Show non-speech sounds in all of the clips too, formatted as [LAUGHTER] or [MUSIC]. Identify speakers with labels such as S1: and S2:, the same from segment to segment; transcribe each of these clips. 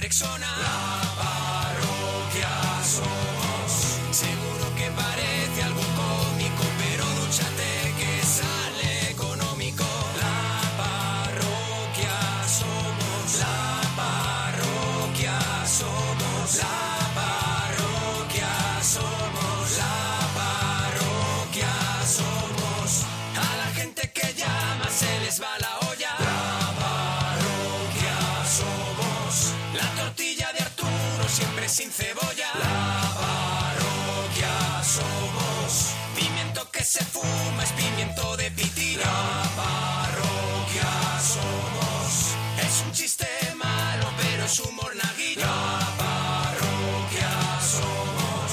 S1: persona. La parroquia somos. Seguro que parece algo cómico, pero dúchate que sale económico. La parroquia somos. La parroquia somos. La parroquia somos. La parroquia somos. A la gente que llama se les va la olla. La parroquia somos. La tortilla de Arturo siempre sin cebolla. La parroquia somos. Pimiento que se fuma es pimiento de pitina. La parroquia somos. Es un chiste malo, pero es un monaguillo. La parroquia somos.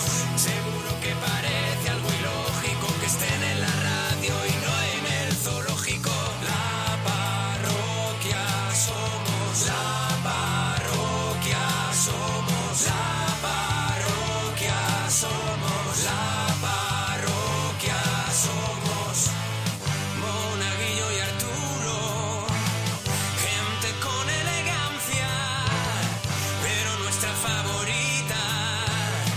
S1: Seguro que parece algo ilógico que estén en la radio y no en el zoológico. La parroquia somos. La parroquia somos. La parroquia somos. La parroquia somos. Monaguillo y Arturo. Gente con elegancia. Pero nuestra favorita.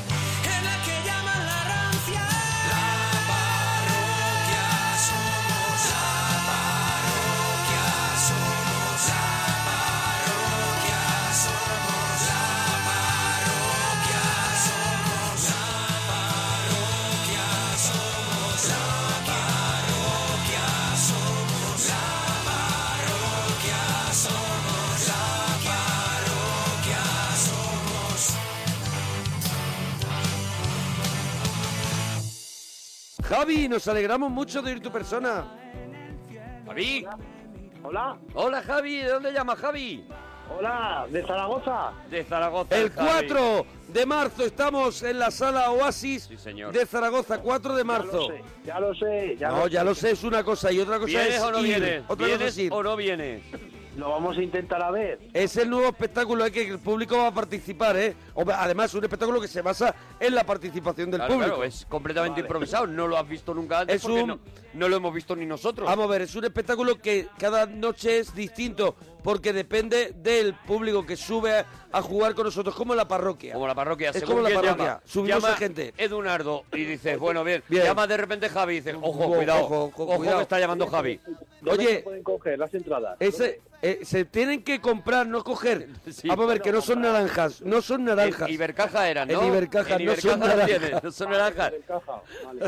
S1: Es la que llaman la rancia. La parroquia somos, la parroquia somos, la parroquia somos, la parroquia somos, la parroquia somos, la parroquia somos, la parroquia somos, la parroquia somos.
S2: Javi, nos alegramos mucho de ir tu persona. Javi.
S3: Hola.
S2: Hola, Javi. ¿De dónde llamas, Javi?
S3: Hola, de Zaragoza.
S2: De Zaragoza. El
S3: Javi.
S2: 4 de marzo estamos en la sala Oasis
S4: señor.
S2: de Zaragoza. 4 de marzo.
S3: Ya lo sé, ya
S2: No,
S3: lo
S2: ya lo sé, es una cosa y otra cosa
S3: ¿Vienes
S2: es
S3: o no
S2: ir.
S3: vienes?
S2: Otra cosa
S3: ¿Vienes
S2: es ir.
S3: o
S4: no vienes?
S3: Lo vamos a intentar a ver.
S2: Es el nuevo espectáculo en que el público va a participar, ¿eh? Hombre, Además, un espectáculo que se basa en la participación del
S4: Claro,
S2: público.
S4: claro, es completamente improvisado, no lo has visto nunca antes
S2: Es
S4: porque
S2: un-
S4: no, no lo hemos visto ni nosotros.
S2: Vamos a ver, es un espectáculo que cada noche es distinto porque depende del público que sube a, a jugar con nosotros, como la parroquia. Como
S4: la parroquia,
S2: es
S4: según
S2: como la
S4: quién
S2: parroquia.
S4: llama.
S2: Subimos
S4: Llama
S2: a gente.
S4: Edunardo y dices, bueno, bien,
S2: Bien.
S4: llama de repente Javi y dices, ojo,
S2: Ojo,
S4: cuidado,
S2: ojo,
S4: ojo,
S2: ojo, cuidado.
S4: que está llamando Javi.
S2: Oye,
S3: pueden coger las entradas.
S2: ese- eh, se tienen que comprar,
S4: [LAUGHS]
S2: no coger. Vamos a ver, que no son naranjas, no son naranjas.
S4: En Ibercaja eran, ¿no?
S2: En Ibercaja,
S4: En
S2: no son
S4: Ibercaja
S2: naranjas.
S4: tienes, no son naranjas.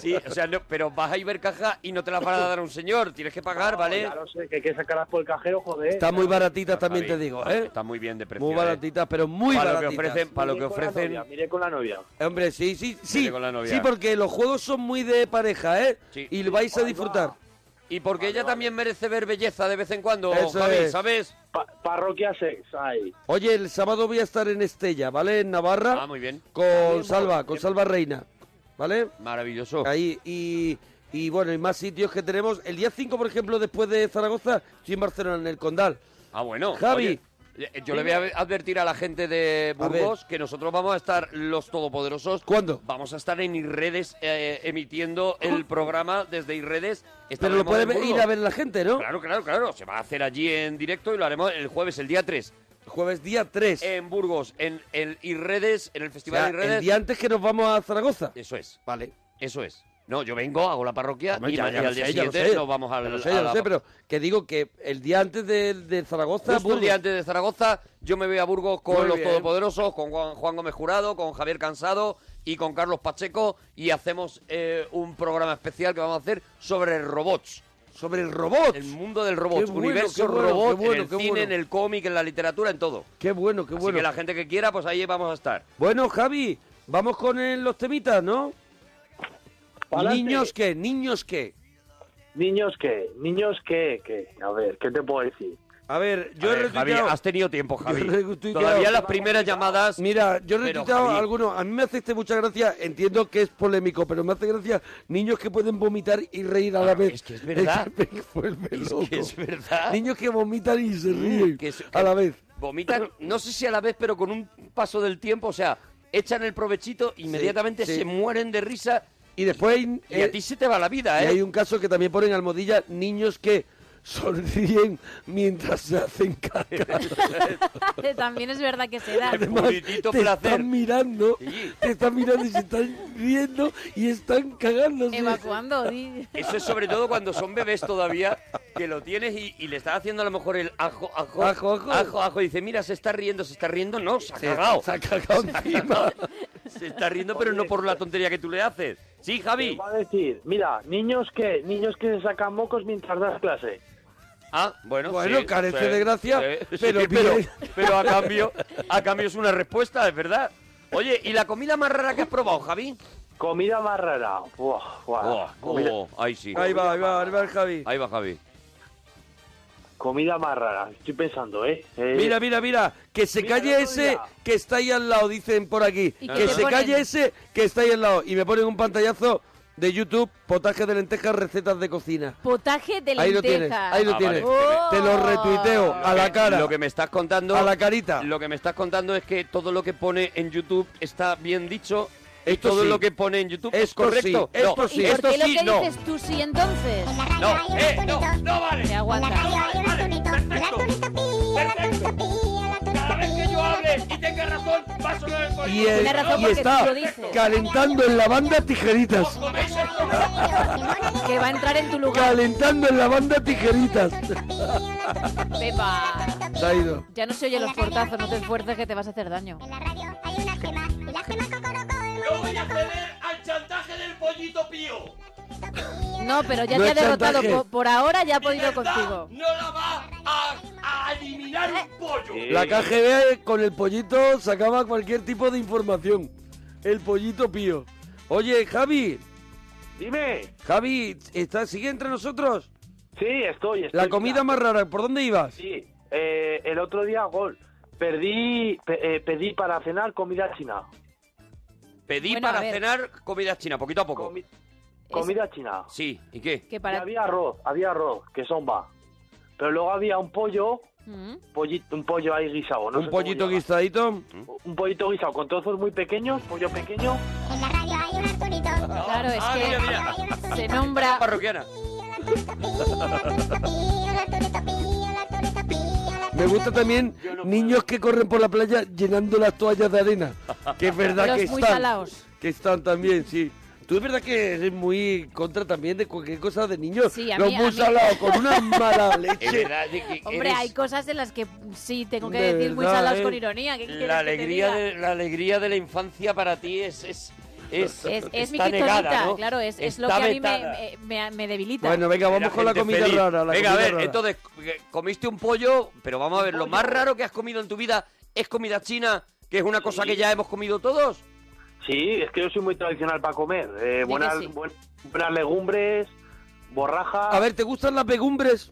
S4: Sí, o sea, no, pero vas a Ibercaja y no te la van a dar a un señor, tienes que pagar, ¿vale?
S3: Ya lo sé, que hay que sacarlas por el cajero, joder.
S2: Está muy baratita, también
S4: Javi,
S2: te digo, ¿eh?
S4: Está muy bien de precio.
S2: Muy baratitas, pero muy
S4: Para lo que
S2: baratitas.
S4: ofrecen- para lo que Miré con la ofrecen- novia,
S3: Miré con la novia.
S2: Eh, Hombre, sí, sí, sí.
S4: Miré con la novia.
S2: Sí, porque los juegos son muy de pareja, ¿eh?
S4: Sí.
S2: Y lo vais a disfrutar.
S4: Y porque ella también merece ver belleza de vez en cuando,
S2: Eso
S4: Javi,
S2: es.
S4: ¿sabes?
S3: parroquia 6, ahí.
S2: Oye, el sábado voy a estar en Estella, ¿vale? En Navarra.
S4: Ah, muy bien.
S2: Con Salva, con Salva Reina. ¿Vale?
S4: Maravilloso.
S2: Ahí, y, y bueno, y más sitios que tenemos. El día 5, por ejemplo, después de Zaragoza, estoy en Barcelona, en el Condal.
S4: Ah, bueno.
S2: Javi.
S4: oye, eh, yo le voy a advertir a la gente de
S2: A
S4: Burgos que nosotros vamos a estar los todopoderosos.
S2: ¿Cuándo?
S4: Vamos a estar en Irredes eh, emitiendo el programa desde Irredes.
S2: Pero
S4: Estaremos
S2: lo puede
S4: en
S2: ver- ir
S4: Burgos.
S2: a ver la gente, ¿no?
S4: Claro, claro, claro. Se va a hacer allí en directo y lo haremos el jueves, el día 3.
S2: Jueves día 3.
S4: En Burgos, en el Irredes, en el
S2: O
S4: Festival
S2: sea,
S4: Irredes.
S2: el día antes que nos vamos a Zaragoza.
S4: Eso es.
S2: Vale.
S4: Eso es. No, yo vengo, hago la parroquia
S2: Hombre,
S4: y,
S2: ya-
S4: ma-
S2: ya
S4: y
S2: lo
S4: al día
S2: sé, ya lo
S4: siguiente
S2: sé.
S4: nos vamos al,
S2: Ya lo sé,
S4: a la-
S2: ya lo sé, pero que digo que el día antes de, de Zaragoza...
S4: Justo el
S2: Burgos.
S4: día antes de Zaragoza, yo me voy a Burgos con
S2: Muy
S4: los
S2: bien.
S4: Todopoderosos, con Juan, Juan Gómez Jurado, con Javier Cansado y con Carlos Pacheco y hacemos eh, un programa especial que vamos a hacer sobre robots.
S2: Sobre robots.
S4: El mundo del robot,
S2: Qué bueno,
S4: universo
S2: qué bueno,
S4: robot,
S2: qué bueno,
S4: en el
S2: qué
S4: cine,
S2: bueno.
S4: en el cómic, en la literatura, en todo.
S2: Qué bueno, qué
S4: Así
S2: bueno.
S4: que la gente que quiera, pues ahí vamos a estar.
S2: Bueno, Javi, vamos con eh, los temitas, ¿no?
S3: Pa'lante.
S2: Niños qué, niños qué.
S3: Niños que, niños que, que. A ver, ¿qué te puedo decir?
S2: A ver, yo
S4: A
S2: he
S4: ver, Javi,
S2: retuiteado-
S4: has tenido
S2: [LAUGHS]
S4: tiempo, Javi.
S2: Yo he retuiteado-
S4: Todavía las primeras
S2: [LAUGHS]
S4: llamadas.
S2: Mira, yo he
S4: Pero,
S2: retuiteado
S4: Javi.
S2: algunos. A mí me hace este mucha gracia. Entiendo que es polémico, pero me hace gracia niños que pueden vomitar y reír
S4: Ah,
S2: a la vez. Es que es [LAUGHS]
S4: verdad.
S2: que me vuelve loco.
S4: que es verdad. Mm,
S2: Niños que vomitan y se ríen
S4: que es-
S2: a la vez.
S4: vomitan, no sé si a la vez, pero con un paso del tiempo, o sea, echan el provechito, inmediatamente
S2: sí.
S4: se mueren de risa
S2: Y después hay,
S4: y
S2: eh,
S4: a ti se te va la
S2: y
S4: vida, ¿eh?
S2: hay un caso que [LAUGHS] también ponen almohadilla, niños que sonríen mientras se
S4: [LAUGHS]
S2: hacen caca.
S5: [LAUGHS] También es verdad que se da.
S2: [LAUGHS] Además, te están mirando, te están mirando y se están riendo y están cagándose.
S5: Evacuando, di.
S4: Eso es sobre todo cuando son bebés todavía, que lo tienes y, y le estás haciendo a lo mejor el ajo, ajo,
S2: Ajo, ajo.
S4: ajo, ajo, Y dice, mira, se está riendo, se está riendo. No, se ha
S2: Se- [LAUGHS]
S4: cagado.
S2: se ha cagado
S4: [LAUGHS]
S2: encima.
S4: Se está riendo, pero no por la tontería que tú le haces. Sí, Javi.
S3: Va a decir, mira, niños que, niños que se sacan mocos mientras das clase.
S4: Ah, bueno,
S2: Bueno,
S4: sí,
S2: carece
S4: sí,
S2: de gracia,
S4: sí,
S2: pero
S4: sí, pero,
S2: bien.
S4: pero a cambio, a cambio es una respuesta, es verdad. Oye, ¿y la comida más rara que has probado, Javi?
S3: Comida más rara. Buah, buah.
S4: Oh,
S3: comida,
S4: oh, ahí sí.
S2: Ahí va, ahí va, ahí va el Javi.
S4: Ahí va, Javi.
S3: comida más rara. Estoy pensando, ¿eh? Eh,
S2: Mira, mira, mira, que se
S3: Mira, el
S2: calle
S3: otro
S2: ese
S3: día.
S2: que está ahí al lado, dicen por aquí. Que
S5: ¿Y qué te
S2: se
S5: ponen?
S2: calle ese que está ahí al lado. Y me ponen un pantallazo de YouTube, potaje de lentejas, recetas de cocina.
S5: Potaje de lentejas. Oh.
S2: Ahí lo tienes, ahí lo
S4: Ah,
S2: tienes.
S5: vale.
S2: Te lo retuiteo a la cara,
S4: Lo que me estás contando.
S2: a la carita.
S4: Lo que me estás contando es que todo lo que pone en YouTube está bien dicho. y
S2: Esto
S4: todo
S2: sí.
S4: lo que pone en YouTube es
S2: Esto
S4: correcto.
S2: sí,
S4: No,
S2: esto sí.
S5: ¿Y por
S4: esto
S5: qué lo
S4: sí,
S5: que
S4: no.
S5: dices tú sí entonces?
S6: En la radio
S4: No,
S6: hay un
S4: eh, no,
S6: tunito.
S4: no vale.
S5: Te
S6: En la
S5: aguanta.
S6: radio hay un tunito. La tunita pía, la tunita pía, la tunita
S4: Cada vez que yo
S6: pía,
S4: hable
S6: la
S4: y
S6: tunita
S4: tenga razón, va a sonar el
S2: Y,
S4: polígono.
S2: el-
S5: Tiene razón
S2: y
S5: porque tú
S2: está
S5: lo dices.
S2: calentando en la banda tijeritas.
S4: ¿Veis el
S6: pía, la tunita pía,
S5: Que va a entrar en tu lugar.
S2: Calentando en la banda tijeritas.
S5: Pepa.
S2: Se ha ido.
S5: Ya no se oye los portazos, no te esfuerces que te vas a hacer daño.
S6: En la radio hay una gema, y la gema cocorocó, el
S4: No voy
S6: monito
S4: a ceder al chantaje del pollito pío.
S6: pía.
S5: No, pero ya
S2: No
S5: te ha
S2: es
S5: derrotado.
S2: chantaje.
S5: Por, por ahora ya ha
S4: Mi
S5: podido
S4: verdad
S5: contigo.
S4: No la va a, a eliminar un pollo.
S3: Sí.
S2: La KGB con el pollito sacaba cualquier tipo de información. El pollito pío. Oye, Javi,
S3: Dime.
S2: Javi, ¿está, ¿sigue entre nosotros?
S3: Sí, estoy, estoy.
S2: La comida
S3: mira.
S2: más rara, ¿por dónde ibas?
S3: Sí, eh, el otro día gol. Perdí, pe- eh, pedí para cenar comida china.
S4: Pedí
S5: Bueno,
S4: para
S5: a ver.
S4: cenar comida china, poquito a poco.
S3: Comi- comida china.
S4: Sí, ¿y qué?
S5: Que
S3: Ah. Y
S5: para...
S3: había arroz, había arroz, que son va. Pero luego había un pollo,
S5: ¿Mm?
S3: pollito, un pollo ahí guisado. no
S2: Un
S3: sé cómo
S2: pollito
S3: llaman.
S2: guisadito.
S3: Un pollito guisado con trozos muy pequeños, pollo pequeño.
S6: En la radio hay un arturito.
S5: Claro, es
S4: Ah, mira,
S5: que
S4: mira.
S5: se nombra... [LAUGHS]
S4: Parroquiana.
S3: eh.
S2: Me gusta también niños que corren por la playa llenando las toallas de arena. Que es verdad
S5: Los
S2: que
S5: muy
S2: están.
S5: salaos.
S2: Que están también, sí. Tú es verdad que eres muy contra también de cualquier cosa de niños.
S5: Sí, a
S2: Los
S5: mí- a
S2: muy
S5: mí-
S2: salados, con una
S3: [LAUGHS]
S2: mala
S4: Es
S2: leche.
S4: verdad de que
S5: Hombre,
S4: eres
S5: hay cosas de las que sí tengo que
S2: De
S5: decir muy
S2: verdad,
S5: salados
S2: ¿eh?
S5: con ironía. ¿Qué quieres que te
S4: la alegría
S5: diga?
S4: de la alegría de la infancia para ti es es es,
S5: Es, es mi
S4: está negada,
S5: criptonita,
S4: ¿no?
S5: claro, es, es lo que
S4: Está
S5: a mí me,
S4: vetada.
S5: me- me- me debilita.
S2: Bueno, venga, vamos
S4: Era
S2: con la
S4: gente
S2: comida
S4: feliz.
S2: rara. la
S4: Venga, a
S2: comida
S4: ver,
S2: rara.
S4: entonces, eh, comiste un pollo, pero vamos a ver, lo más raro que has comido en tu vida es comida china, que es una cosa que ya hemos comido todos.
S3: Sí, es que yo soy muy tradicional para comer. Eh,
S5: que
S3: buenas,
S5: sí.
S3: buen- buenas legumbres, borraja.
S2: A ver, ¿te gustan las legumbres?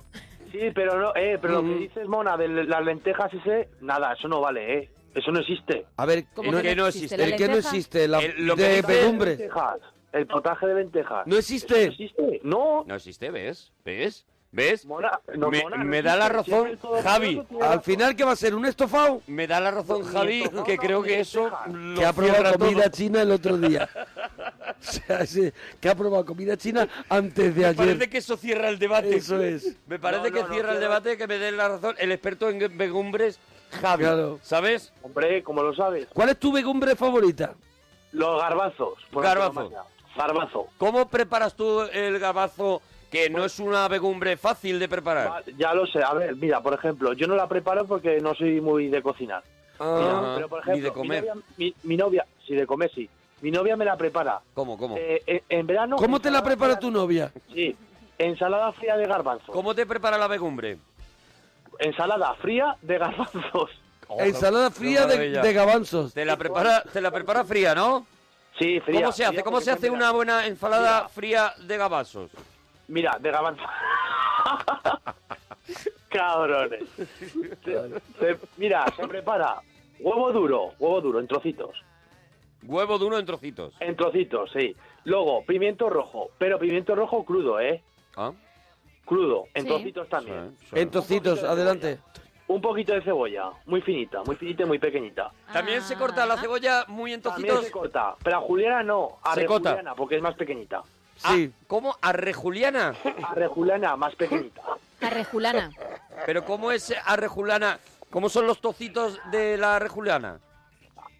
S3: Sí, pero no, eh, pero lo
S2: Mm.
S3: que dices, Mona, de las lentejas ese, nada, eso no vale, eh. Eso no existe.
S2: A ver,
S5: Como
S2: no-
S4: que no existe?
S5: la
S2: ¿el que no
S5: lenteja.
S2: existe? La
S4: El- Eh, lo que
S2: de
S4: dice-
S2: legumbres.
S3: Lentejas, el potaje de lentejas.
S2: No existe.
S3: Eso No existe. No.
S4: No existe, ¿ves? ¿Ves? ¿Ves?
S3: Mona- no,
S4: me,
S3: Mona, no
S4: me da la
S3: existe.
S4: razón,
S3: Siempre todo
S4: Javi.
S3: mundo tiene
S2: Al
S3: razón.
S2: final, ¿qué va a ser? ¿Un estofado?
S4: Me da la razón, Javi,
S3: no,
S4: que
S3: no,
S4: creo que
S3: ni
S4: eso
S3: lentejas.
S4: lo
S2: Que ha
S4: cierra
S2: probado
S4: todo.
S2: comida china el
S4: [LAUGHS]
S2: otro día. o sea, sí, que ha probado comida china antes de
S4: Me parece
S2: ayer.
S4: que eso cierra el debate. [LAUGHS]
S2: Eso es.
S4: Me parece
S3: No,
S4: que
S3: no, no,
S4: cierra el
S3: cierra-
S4: debate, que me dé la razón el experto en legumbres, Javi.
S2: Claro.
S4: ¿Sabes?
S3: Hombre, como lo sabes,
S2: ¿Cuál es tu legumbre favorita?
S3: los garbanzos. por
S4: Garbanzo.
S3: antonomasia. Garbanzo.
S4: ¿Cómo preparas tú el gabazo, que no es una legumbre fácil de preparar?
S3: Pues Va- Ya lo sé. A ver, mira, por ejemplo, yo no la preparo porque no soy muy de cocinar. Mira,
S4: Ajá,
S3: pero por
S4: Ah. ni de
S3: ejemplo,
S4: comer.
S3: Mi novia, mi- mi novia- sí, de comer sí. Mi novia me la prepara.
S4: ¿Cómo, cómo?
S3: Eh, eh, en verano.
S2: ¿Cómo te la
S3: ensalada
S2: prepara
S3: fría-
S2: tu novia?
S3: Sí, ensalada fría de garbanzos.
S4: ¿Cómo te prepara la legumbre?
S3: Ensalada fría de garbanzos.
S2: Ensalada
S4: qué
S2: fría de,
S4: maravilla.
S2: de garbanzos.
S4: Te la prepara, te la prepara fría, ¿no?
S3: Sí, fría.
S4: ¿Cómo se hace?
S3: fría
S4: ¿Cómo
S3: porque
S4: se
S3: está
S4: hace
S3: en
S4: una
S3: verano.
S4: buena ensalada
S3: Mira.
S4: fría de gabazos?
S3: Mira, de garbanzos. Cabrones. Se- se- mira, se prepara huevo duro, huevo duro, en trocitos.
S4: Huevo duro en trocitos.
S3: En trocitos, sí. Luego, pimiento rojo, pero pimiento rojo crudo, ¿eh?
S4: Ah,
S3: Crudo, en
S5: Sí.
S3: trocitos
S4: sí,
S3: también.
S4: sí.
S2: En trocitos, adelante.
S3: Un poquito de cebolla, muy finita, muy finita y muy pequeñita.
S4: También se corta la cebolla muy en
S3: También
S4: trocitos.
S3: se corta, pero a Juliana no, a
S4: Se
S3: Re
S4: corta.
S3: Juliana, porque es más pequeñita.
S4: Ah,
S2: Sí.
S4: ¿Cómo? ¿Arre Juliana?
S3: A Re Juliana, más pequeñita.
S5: Arrejulana.
S4: [LAUGHS] Pero ¿cómo es arrejulana? ¿Cómo son los tocitos de la arrejulana?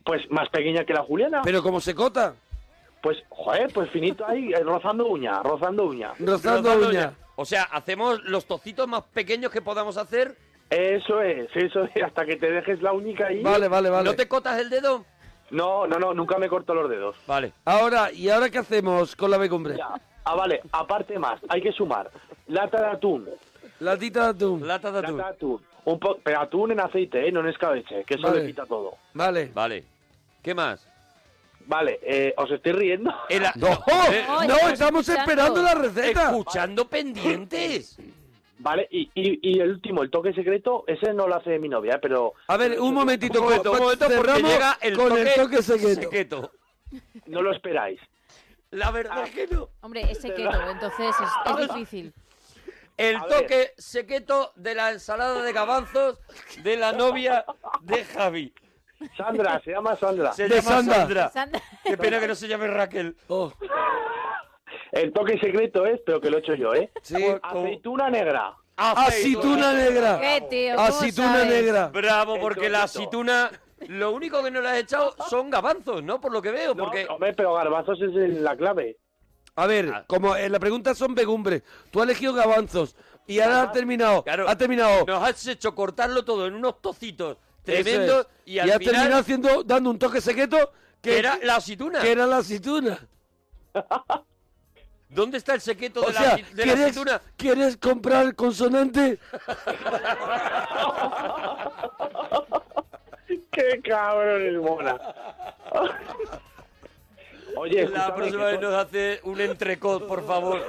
S3: Pues más pequeña que la Juliana.
S2: Pero como se cota,
S3: Pues, joder, pues finito ahí, eh, rozando uña, rozando uña.
S2: rozando,
S4: Rozando
S2: uña.
S4: uña. O sea, hacemos los tocitos más pequeños que podamos hacer.
S3: Eso es, eso es, hasta que te dejes la uñica ahí.
S2: Vale, vale, vale.
S4: ¿No te cotas el dedo?
S3: No, no, no, nunca me corto los dedos.
S4: Vale.
S2: Ahora, ¿y ahora qué hacemos con la becumbre?
S3: Ya. Ah, vale, aparte más, hay que sumar. Lata de atún.
S2: Latita de atún.
S4: Lata de
S3: Lata
S4: atún.
S3: de atún. Un po- pero atún en aceite, ¿eh? no en escabeche, que eso
S2: Vale.
S3: le quita todo.
S2: Vale.
S4: Vale. ¿Qué más?
S3: Vale, eh, ¿os estoy riendo?
S4: El a- [LAUGHS]
S2: ¡No!
S4: eh,
S5: Ay,
S2: ¡No!
S5: estás
S2: ¡Estamos
S5: escuchando.
S2: esperando la receta!
S4: escuchando pendientes.
S3: Vale, y, y, y el último, el toque secreto, ese no lo hace mi novia, ¿eh? pero...
S2: A ver, un momentito,
S4: Un momento, un momento, porque
S2: cerramos
S4: llega el
S2: con
S4: toque,
S2: el toque secreto.
S4: secreto.
S3: No lo esperáis.
S4: La [LAUGHS] verdad es que no.
S5: Hombre, es sequeto, entonces es, es difícil.
S4: El
S3: [LAUGHS] A ver.
S4: toque secreto de la ensalada de garbanzos de la novia de Javi. [LAUGHS]
S3: Sandra, se llama Sandra.
S4: Se
S2: De
S4: llama
S2: Sandra.
S4: Sandra.
S5: Sandra-
S4: Qué pena que no se llame Raquel.
S2: Oh,
S3: El toque secreto es, pero que lo he hecho yo, ¿eh?
S2: sí.
S3: Aceituna negra.
S2: Aceituna negra.
S5: ¿Qué, tío? ¿Cómo
S2: Aceituna
S5: sabes?
S2: negra.
S4: Bravo,
S3: El
S4: porque la
S3: trocito.
S4: aceituna. Lo único que no le has echado son garbanzos, ¿no? Por lo que veo,
S3: No,
S4: porque.
S3: hombre, pero garbanzos es el- la clave.
S2: A
S4: Ah.
S2: ver, como en la pregunta son legumbres, tú has elegido gabanzos y ahora has terminado.
S4: Claro.
S2: Has terminado.
S4: Nos has hecho cortarlo todo en unos tocitos
S2: Eso es.
S4: tremendos y al
S2: has
S4: final
S2: terminado haciendo, dando un toque secreto
S4: que
S2: que,
S4: era la aceituna.
S2: que era la aceituna.
S4: ¿Dónde está el secreto
S2: O
S4: de,
S2: sea,
S4: la, aci- de la
S2: ¿quieres,
S4: aceituna?
S2: ¿quieres comprar consonante?
S3: ¡Qué cabrón es mona! Oye,
S4: La
S3: escuchadme,
S4: próxima vez nos hace un entrecot, por favor.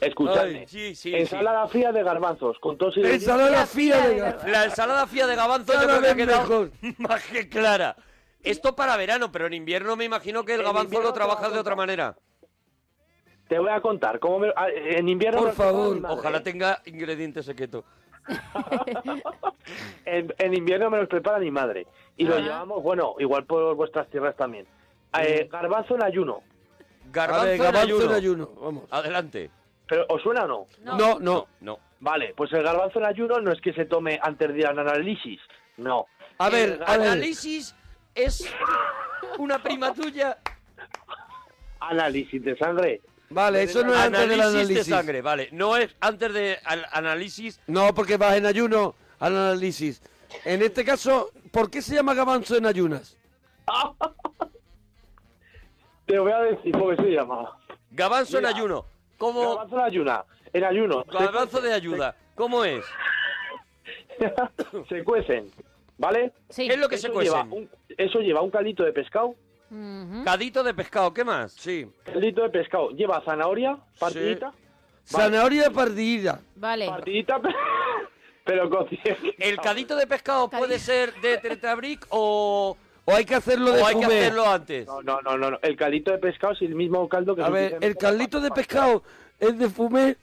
S3: escuchadme.
S4: Ay, sí, sí,
S3: Ensalada fría de garbanzos, con tos y
S2: [LAUGHS]
S3: de-
S2: Ensalada fría de garbanzos.
S4: La ensalada fría de garbanzos
S2: Cada
S4: yo creo que ha
S2: vez
S4: quedado
S2: mejor.
S4: [LAUGHS] más que clara. Esto para verano, pero en invierno me imagino que el
S3: En
S4: gabanzo
S3: invierno
S4: lo
S3: te va a
S4: trabajas de otra
S3: tocar.
S4: manera.
S3: Te voy a contar cómo me- ah, en invierno...
S2: Por
S3: me lo hacía
S2: favor.
S3: mi madre.
S4: Ojalá tenga ingredientes secretos.
S3: En, en invierno me los prepara mi madre. Y lo
S5: Ah.
S3: llevamos, bueno, igual por vuestras tierras también. Eh, garbanzo en ayuno.
S4: Garbanzo,
S2: A ver,
S4: en
S2: garbanzo
S4: ayuno.
S2: en ayuno, Vamos.
S4: Adelante.
S3: ¿Pero os suena o no?
S5: No.
S2: No, no.
S4: No.
S3: Vale, pues el garbanzo en ayuno no es que se tome antes de ir al análisis. No.
S2: A ver,
S4: El
S2: a ver.
S4: análisis es una prima tuya.
S3: Análisis de sangre.
S2: Vale, eso no es antes del
S4: Análisis de
S2: análisis.
S4: sangre, vale. No es antes de al- análisis.
S2: No, porque vas en ayuno al análisis. En este caso, ¿por qué se llama gabanzo en ayunas?
S3: Te voy a decir cómo se llama.
S4: Gabanzo en
S3: Mira.
S4: ayuno. Como
S3: Garbanzo en ayuna. En ayuno. Se
S4: garbanzo
S3: cuecen,
S4: de ayuda. ¿Cómo es?
S3: Se, [LAUGHS] se cuecen, ¿vale?
S5: Sí.
S4: Es lo que se
S3: lleva
S4: cuece.
S3: un, eso lleva un caldito de pescado.
S5: Ujú.
S4: ¿Mm? Cadito de pescado, ¿qué más?
S2: Sí.
S3: Caldito de pescado. Lleva zanahoria, partidita.
S2: Zanahoria pardilla.
S5: Vale.
S3: Partidita, pero con
S4: ¿El cadito de pescado puede
S5: Cadito.
S4: ser de Tetrabric o,
S2: O hay que hacerlo de
S4: o hay que
S2: comer.
S4: hacerlo antes?
S3: No, no, no, no, no. El caldito de pescado es el mismo caldo que...
S2: A
S3: se
S2: ver,
S3: utiliza en-
S2: el caldito de pescado es de fumé.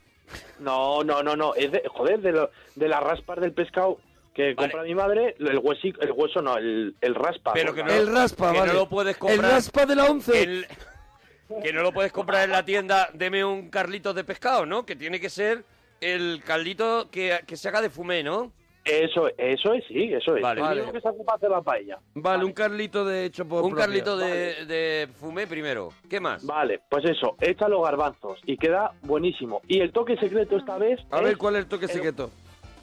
S3: No, no, no, no. Es de, joder, de, lo- de las raspas del pescado que compra mi madre, el huesico, el hueso no, el, el raspa.
S4: Pero que no-
S2: El raspa,
S4: que
S2: vale.
S4: no lo puedes comprar.
S2: El raspa de la once.
S4: El- que no lo puedes comprar en la tienda, deme un carlito de pescado, ¿no? Que tiene que ser el caldito que, que se haga de fumé, ¿no?
S3: Eso, eso es, sí, eso es.
S4: Vale.
S3: El
S2: Vale.
S3: mismo que se ocupa de la paella.
S2: Vale, un carlito de hecho por
S4: Un
S2: propia.
S4: carlito de, de fumé primero. ¿Qué más?
S3: Vale, pues eso, echa los garbanzos y queda buenísimo. Y el toque secreto esta vez
S2: A ver
S3: es
S2: cuál es el toque secreto.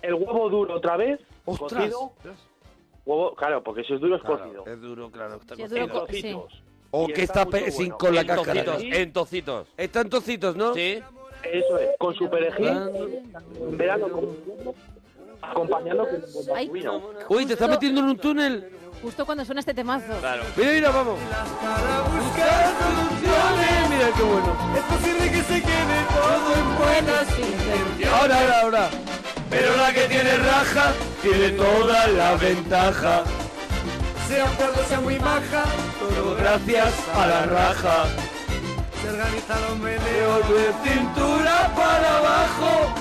S3: el huevo duro otra vez,
S2: Ostras.
S3: cocido. Huevo, claro, porque si es duro es
S2: Claro,
S3: cocido.
S2: es duro, claro. Está
S5: Sí, es
S2: cocido.
S5: duro.
S3: En trocitos.
S2: O
S3: Y
S2: que
S3: está
S2: está
S3: muy
S2: pe-
S3: bueno.
S2: sin con la
S4: en
S2: cáscara.
S4: tocitos, en tocitos.
S2: Están tocitos, ¿no?
S4: ¿Sí?
S3: Eso es, con su
S2: Ah.
S3: perejil, en verano, con- acompañando con
S5: Ay.
S3: vino.
S2: Uy, te está
S5: Justo-
S2: metiendo en un túnel.
S5: Justo cuando suena este temazo.
S4: Claro.
S2: Mira, mira, vamos.
S4: Eh,
S2: Mira qué bueno.
S7: Es posible que se quede todo en
S2: Ahora, ahora, ahora.
S7: Pero la que tiene raja
S2: Tiene toda la ventaja.
S7: Sea un cerdo, sea muy maja
S2: Todo gracias a la raja.
S7: Se organiza
S2: Leo
S7: los meneos
S2: de cintura para abajo,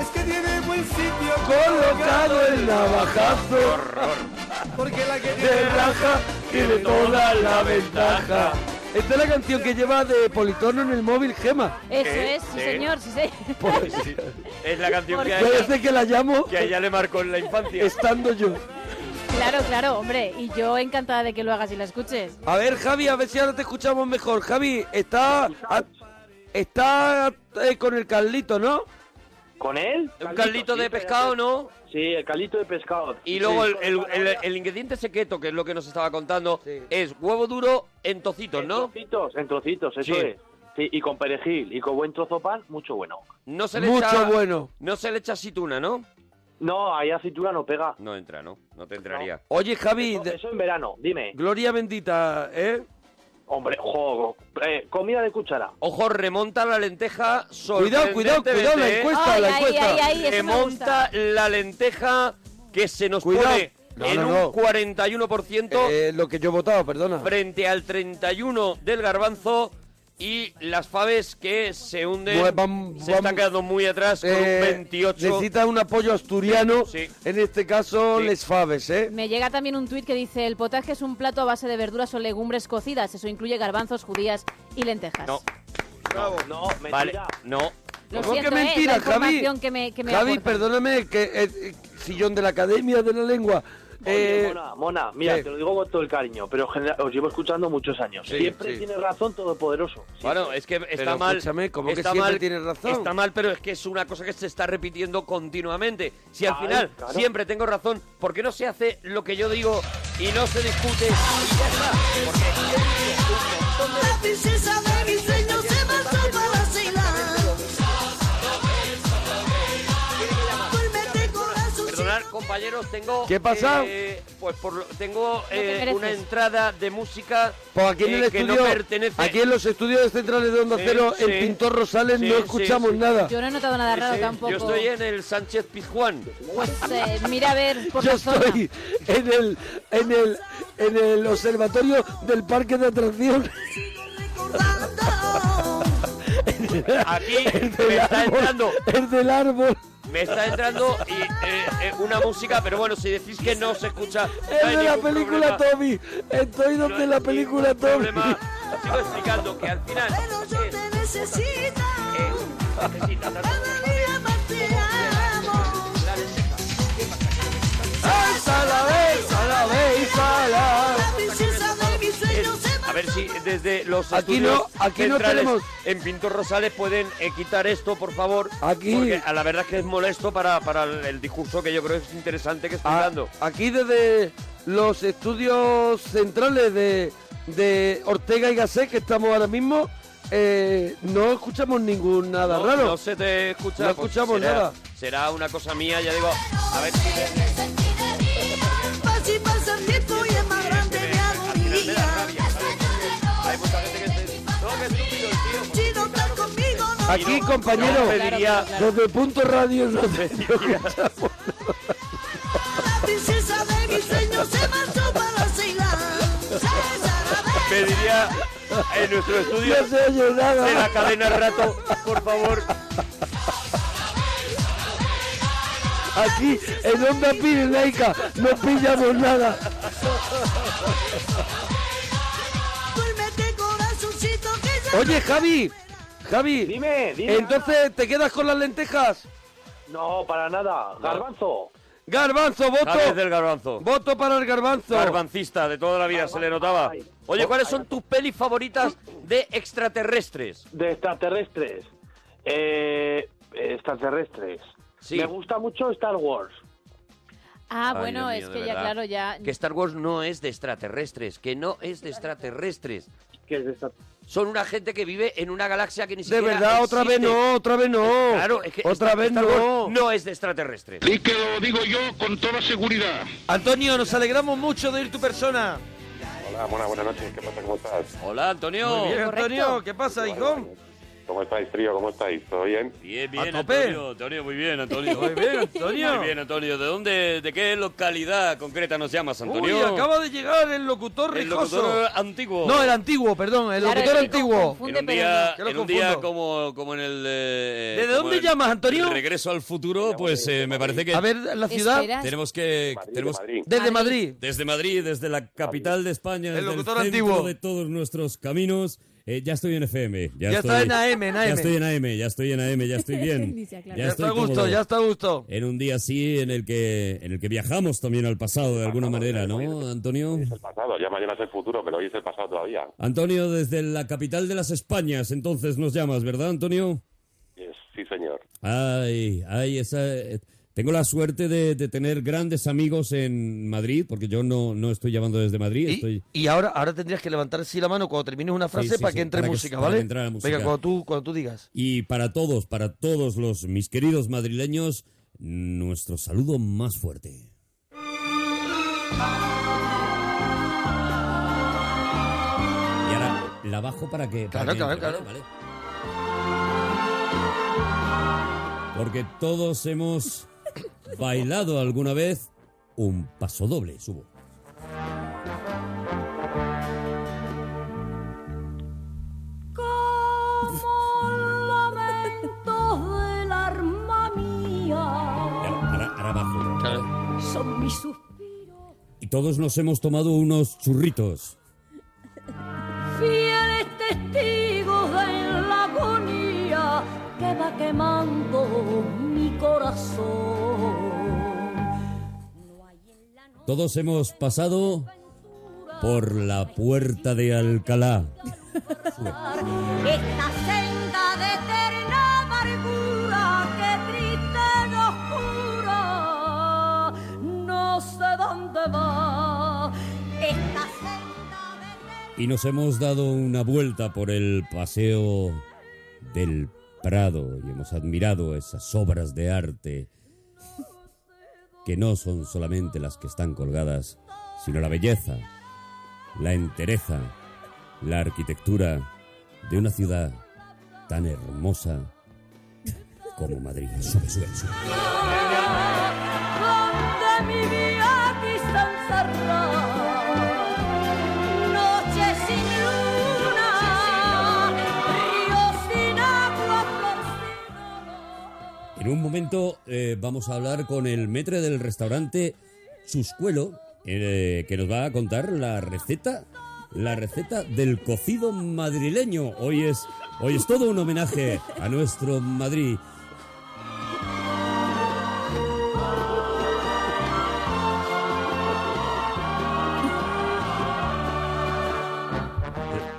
S7: Es que tiene buen sitio
S2: colocado el navajazo.
S4: [LAUGHS]
S7: Porque la que
S2: De
S7: tiene raja
S2: raja tiene toda la ventaja. Esta es la canción que lleva de Politono en el móvil, Gema.
S5: Eso
S4: ¿Qué?
S5: es, sí,
S4: ¿Qué?
S5: señor, sí, sí.
S2: [LAUGHS] Pues,
S4: Es la canción
S5: Porque-
S4: que a, ella,
S2: parece que la llamo
S4: que a ella le marcó en la infancia.
S2: estando yo.
S5: [LAUGHS] Claro, claro, hombre. Y yo encantada de que lo hagas y la escuches.
S2: A ver, Javi, a ver si ahora te escuchamos mejor. Javi, está, a- está eh, con el Carlito, ¿no?
S3: ¿Con él?
S4: Un calito
S3: sí,
S4: de pescado, ¿no?
S3: Sí, el calito de pescado.
S4: Y
S3: Sí.
S4: luego el, el- el- el ingrediente secreto, que es lo que nos estaba contando,
S2: Sí.
S4: es huevo duro en tocitos,
S3: En
S4: ¿no?
S3: trocitos, en trocitos, eso
S4: Sí.
S3: es. Sí, y con perejil y con buen trozo pan, mucho bueno.
S4: No se le echa,
S2: Mucho bueno.
S4: No se le echa aceituna, ¿no?
S3: No, ahí aceituna no pega.
S4: No entra, ¿no? No te entraría.
S2: Oye, Javi,
S3: Eso,
S2: de-
S3: eso en verano, dime.
S2: gloria bendita, ¿eh?
S3: Hombre, juego. Eh, comida de cuchara.
S4: Ojo, remonta la lenteja
S2: Cuidado, cuidado, cuidado, la
S4: sorprendentemente, ¿eh?
S2: encuesta,
S5: Ay,
S2: la
S5: ay,
S2: encuesta.
S5: ay, ay. eso me
S4: Remonta la lenteja que se nos
S2: Cuidado.
S4: pone
S2: No,
S4: en
S2: no,
S4: un
S2: no.
S4: 41%
S2: Eh, lo que yo he votado, perdona.
S4: frente al 31 del garbanzo y las faves que se hunden.
S2: Pues vam-
S4: se
S2: vam-
S4: están quedando muy atrás con
S2: Eh,
S4: un 28.
S2: Necesita un apoyo asturiano,
S4: Sí.
S2: en este caso
S4: Sí.
S2: Les Faves, ¿eh?
S5: Me llega también un tuit que dice, el potaje es un plato a base de verduras o legumbres cocidas. Eso incluye garbanzos, judías y lentejas.
S4: No.
S3: No, mentira.
S4: Vale, no.
S5: Lo
S2: ¿Cómo
S5: siento,
S2: que
S5: eh,
S2: mentira,
S5: la información
S2: Javi?
S5: que me, que me
S2: Javi,
S5: aportan.
S2: perdóname, que eh, eh, sillón de la Academia de la Lengua.
S3: Oye,
S2: Eh,
S3: Mona, Mona, Ah, mira,
S2: ¿qué?
S3: te lo digo con todo el cariño, pero en general, os llevo escuchando muchos años.
S2: Sí,
S3: Siempre
S2: sí.
S3: tienes razón, todopoderoso. Sí.
S4: Bueno, es que está
S2: Pero
S4: mal.
S2: escúchame, ¿cómo que
S4: está
S2: siempre tienes razón?
S4: Está mal, pero es que es una cosa que se está repitiendo continuamente. Si al
S3: Ay,
S4: final
S3: claro.
S4: siempre tengo razón, ¿por qué no se hace lo que yo digo y no se discute? Y ya está.
S8: La princesa de mis sueños se marchó para Ceilán. Duérmete con las sus
S4: Perdonad, compañeros, tengo.
S2: ¿Qué pasa?
S4: eh, pues por lo- tengo
S5: te
S4: eh,
S5: mereces.
S4: una entrada de música
S2: pues aquí en
S4: eh,
S2: el
S4: que
S2: estudio,
S4: no pertenece.
S2: aquí en los estudios centrales de Onda
S4: Sí,
S2: Cero,
S4: sí.
S2: el pintor Rosales
S4: Sí,
S2: no
S4: sí,
S2: escuchamos
S4: sí.
S2: nada.
S5: Yo no he notado nada raro
S4: Sí,
S5: tampoco.
S4: Yo estoy en el Sánchez Pizjuán.
S5: Pues eh, mira a ver por
S2: Yo
S5: la zona.
S2: estoy en el, en el, en el observatorio del parque de atracción.
S8: recordando.
S4: [LAUGHS] Aquí
S2: [LAUGHS] El del
S4: me está
S2: árbol,
S4: entrando
S2: El del árbol.
S4: Me está entrando y, eh, eh, una música, pero bueno, si decís que no se escucha. no hay
S2: El de la
S4: ningún
S2: película
S4: problema.
S2: Tommy. Estoy
S4: No hay
S2: donde la
S4: ningún
S2: película Tommy.
S4: problema. Sigo explicando que al final.
S8: Pero yo te necesito.
S4: eh, necesita tanto-
S8: Cada día más te
S4: eh,
S8: amo.
S2: ¡Esa la veis! ¡A la veis! ¡A la
S8: La princesa de mis sueños se
S4: A ver
S8: marchó
S4: si desde los
S2: Aquí
S4: estudios
S2: no, aquí no
S4: centrales
S2: tenemos-
S4: en Pintor Rosales pueden eh, quitar esto, por favor.
S2: Aquí-
S4: Porque a la verdad es que es molesto para, para el, el discurso que yo creo que es interesante que estoy
S2: A-
S4: dando.
S2: Aquí desde los estudios centrales de, de Ortega y Gasset, que estamos ahora mismo, eh, no escuchamos ningún nada
S4: no,
S2: raro.
S4: no se te escucha.
S2: No
S4: pues
S2: escuchamos
S4: será-
S2: nada.
S4: Será una cosa mía, ya digo. A ver si.
S8: Pasa y pasa el tiempo y es más grande mi agonía.
S4: Hay mucha gente que se... No, qué estúpido el tío.
S8: Si no estás conmigo, no
S2: Aquí,
S8: quiero
S2: compañero,
S4: Yo pediría...
S2: desde Punto Radio
S4: [LAUGHS]
S2: no te- no escuchamos.
S8: La princesa de mis sueños se marchó para Ceilán.
S4: Pediría en nuestro estudio
S2: No se oye nada.
S4: de la cadena Rato, por favor.
S2: Aquí, en Onda Pirenaica, no pillamos nada.
S8: Duérmete corazoncito que ya
S2: Oye, Javi, Javi,
S3: Dime, dime.
S2: entonces, ¿te quedas con las lentejas?
S3: No, para nada. Garbanzo.
S2: Garbanzo,
S4: Javier
S2: voto.
S4: del Garbanzo.
S2: Voto para el garbanzo.
S4: Garbancista de toda la vida, se le notaba. Oye, ¿cuáles son tus pelis favoritas de extraterrestres?
S3: De extraterrestres. Eh, extraterrestres.
S4: Sí.
S3: Me gusta mucho Star Wars.
S5: Ah,
S4: Ay, Dios
S5: bueno,
S4: mío,
S5: es
S4: de
S5: que ya
S4: verdad.
S5: claro,
S9: Ah,
S5: ya...
S4: Que Star Wars no es de extraterrestres, que no es de extraterrestres.
S3: Que es de extra-
S4: Son una gente que vive en una galaxia que ni
S2: De
S4: siquiera
S2: verdad, otra vez
S4: existe. Pues
S2: no, otra vez no.
S4: Claro, es que
S2: otra
S4: Star-
S2: vez
S4: Star Wars
S2: no.
S4: no es de extraterrestres.
S10: Y que lo digo yo con toda seguridad.
S2: Antonio, nos alegramos mucho de ir tu persona.
S11: Hola, Mona, buenas noches. ¿Qué pasa? ¿Cómo estás?
S4: Hola, Antonio.
S2: Muy bien,
S5: Correcto.
S2: Antonio, ¿qué pasa, hijo?
S11: ¿Cómo estáis, trío? ¿Cómo estáis? ¿Todo bien?
S4: Bien,
S2: A
S4: bien,
S2: tope.
S4: Antonio, Antonio, muy bien, Antonio.
S2: Muy bien, Antonio.
S4: Muy bien, Antonio. ¿De dónde, de qué localidad concreta nos llamas,
S2: Uy,
S4: Antonio?
S2: acaba de llegar el locutor
S4: El
S2: rijoso.
S4: locutor eh, antiguo.
S2: No, el antiguo, perdón, el
S9: Claro,
S2: locutor
S9: el que
S2: antiguo.
S9: confunde,
S4: En un
S9: pero
S4: día,
S2: Que lo
S4: en un día
S2: confundo.
S4: como, como en el... eh,
S2: ¿Desde
S4: como
S2: dónde
S4: el-
S2: llamas, Antonio?
S4: el Regreso al futuro, pues eh, me parece que
S2: A ver, la ciudad
S9: Espera.
S4: tenemos que...
S11: Madrid,
S4: tenemos,
S11: de Madrid.
S2: desde
S9: Madrid.
S2: Madrid.
S4: Desde Madrid, desde la capital de España, desde
S2: locutor
S4: el centro
S2: antiguo.
S4: de todos nuestros caminos. Eh, ya estoy en FM. Ya,
S2: Ya
S4: estoy,
S2: está en AM, en
S4: Ya
S2: AM.
S4: estoy en AM, ya estoy en AM, ya estoy bien. ya
S2: Ya está a
S4: estoy
S2: gusto,
S4: cómodo.
S2: ya está a gusto.
S4: En un día así en el que en el que viajamos también al pasado de alguna
S2: eh,
S4: manera, ¿no, Antonio?
S11: Es el pasado, ya mañana es el futuro, pero hoy es el pasado todavía.
S4: Antonio, desde la capital de las Españas, entonces nos llamas, ¿verdad, Antonio?
S11: Yes,
S4: [LAUGHS]
S11: sí, señor.
S4: Ay, ay, esa. eh, Tengo la suerte de, de tener grandes amigos en Madrid, porque yo no, no estoy llamando desde Madrid,
S2: Y,
S4: estoy
S2: y ahora, ahora tendrías que levantar así la mano cuando termines una frase
S4: Sí, sí,
S2: para
S4: sí,
S2: que entre
S4: para que-
S2: música,
S4: para que
S2: ¿vale?
S4: entre la música.
S2: Venga, cuando tú, cuando tú digas.
S4: Y para todos, para todos los mis queridos madrileños, nuestro saludo más fuerte. Y ahora la bajo para que. para
S2: Claro,
S4: que
S2: claro,
S4: entre,
S2: claro.
S4: ¿vale? Vale. Porque todos
S2: [COUGHS]
S4: hemos bailado alguna vez un paso doble, subo.
S6: Como lamentos del arma
S4: Y
S6: mía
S4: ahora, ahora- ahora bajo.
S6: son mis suspiros,
S4: Y todos nos hemos tomado unos churritos.
S6: fieles testigos de la agonía que va quemando mi corazón.
S4: Todos hemos pasado por la puerta de Alcalá.
S6: Esta senda de eterna amargura que triste y oscura no sé dónde va. Esta senda de
S4: Y nos hemos dado una vuelta por el paseo del Prado y hemos admirado esas obras de arte que no son solamente las que están colgadas, sino la belleza, la entereza, la arquitectura de una ciudad tan hermosa como Madrid. Sube, sube, sube.
S6: donde mi vida quizá encerrar. Noche sin luna, río sin agua, flor sin olor.
S4: En un momento eh, vamos a hablar con el metre del restaurante Chuscuelo, eh, que nos va a contar la receta, la receta del cocido madrileño. Hoy es, hoy es todo un homenaje a nuestro Madrid.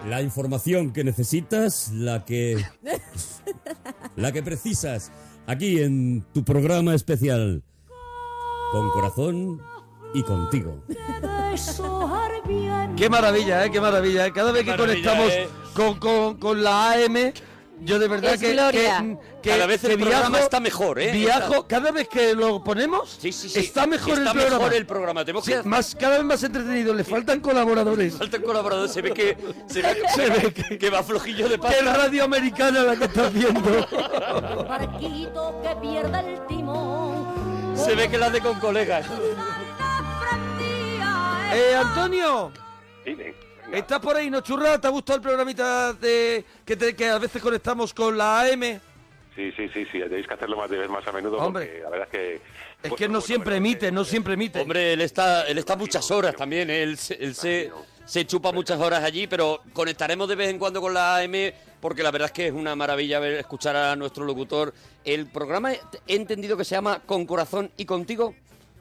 S4: La información que necesitas, la que la que precisas aquí en tu programa especial. Con corazón y contigo.
S2: [LAUGHS]
S6: Deshojar bien
S2: Qué maravilla, ¿eh? Qué maravilla. ¿eh? Cada vez que
S4: maravilla,
S2: conectamos
S4: ¿eh?
S2: con, con, con la AM, yo de verdad
S9: Es
S2: que,
S9: gloria.
S2: que- que-
S12: Cada vez
S2: que
S12: el programa está mejor, ¿eh?
S2: Viajo, cada vez que lo ponemos,
S12: Sí, sí, sí.
S2: está mejor el
S12: Está
S2: programa.
S12: mejor el programa. Tenemos
S2: Sí,
S12: que hacer-
S2: más, cada vez más entretenido. Le faltan
S12: [LAUGHS]
S2: colaboradores.
S12: faltan colaboradores. Se ve que, se ve, se ve que, que va flojillo de
S2: Qué
S12: pasta.
S2: radio americana la que está haciendo.
S6: un barquito que pierda el timón.
S12: Se ve que la hace con colegas.
S2: eh, Antonio,
S11: Dime. venga.
S2: ¿estás por ahí, no churra? ¿Te ha gustado el programita de, que, te- que a veces conectamos con la AM?
S11: Sí, sí, sí, sí, tenéis que hacerlo más de vez más a menudo
S2: Hombre.
S11: porque la verdad es que...
S2: Es
S11: Bueno,
S2: que no
S11: bueno,
S2: siempre
S11: bueno,
S2: emite,
S11: eh,
S2: no siempre emite.
S12: Hombre, él está, él está muchas horas también. ¿eh? Él, se- él se, se chupa muchas horas allí, pero conectaremos de vez en cuando con la AM porque la verdad es que es una maravilla ver, escuchar a nuestro locutor. El programa he entendido que se llama Con Corazón y Contigo.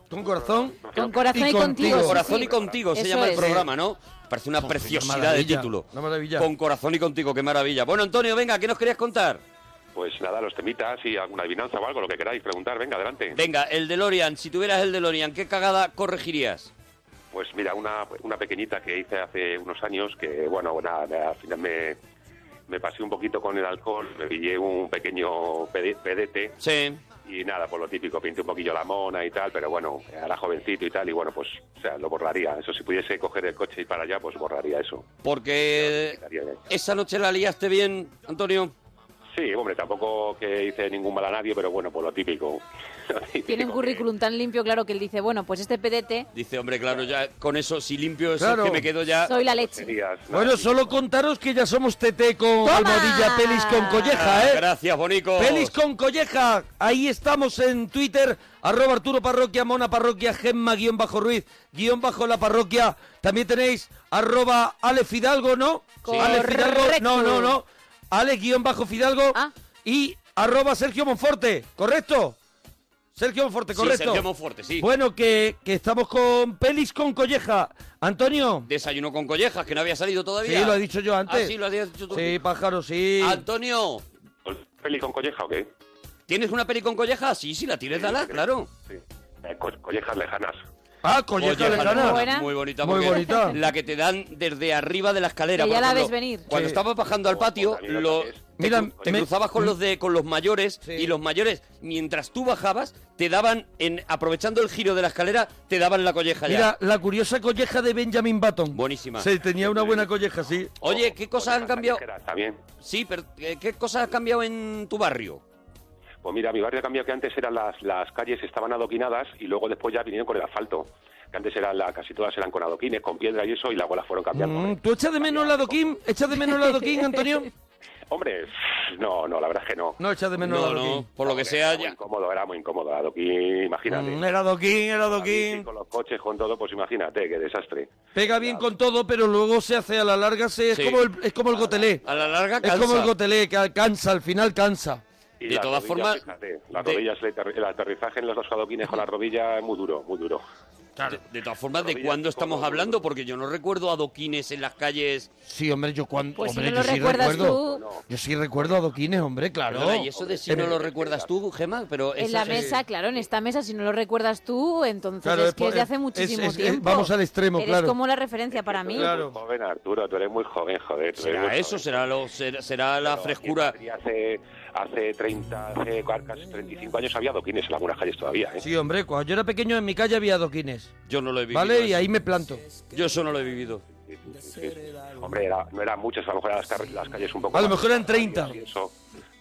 S2: Con corazón.
S9: Con corazón
S2: Y
S9: y,
S2: contigo.
S9: contigo.
S12: Con
S9: sí,
S12: corazón
S9: sí.
S12: y contigo se
S9: Eso
S12: llama el
S9: es.
S12: programa, ¿no? Parece una preciosidad de
S2: maravilla,
S12: título.
S2: una maravilla.
S12: Con corazón y contigo, qué maravilla. Bueno, Antonio, venga, ¿qué nos querías contar?
S11: Pues nada, los temitas y alguna adivinanza o algo, lo que queráis preguntar, venga, adelante.
S12: Venga, el DeLorean, si tuvieras el DeLorean, ¿qué cagada corregirías?
S11: Pues mira, una, una pequeñita que hice hace unos años que, bueno, nada, me- al final me, me pasé un poquito con el alcohol, me pillé un pequeño pede- pedete
S12: Sí.
S11: y nada, por lo típico, pinté un poquillo la mona y tal, pero bueno, era jovencito y tal, y bueno, pues, o sea, lo borraría. Eso, si pudiese coger el coche y para allá, pues borraría eso.
S12: Porque
S11: Estaría bien.
S12: esa noche la liaste bien, Antonio.
S11: Sí, hombre, tampoco que hice ningún mal a nadie, pero bueno, por lo típico. Lo típico.
S5: Tiene un currículum tan limpio, claro, que él dice, bueno, pues este pedete
S4: Dice, hombre, claro, ya con eso, si limpio eso,
S2: Claro.
S4: Pues es que me quedo ya...
S5: soy la leche.
S2: Bueno, solo contaros que ya somos TT con almohadilla, pelis con colleja,
S4: Ah,
S2: ¿eh?
S4: Gracias, Bonico.
S2: Pelis con colleja, ahí estamos en Twitter, arroba Arturo Parroquia, Mona Parroquia, Gemma guión bajo Ruiz, guión bajo la parroquia. También tenéis arroba Ale Fidalgo, ¿no?
S5: Sí.
S2: Ale Fidalgo, no, no,
S5: Correcto. Ah.
S2: no. Ale guión bajo Fidalgo y arroba Sergio Monforte, ¿correcto? Sergio Monforte,
S4: Sí,
S2: correcto.
S4: Sergio Monforte, sí.
S2: Bueno, que, que estamos con Pelis con colleja. Antonio.
S4: Desayuno con collejas, que no había salido todavía.
S2: Sí, lo he dicho yo antes.
S4: Ah, sí, lo habías dicho tú.
S2: Sí, pájaro, sí.
S4: Antonio.
S11: ¿Peli con colleja o qué?
S4: ¿Tienes una peli con colleja? Sí, sí, la tienes, dala, claro.
S11: Eh, co- collejas lejanas.
S2: Ah,
S11: Pues
S4: collejas
S2: colleja lejana.
S4: Muy bonita.
S2: Muy
S4: porque
S2: bonita.
S4: La que te dan desde arriba de la escalera.
S5: Que ya
S4: por
S5: la
S4: ejemplo.
S5: ves venir.
S4: Cuando
S2: Sí.
S4: estabas bajando al patio, pues, lo, te,
S2: Mira,
S4: cru- te cruzabas con los, de, con los mayores y los mayores, mientras tú bajabas, te daban, en, aprovechando el giro de la escalera, te daban la colleja ya.
S2: Mira, la curiosa colleja de Benjamin Button.
S4: Buenísima.
S2: Sí, tenía una buena colleja, sí.
S4: Oye,
S11: Pues
S4: ¿qué cosas han cambiado?
S11: Está bien.
S4: Sí, pero eh, ¿qué cosas han cambiado en tu barrio?
S11: Pues mira, mi barrio ha cambiado que antes eran las, las calles estaban adoquinadas y luego después ya vinieron con el asfalto. Que antes eran la, casi todas eran con adoquines, con piedra y eso, y las bolas fueron cambiando.
S4: ¿eh?
S2: Mm, ¿Tú echas de menos la doquín? ¿Echas de menos la
S4: [LAUGHS]
S2: doquín, Antonio?
S11: Hombre, no, no, la verdad es que no.
S2: No echas de menos la doquín.
S11: por lo que sea ya. Muy incómodo, era muy incómodo la adoquín, imagínate.
S2: Mm, era doquín, era
S11: La bici
S2: doquín.
S11: Con los coches, con todo, pues imagínate, qué desastre.
S2: Pega bien con todo, pero luego se hace a la larga, se, es,
S11: Sí.
S2: como el, es como el gotelé.
S4: A la larga
S2: Es como el gotelé, que alcanza, al final cansa.
S11: Y
S4: De
S11: las
S4: todas
S11: rodillas,
S4: formas,
S11: fíjate, las
S4: de-
S11: rodillas, el aterri- el aterrizaje en los dos adoquines con las rodillas es muy duro, muy duro.
S4: De, de todas formas, ¿de cuándo estamos hablando? Porque yo no recuerdo adoquines en las calles.
S2: Sí, hombre, yo cuando.
S4: Pues si
S2: hombre,
S4: no lo
S2: yo sí
S4: recuerdas
S2: recuerdo.
S4: tú.
S2: Yo sí recuerdo a doquines, hombre, claro.
S4: Perdona, y eso de si no
S2: En-
S4: lo recuerdas tú, Gemma, pero
S5: En
S4: eso
S5: la
S4: es-
S5: mesa, claro, en esta mesa, si no lo recuerdas tú, entonces
S4: Claro,
S5: es
S4: es
S5: que
S4: por-
S5: es de
S4: es-
S5: hace muchísimo
S4: es- es-
S5: tiempo.
S2: vamos al extremo,
S5: Eres
S2: claro.
S5: como la referencia para mí.
S11: Tú eres muy joven, Arturo, tú eres muy joven, joder. tú eres muy
S4: ¿Será eso? ¿Será, lo, será, será la frescura?
S11: joven. Y hace, hace 30, hace casi 35 años había adoquines en algunas calles todavía, ¿eh?
S2: Sí, hombre, cuando yo era pequeño en mi calle había doquines.
S4: Yo no lo he vivido.
S2: ¿Vale?
S4: eso.
S2: Y ahí me planto.
S4: Yo eso no lo he vivido.
S11: Hombre, era- no eran muchas, a lo mejor eran las, car- las calles un poco
S2: A lo
S11: más-
S2: mejor eran 30.
S11: y eso.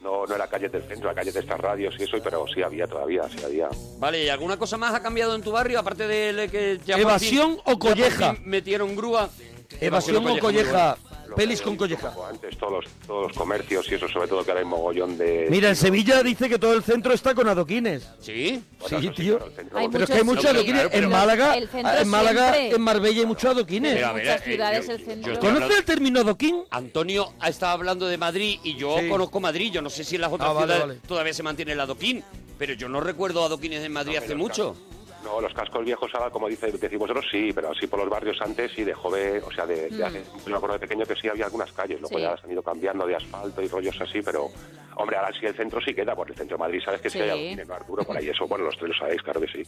S11: No, no era calles del centro, era calles de estas radios y eso, pero sí había todavía, sí había.
S4: Vale, ¿y alguna cosa más ha cambiado en tu barrio? Aparte de le- que ya por
S2: ¿Evasión
S4: fin-
S2: o
S4: ya por
S2: colleja?
S4: fin metieron grúa.
S2: Evasión o colleja. Pelis con colleja.
S11: Antes pues, todos los, todos los comercios y eso, sobre todo que era el mogollón de...
S2: Mira, en Sevilla dice que todo el centro está con adoquines.
S4: Sí.
S2: Sí, tío.
S5: Hay
S2: pero es que hay
S5: muchos,
S2: muchos
S5: sí.
S2: adoquines.
S5: Claro, pero-
S2: en Málaga,
S5: El centro
S2: en, Málaga
S5: siempre.
S2: en Marbella hay muchos adoquines.
S4: Pero a ver,
S5: Muchas
S4: eh,
S5: ciudades,
S4: yo-
S5: el
S4: yo
S5: centro.
S4: estoy
S2: ¿Conoces
S4: hablando-
S2: el término adoquín?
S4: Antonio ha estado hablando de Madrid y yo
S2: Sí.
S4: conozco Madrid. Yo no sé si en las otras
S2: Ah, vale,
S4: ciudades
S2: vale.
S4: todavía se mantiene el adoquín, pero yo no recuerdo adoquines en Madrid hace mucho.
S11: No, los cascos viejos ahora, como dice, decís vosotros, sí, pero así por los barrios antes y de joven, o sea, de, de
S4: Mm.
S11: hace- yo me acuerdo de pequeño que sí había algunas calles, luego
S4: Sí.
S11: ya se han ido cambiando de asfalto y rollos así, pero, hombre, ahora sí el centro sí queda, por el centro de Madrid, sabes que sí,
S4: Sí.
S11: hay alguien, ¿no, Arturo? Por ahí eso, bueno, los tres lo sabéis, claro que sí.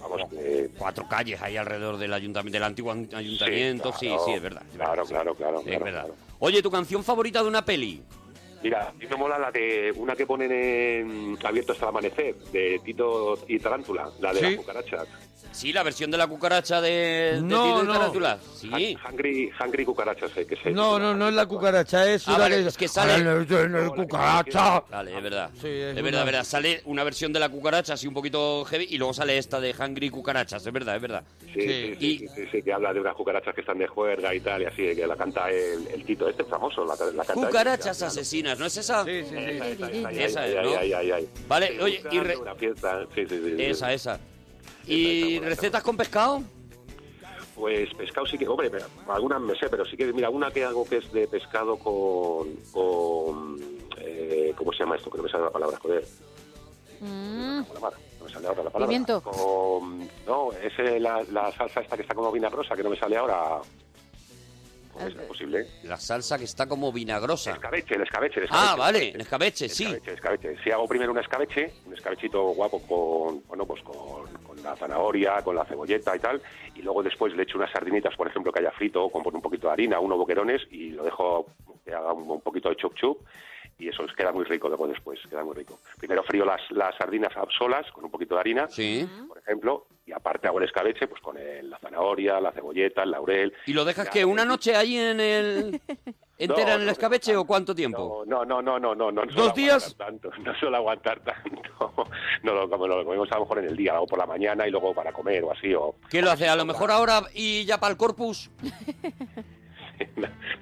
S11: Vamos, que-
S4: Cuatro calles ahí alrededor del ayuntamiento, del antiguo an- ayuntamiento. Sí,
S11: claro.
S4: sí, es verdad.
S11: Claro, claro, claro.
S4: Es
S11: claro,
S4: verdad.
S11: claro.
S4: Oye, ¿tu canción favorita de una peli?
S11: Mira, a mí me mola la de una que ponen en abierto hasta el amanecer, de Tito y Tarántula, la de
S4: Sí.
S11: las cucarachas.
S4: Sí, la versión de la cucaracha de, de
S2: No,
S4: Tito y
S2: no.
S4: Tarántula. Sí.
S11: Hungry, hungry cucarachas, eh, que se
S2: No, no, no es la cucaracha, es
S4: Ah,
S2: una
S4: vale, es que sale-
S2: Ah, no, no, no es cucaracha.
S4: Vale, es verdad. es,
S2: es
S4: verdad,
S2: una-
S4: verdad. Sale una versión de la cucaracha así un poquito heavy y luego sale esta de Hungry Cucarachas, es verdad, es verdad.
S11: Sí, sí, sí, sí, sí, que habla de unas cucarachas que están de juerga y tal, y así, que la canta el, el Tito, este famoso, la, la canta.
S4: Cucarachas asesinas, ¿no es esa? Sí, sí,
S11: Ahí, ahí,
S4: Esa
S11: ahí,
S4: es,
S11: ahí,
S4: ¿no?
S11: ahí, ahí, ahí.
S4: Vale,
S11: Te
S4: oye, y
S11: gusta
S4: re-
S11: una fiesta, sí, sí, sí, sí.
S4: esa, esa. ¿Y recetas con pescado?
S11: Pues pescado sí que, hombre, pero algunas me sé, pero sí que, mira, una que hago que es de pescado con, con eh, ¿cómo se llama esto? Que no me sale la palabra, joder.
S5: Mm,
S11: Con la mar, no me sale ahora la palabra.
S5: Pimiento.
S11: Con- no, es eh, la, la salsa esta que está como vinagrosa, que no me sale ahora. ¿Cómo es posible?
S4: La salsa que está como vinagrosa.
S11: Escabeche, el escabeche, el escabeche.
S4: Ah, vale, en escabeche, sí.
S11: Escabeche, escabeche. Si hago primero un escabeche, un escabechito guapo con, bueno, pues con, con la zanahoria, con la cebolleta y tal, y luego después le echo unas sardinitas, por ejemplo, que haya frito, con un poquito de harina, unos boquerones, y lo dejo que haga un, un poquito de chup chup, y eso es- queda muy rico luego después, queda muy rico. Primero frío las, las sardinas a- solas con un poquito de harina, por ejemplo, y aparte hago el escabeche pues con el- la zanahoria, la cebolleta, el laurel.
S4: ¿Y lo dejas
S11: Ya,
S4: que una noche ahí en el... entera
S11: [LAUGHS] No,
S4: en el
S11: no,
S4: escabeche o cuánto tiempo?
S11: No, no, no, no, no, no. no suelo
S4: días?
S11: aguantar Tanto, [LAUGHS] no suelo aguantar tanto. No lo, como lo comemos a lo mejor en el día, o por la mañana y luego para comer o así. O
S4: ¿Qué lo hace? A lo mejor ahora y ya para el corpus.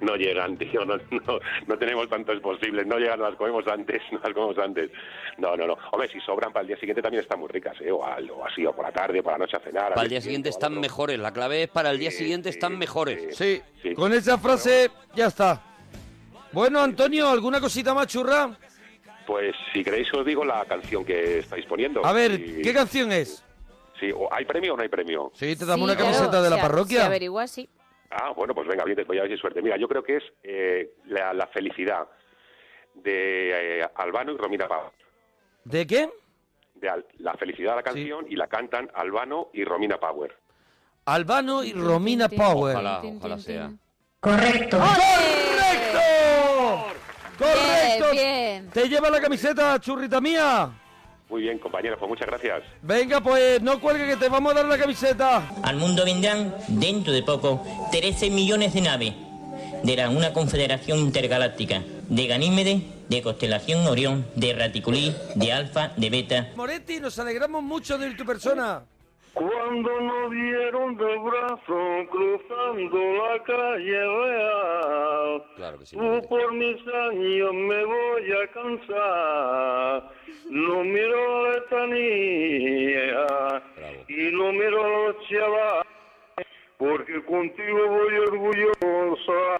S11: no llegan, [LAUGHS] tío. No, no, no tenemos tantos posibles. No llegan, no las comemos antes. No las comemos antes. No, no, no. Hombre, si sobran para el día siguiente también están muy ricas, ¿eh? O, al- o así, o por la tarde, o por la noche a cenar.
S4: Para
S11: al
S4: el día siguiente están mejores. La clave es para el día siguiente están mejores.
S2: Sí. Con esa frase ya está. Bueno, Antonio, ¿alguna cosita más churra?
S11: Pues si queréis os digo la canción que estáis poniendo.
S2: A ver,
S11: Sí,
S2: ¿qué canción es?
S11: sí, o- ¿Hay premio o no hay premio?
S2: Sí, te damos
S5: Sí,
S2: una
S5: claro,
S2: camiseta de la
S5: se a-
S2: parroquia.
S5: Se averigua, sí.
S11: Ah, bueno, pues venga, bien, voy a ver si hay suerte. Mira, yo creo que es eh, la, la felicidad de eh, Albano y Romina Pavón.
S2: ¿De qué?
S11: De Al- la felicidad de la canción y la cantan Albano y Romina Power.
S2: Albano y Romina Power.
S4: Ojalá, ojalá sea.
S2: Correcto. ¡Correcto! ¡Correcto!
S5: Bien,
S2: ¿Te lleva la camiseta, churrita mía?
S11: Muy bien, compañeros, pues muchas gracias.
S2: Venga, pues no cuelgue que te vamos a dar la camiseta.
S13: Al mundo vendrán, dentro de poco, 13 millones de naves de la, una confederación intergaláctica, de Ganímedes, de Constelación Orión, de Raticulí, de Alfa, de Beta.
S2: Moretti, nos alegramos mucho de ir tu persona.
S12: Cuando nos dieron de brazo cruzando la calle real,
S4: Claro que sí.
S12: tú por mis años me voy a cansar. No miro la letanía y no miro a los chavales, porque contigo voy orgullosa.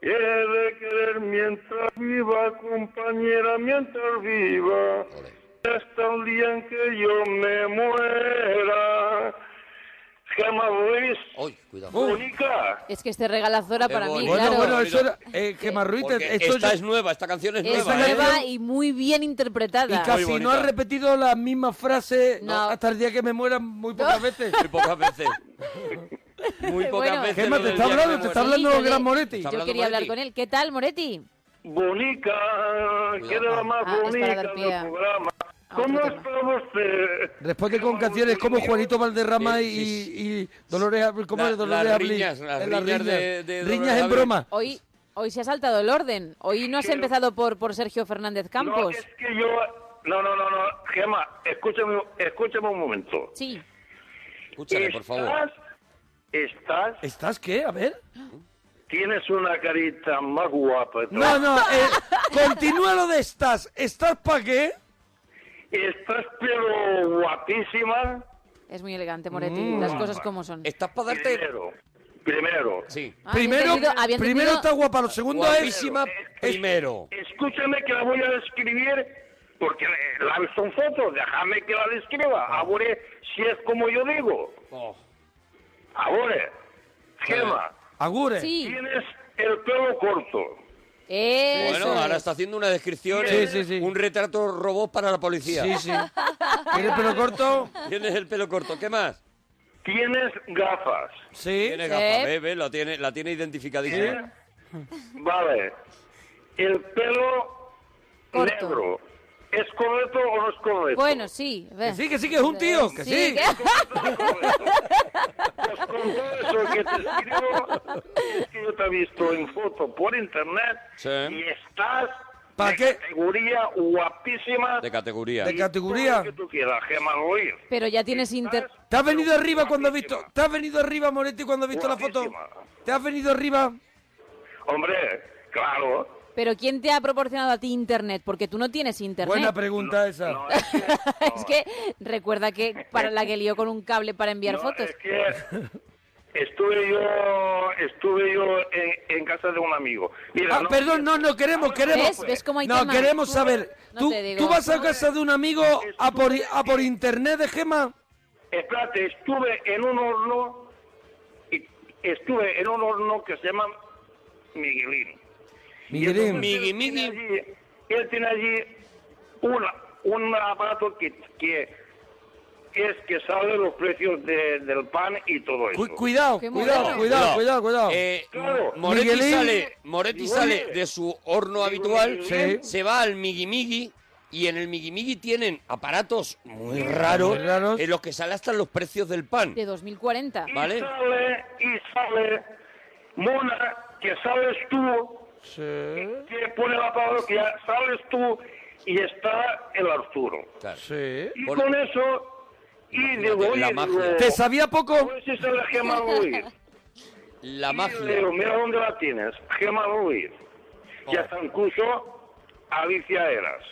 S12: He de querer mientras viva, compañera, mientras viva hasta el día en que yo me muera. Gemma Ruiz. Mónica.
S5: es que este regalazo era para mí,
S2: bueno,
S5: claro.
S2: bueno, eso era. Eh, Gemma Ruiz,
S4: Porque
S2: esto
S4: esta
S2: yo-
S4: es nueva, esta canción es
S5: Es
S4: nueva. ¿eh?
S5: nueva y muy bien interpretada.
S2: Y casi no ha repetido la misma frase
S5: No.
S2: hasta el día que me mueran muy pocas veces. Muy
S4: pocas veces.
S5: [LAUGHS]
S4: Muy
S2: pocas
S5: Bueno. veces
S2: Gemma,
S5: lo
S2: te
S5: del
S2: está
S5: día que
S2: hablando,
S5: me
S2: te está
S5: muera.
S2: hablando
S5: Sí,
S2: el gran
S5: yo le-
S2: Moretti.
S5: Yo quería hablar con él. ¿Qué tal, Moretti?
S12: Bonica, que era la más
S5: Ah, es para
S12: bonita
S5: dar
S12: del
S5: pie a-
S12: programa. ¿Cómo está usted?
S2: Responde con canciones como Juanito Valderrama y, y Dolores Abril. ¿Cómo
S4: Eh, La-
S2: es Dolores
S4: las
S2: Abril?
S4: riñas, las
S2: Eh,
S4: riñas de- de
S2: Riñas
S4: Dolores
S2: en
S4: Abril.
S2: broma.
S5: Hoy, hoy se ha saltado el orden. Hoy no has empezado por, por Sergio Fernández
S12: No,
S5: Campos.
S12: es que yo... No, no, no, no. Gemma, escúchame, escúchame un momento.
S5: Sí.
S12: Escúchame, por favor. ¿Estás?
S2: ¿Estás qué? A ver.
S12: Tienes una carita más guapa.
S2: No, no,
S12: [LAUGHS]
S2: eh, continúa lo de estás. ¿Estás para qué?
S12: Estás pero guapísima.
S5: Es muy elegante, Moretti.
S12: Mm.
S5: Las cosas como son.
S4: ¿Estás para
S12: Primero. Primero.
S4: Sí.
S5: Ah,
S2: primero
S5: había entendido- había
S2: primero
S5: entendido-
S2: está guapa, lo segundo
S4: Guapísima
S2: es...
S4: primero.
S12: Escúchame que la voy a describir porque eh, la son fotos. Déjame que la describa. Ahora, si es como yo digo. Ahora, Gema.
S2: Agure.
S5: Sí.
S12: Tienes el pelo corto.
S5: Eso
S4: Bueno, ahora
S5: es.
S4: está haciendo una descripción,
S2: Sí,
S4: eh,
S2: sí,
S4: un retrato robot para la policía.
S2: Sí, sí. ¿Tienes pelo corto?
S4: Tienes el pelo corto, ¿qué más?
S12: Tienes gafas.
S2: Sí.
S4: Tienes
S12: Sí.
S4: gafas, ve, ve, la tiene, la tiene identificadísima.
S12: ¿Eh? Vale. El pelo negro. ¿Es correcto o no es correcto?
S5: Bueno, sí. ve. Eh,
S12: sí, que sí, que es un tío, que sí. [LAUGHS]
S6: [LAUGHS]
S12: Con todo eso que te escribo, es que yo te he visto en foto por internet y estás de categoría guapísima.
S4: De categoría.
S2: De
S12: Y
S2: categoría.
S12: todo lo que tú quieras, Gemma
S2: [LAUGHS]
S12: Ruiz.
S5: Pero ya tienes inter...
S2: ¿Te has venido arriba cuando has visto? ¿Te has venido arriba, Moretti, cuando has visto la foto? ¿Te has venido arriba?
S12: Hombre, claro.
S5: Pero ¿quién te ha proporcionado a ti internet? Porque tú no tienes internet.
S2: Buena pregunta esa.
S5: [LAUGHS] es que recuerda que para la que lió con un cable para enviar
S12: No,
S5: fotos.
S12: es que estuve yo, estuve yo en, en casa de un amigo. Mira,
S2: ah,
S12: no-
S2: perdón, no, no queremos, queremos.
S5: ¿Ves? ¿Ves cómo hay
S2: no,
S5: tema?
S2: queremos saber.
S5: No
S2: ¿Tú,
S5: te digo.
S2: ¿Tú vas a casa de un amigo a por, a por internet de Gema?
S12: Espérate, estuve en un horno, y- estuve en un horno que se llama Miguelín.
S2: Miguelín.
S12: Miguel, Miguel. Él tiene allí una, un aparato que, que, es que saben los precios de- del pan y todo eso.
S2: Eh, Cuidado, cuidado, cuidado, cuidado, cuidado.
S12: Eh, Claro.
S4: Moretti
S2: Miguelín.
S4: sale, Moretti
S2: Miguel.
S4: sale de su horno habitual,
S2: Sí.
S4: se va al Migi Migi y en el Migi Migi tienen aparatos muy raros, en los que sale hasta los precios del pan.
S5: De 2040.
S4: Vale.
S12: sale y sale Mona, que sabes tú, que pone la parroquia, sabes tú, y está el Arturo.
S2: Sí.
S12: Y con eso, y digo,
S4: la
S12: oye, digo,
S4: magia.
S2: ¿Te sabía poco?
S12: Pues es el
S2: [LAUGHS]
S12: Gemma Ruiz.
S4: La
S12: magia. mira dónde la tienes, Gemma Ruiz.
S4: Oh.
S12: Y hasta incluso Alicia Eras.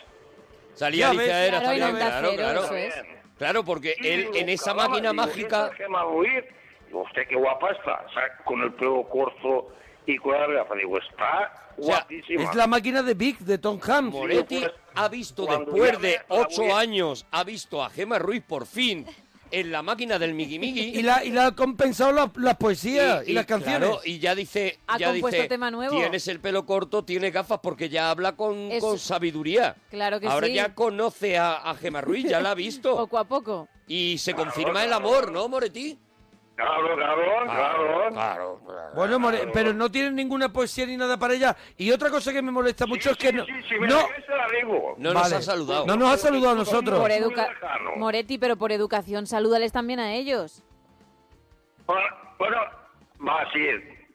S4: Salía
S12: Ya
S4: Alicia
S12: ves.
S4: Eras
S12: Claro, y
S4: también,
S12: Onda
S4: claro,
S12: Cero,
S4: claro.
S12: eso es.
S4: Claro, porque
S12: Y
S4: él
S12: digo,
S4: en esa
S12: caramba,
S4: máquina
S12: digo,
S4: mágica
S12: esta Gemma Ruiz, digo, usted qué guapa está, o sea, con el pelo corto y con la gafa. Digo, está guapísima.
S2: Es la máquina de Big, de Tom Hanks.
S4: Moretti ha visto
S2: Cuando
S4: después
S2: llame
S4: de
S2: a la
S4: ocho
S2: abuela.
S4: años, ha visto a Gemma Ruiz por fin en la máquina del Migi Migi.
S2: [LAUGHS] Y la, y la ha compensado la- las poesías y, las canciones.
S4: claro, y ya dice,
S5: Ha
S4: ya
S5: compuesto
S4: dice,
S5: tema nuevo.
S4: tienes el pelo corto, tienes gafas, porque ya habla con,
S5: Eso.
S4: con sabiduría.
S5: Claro que
S4: Ahora
S5: sí.
S4: ya conoce a, a Gemma Ruiz, ya la ha
S5: [LAUGHS]
S4: visto.
S5: Poco a poco.
S4: y se confirma el amor, ¿no, Moretti? Ah,
S12: Claro, claro,
S4: claro.
S12: Ah,
S2: Bueno, More- pero no tiene ninguna poesía ni nada para ella. Y otra cosa que me molesta mucho es que no...
S12: me
S2: no,
S12: regresa la digo.
S2: Vale. No nos ha saludado a nosotros.
S5: Por educa- Moretti, pero por educación, salúdales también a ellos.
S12: Bueno, bueno, va, sí,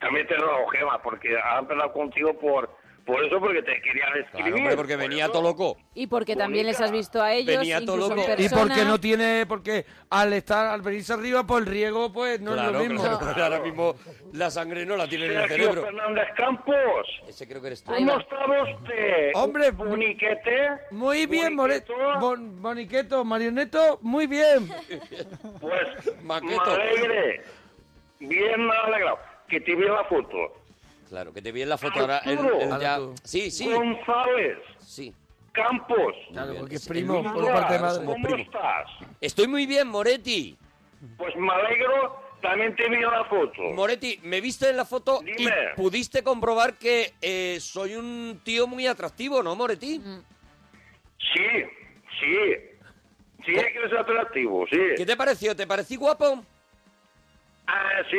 S12: también te robo, Gema, porque ha empezado contigo por, por eso, porque te querían escribir.
S4: Claro, hombre, porque venía todo loco.
S5: Y porque también les has visto a ellos, incluso en
S2: Y
S5: persona.
S2: porque no tiene, porque al estar, al venirse arriba, pues el riego, pues no
S4: claro,
S2: es lo mismo.
S4: claro, porque ahora mismo la sangre no la tiene en el
S2: Sergio
S4: cerebro.
S12: Fernández Campos.
S4: Ese creo que eres tú.
S12: ¿Cómo está usted?
S2: Hombre,
S12: Boniquete.
S2: Muy bien, Moreto. Bon- boniqueto, marioneto, muy
S5: [LAUGHS]
S2: bien.
S4: [LAUGHS]
S12: Pues,
S2: Maqueto.
S12: me alegre. Bien alegrado. Que te vi la foto.
S4: Claro, que te vi en la foto ahora. él-
S12: Arturo.
S4: él ya-
S12: Arturo.
S4: Sí, sí.
S12: González.
S4: Sí.
S12: Campos.
S4: Claro, porque es
S2: primo, por parte de madre.
S12: ¿Cómo estás?
S4: Estoy muy bien, Moretti.
S12: Pues me alegro. También te vi en la foto.
S4: Moretti, me viste en la foto y pudiste comprobar que eh, soy un tío muy atractivo, ¿no, Moretti?
S5: Mm.
S12: Sí, sí. Sí, es que eres atractivo, sí.
S4: ¿Qué te pareció? ¿Te parecí guapo?
S12: Ah, sí.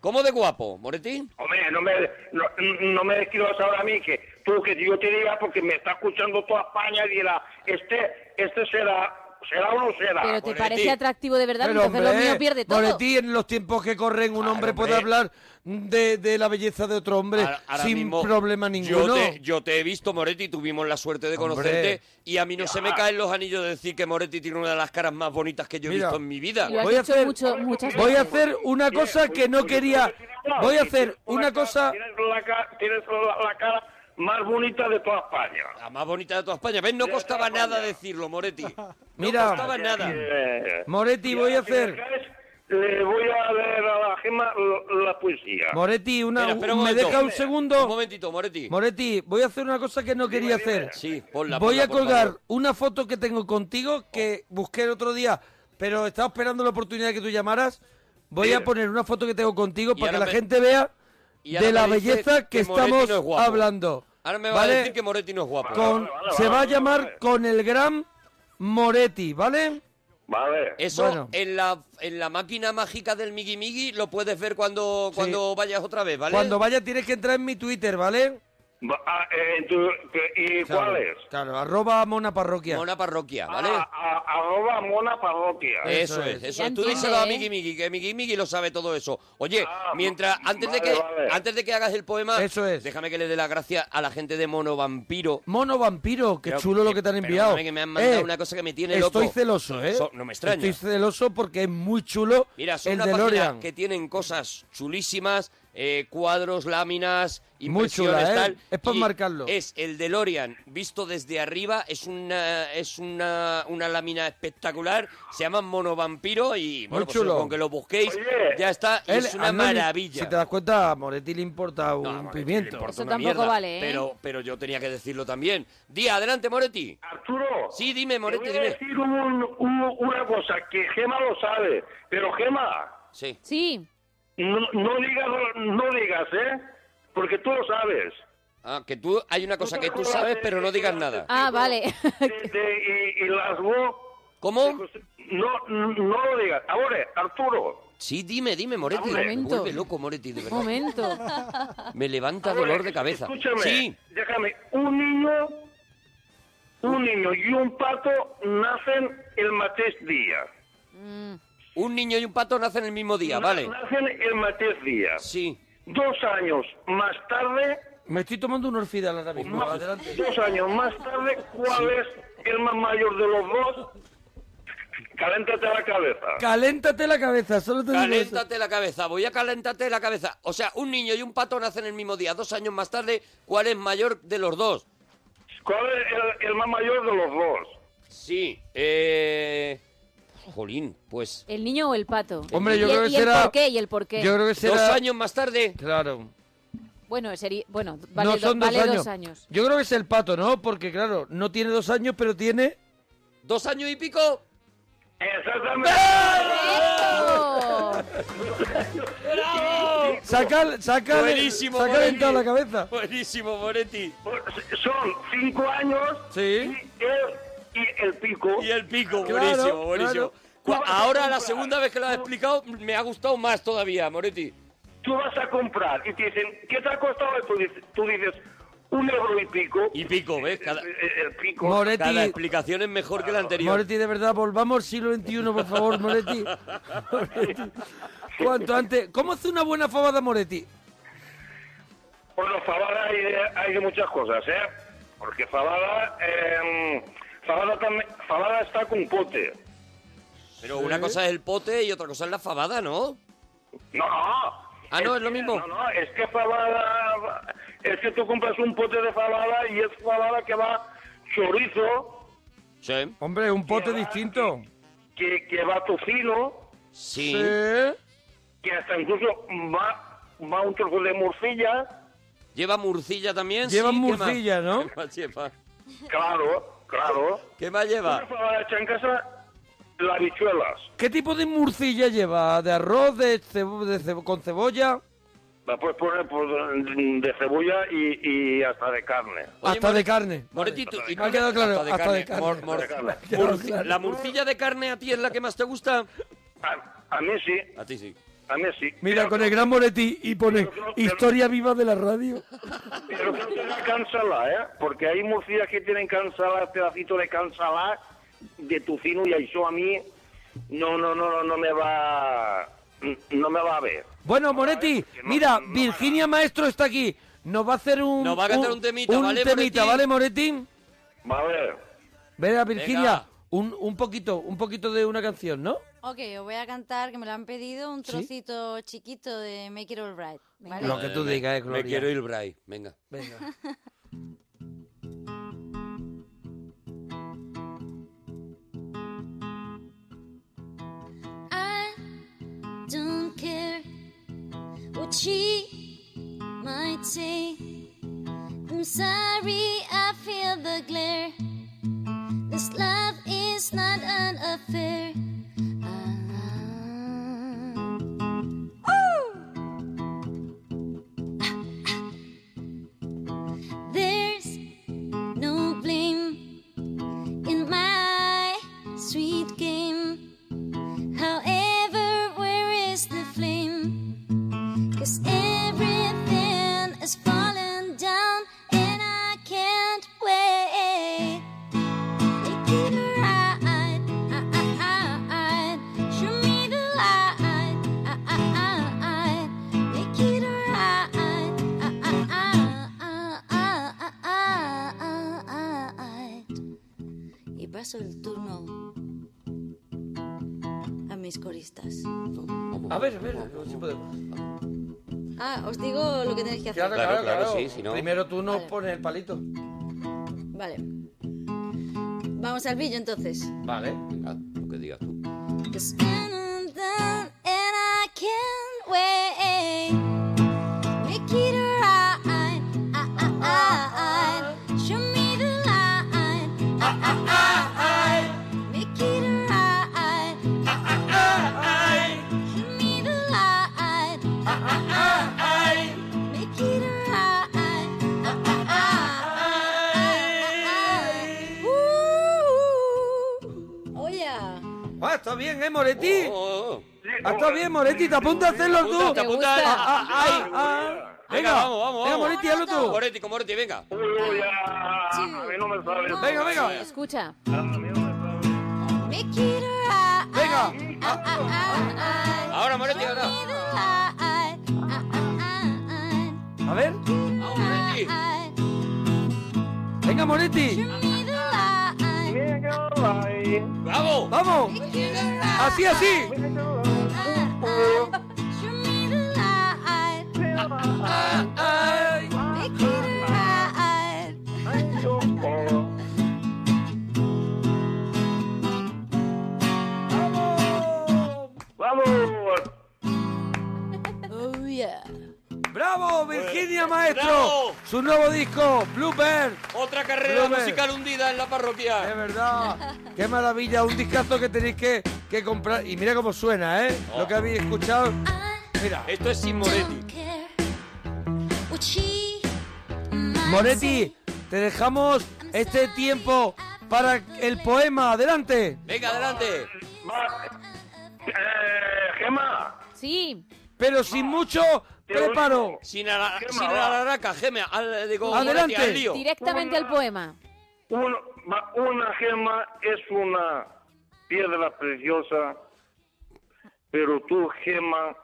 S4: ¿Cómo de guapo, Moretti?
S12: Hombre, no me, no, no me describas ahora a mí que tú que yo te diga porque me está escuchando toda España y dirá, este, este será, será o no será.
S5: Pero te parece atractivo de verdad, entonces lo mío pierde todo.
S2: Moretti, en los tiempos que corren, un hombre puede hablar de, de la belleza de otro hombre
S4: Ahora- ahora
S2: sin
S4: mismo
S2: problema
S4: Yo
S2: ninguno.
S4: te, yo te he visto, Moretti, tuvimos la suerte de
S2: Hombre.
S4: conocerte y a mí no se me caen los anillos de decir que Moretti tiene una de las caras más bonitas que yo he
S2: Mira,
S4: visto en mi vida.
S5: Lo has
S2: Voy a
S5: dicho
S2: hacer-
S5: mucho- muchas
S2: Voy a
S5: veces.
S2: hacer una cosa que no quería. Voy a hacer una cosa.
S12: Tienes la, ca- tienes la- la cara más bonita de toda España.
S4: La más bonita de toda España. ¿Ves? No costaba nada decirlo, Moretti.
S12: [LAUGHS]
S4: No costaba
S2: Mira,
S4: nada.
S2: Moretti, voy a hacer.
S12: Le voy a leer a la Gema la, la poesía.
S2: Moretti, una,
S4: Espera, espera un
S2: me
S4: momento.
S2: deja un segundo.
S4: Un momentito, Moretti.
S2: Moretti, voy a hacer una cosa que no quería hacer.
S4: Sí, ponla,
S2: voy
S4: ponla,
S2: a
S4: por
S2: colgar
S4: favor.
S2: una foto que tengo contigo que busqué el otro día, pero estaba esperando la oportunidad que tú llamaras. Voy
S4: Sí.
S2: a poner una foto que tengo contigo para que
S4: ahora
S2: la
S4: me-
S2: gente vea
S4: y ahora
S2: de la
S4: me dice
S2: belleza que,
S4: que Moretti
S2: estamos
S4: no es guapo.
S2: hablando.
S4: Ahora me va
S2: ¿vale?
S4: a decir que Moretti no es guapo.
S2: Con- se va a llamar con el gran Moretti, ¿vale?
S12: Vale.
S4: Eso
S2: Bueno.
S4: en, la, en la máquina mágica del Migi Migi lo puedes ver cuando, cuando vayas otra vez, ¿vale?
S2: Cuando vaya tienes que entrar en mi Twitter, ¿vale?
S12: Va- ah, eh, tu- que- ¿Y
S2: Claro,
S12: cuál es?
S2: Claro, arroba mona parroquia.
S4: Mona parroquia, ¿vale?
S12: A- a- arroba mona parroquia.
S4: Eso es, eso es. Tú díselo a Miki Miki, que Miki Miki lo sabe todo eso. Oye, mientras, antes de
S12: Ah, pues, vale,
S4: que
S12: vale.
S4: antes de que hagas el poema,
S2: Eso es.
S4: déjame que le dé las gracias a la gente de Mono Vampiro.
S2: Mono vampiro, qué
S4: Pero-
S2: chulo lo que te han
S4: pero
S2: enviado.
S4: dame que me han mandado
S2: Eh,
S4: una cosa que me tiene
S2: Estoy
S4: loco.
S2: celoso, ¿eh?
S4: So- no me extraña.
S2: Estoy celoso porque es muy chulo
S4: Mira, son
S2: el
S4: una página
S2: DeLorean.
S4: que tienen cosas chulísimas, eh, cuadros, láminas,
S2: Muy chula,
S4: impresiones,
S2: ¿eh?
S4: tal.
S2: Es por
S4: y
S2: marcarlo.
S4: Es el DeLorean visto desde arriba, es una es una, una lámina espectacular, se llama Mono Vampiro y bueno, pues,
S2: chulo.
S4: con que lo busquéis ya está, y
S2: Él-
S4: es una
S2: además,
S4: maravilla.
S2: Si te das cuenta, a Moretti le importa un pimiento.
S4: Importa una mierda, Pero, pero yo tenía que decirlo también. Día, adelante, Moretti.
S12: Arturo.
S4: Sí, dime,
S12: Te
S4: Moretti,
S12: voy a
S4: dime.
S12: decir un- un- una cosa que Gema lo sabe, pero Gema,
S4: Sí.
S5: Sí.
S12: no, no digas, no digas, ¿eh? Porque tú lo sabes.
S4: Ah, que tú, hay una cosa que tú sabes, pero no digas nada.
S5: Ah, vale.
S12: De- de- y, y las voz
S4: ¿Cómo?
S12: No, no lo digas. Ahora, Arturo.
S4: Sí, dime, dime, Moretti.
S12: Un
S4: Me
S12: momento.
S4: vuelve loco, Moretti, de verdad.
S5: Momento.
S4: Me levanta
S12: Ahora,
S4: dolor de cabeza.
S12: Escúchame,
S4: Sí,
S12: [LAUGHS] déjame, un niño, un niño y un pato nacen el mateix día.
S4: un niño y un pato nacen el mismo día,
S12: Na-
S4: vale.
S12: Nacen el mateix día.
S4: Sí.
S12: Dos años más tarde,
S2: Me estoy tomando un orfidal ahora mismo.
S12: Pues más-
S2: Adelante.
S12: dos años más tarde, ¿cuál es el más mayor de los dos? Caléntate la cabeza.
S2: Caléntate la cabeza, solo te digo eso.
S4: Caléntate la cabeza, voy a calentarte la cabeza. O sea, un niño y un pato nacen el mismo día, dos años más tarde, ¿cuál es mayor de los dos?
S12: ¿Cuál es el, más mayor de los dos?
S4: Sí, eh... Jolín, pues...
S5: [LAUGHS] ¿El niño o el pato?
S4: Hombre, yo creo que
S5: ¿Y el- ¿Y el
S4: será-
S5: por qué? ¿Y el por qué?
S4: Dos años más tarde.
S2: Claro.
S5: Bueno, sería... Bueno, vale,
S2: no
S5: do-
S2: son
S5: vale
S2: dos, años.
S5: dos años.
S2: Yo creo que es el pato, ¿no? Porque, claro, no tiene dos años, pero tiene...
S4: ¿Dos años y pico?
S12: Exactamente.
S2: Saca, saca,
S4: Buenísimo,
S2: saca
S4: Moretti.
S2: la cabeza.
S4: Buenísimo, Moretti.
S12: Pues, Son cinco años y, el, y el pico.
S4: Y el pico,
S12: Claro,
S4: buenísimo, buenísimo.
S12: claro.
S4: Cua- Ahora, la segunda vez que lo has explicado, me ha gustado más todavía, Moretti.
S12: Tú vas a comprar y te dicen, ¿qué te ha costado? Y tú dices, tú dices, un euro y pico. Eh,
S4: Y pico, ¿ves? Cada,
S12: pico.
S2: Moretti.
S4: Cada explicación es mejor que la anterior.
S2: Moretti, de verdad, volvamos al siglo XXI, por favor, Moretti. Moretti. Cuanto antes. ¿Cómo hace una buena fabada, Moretti?
S12: Bueno, fabada hay, de- hay de muchas cosas, ¿eh? Porque fabada, eh, fabada, también, fabada está con pote.
S4: Pero una cosa es el pote y otra cosa es la fabada, ¿no?
S12: No, no.
S4: Ah, no, es lo mismo.
S12: No, no, es que fabada... Es que tú compras un pote de fabada y es fabada que va chorizo,
S2: Hombre, un pote distinto.
S12: que, que va tocino,
S4: Sí.
S12: que hasta incluso va, va un trozo de morcilla.
S4: ¿Lleva murcilla también?
S12: Lleva
S4: Sí, ¿qué más?
S12: murcilla,
S2: ¿no?
S4: ¿Qué más lleva?
S12: Claro, claro.
S4: ¿Qué más
S12: Una
S4: lleva?
S12: fabada hecha en casa, las habichuelas.
S2: ¿Qué tipo de murcilla lleva? ¿De arroz? ¿De, cebo- de cebo- con cebolla?
S12: La puedes poner pues, de cebolla y, y hasta de carne.
S2: Hasta de carne.
S4: Moretti, tú- y tú-
S2: Me ha quedado claro, hasta de carne.
S4: Mor- mor-
S12: Hasta de carne.
S4: murci- ¿La murcilla de carne a ti es la que más te gusta?
S12: A, mí sí.
S4: A ti sí.
S12: A mí sí.
S2: Mira, con el gran Moretti y pone historia viva de la radio.
S12: Pero creo que no cansala, ¿eh? Porque hay murcias que tienen cansala, este pedacito de cansala, de tocino, y eso a mí no, no, no, no, no me va... No me va a ver.
S2: Bueno, Moretti, mira, Virginia Maestro está aquí. Nos va a hacer un...
S12: Nos va a cantar un temita, ¿vale,
S2: temita,
S12: Moretti?
S2: ¿vale, Moretti?
S12: Vale.
S2: Verá, Virginia, un, un poquito, un poquito de una canción, ¿no?
S14: Ok, os voy a cantar, que me lo han pedido, un trocito chiquito de Make It All Right. ¿vale?
S2: Lo que tú digas, eh, Gloria.
S4: Me quiero ir, Bray. Venga.
S2: Venga.
S6: [LAUGHS] I don't care what she might say. I'm sorry I feel the glare. This love is not an affair. Ah. Ooh! Ah, ah. There's no blame in my sweet game. However, where is the flame? Cause everything is falling down and I can't wait. Make it right, ah, ah, ah, ah. show me the light, ah, ah, ah, ah. make it right, ah, ah, ah, ah, ah, ah, ah, ah, ah, ah. Y paso el turno a mis coristas.
S2: A ver, a ver, a ver si podemos.
S14: Ah, os digo lo que tenéis que hacer.
S2: Claro, claro, claro.
S4: sí, si no-
S2: Primero tú nos pones el palito.
S14: Vale. Vamos al billo entonces.
S2: Vale.
S4: Venga, Ah, lo que digas tú.
S14: Yes.
S6: and done, and I can't wait. Make it right, ah, ah, ah, ah. show me the light, ah, ah, ah, ah. make it right, ah, ah, ah, ah. show me the light, ah, ah, ah, ah. make it right, ah, ah, ah, ah. Ooh, Oh,
S14: Oye.
S2: Ah, está bien, ¿eh, Moretti?
S12: Oh,
S2: Ah, está bien, Moretti, te apunta a hacerlo tú.
S4: Apunta, apunta.
S2: Ah, ah, ah, ah. Venga, vamos, vamos. Venga,
S4: vamos.
S2: Moretti, hazlo tú.
S4: Moretti, con Moretti, venga.
S2: Venga, venga.
S5: Escucha.
S6: Venga.
S4: Ahora, Moretti, ahora.
S2: A ver. Venga, Moretti.
S4: ¡Bravo!
S2: ¡Vamos! ¡Así, así!
S12: ¡Vamos!
S5: Oh, yeah.
S2: ¡Bravo, Virginia Maestro!
S4: bravo.
S2: Su nuevo disco, Bluebird.
S4: Otra carrera
S2: Bloomer.
S4: musical hundida en la parroquia.
S2: Es verdad. ¡Qué maravilla! Un discazo que tenéis que, que comprar. Y mira cómo suena, ¿eh? Lo que habéis escuchado. Mira.
S4: Oh. Esto es sin Moretti.
S2: Moretti, te dejamos este tiempo para el poema. ¡Adelante!
S4: Venga, adelante.
S12: Gema.
S5: Sí.
S2: Pero sin mucho preparo.
S4: Sin, ala- sin alaraca, gema. Al, digo,
S2: Adelante.
S4: Moretti, al lío.
S5: Directamente al poema.
S12: Una, ma- una gema es una piedra preciosa, pero tú, gema,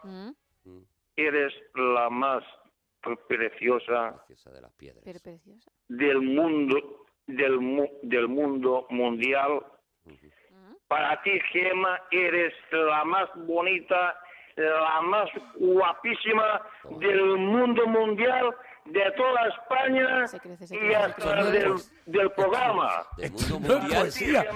S12: eres la más pre- preciosa
S5: Pero preciosa.
S12: del mundo, del, mu- del mundo mundial. Para ti, gema, eres la más bonita, la más guapísima del mundo mundial, de toda España y hasta del, del programa.
S4: Esto
S2: no es poesía.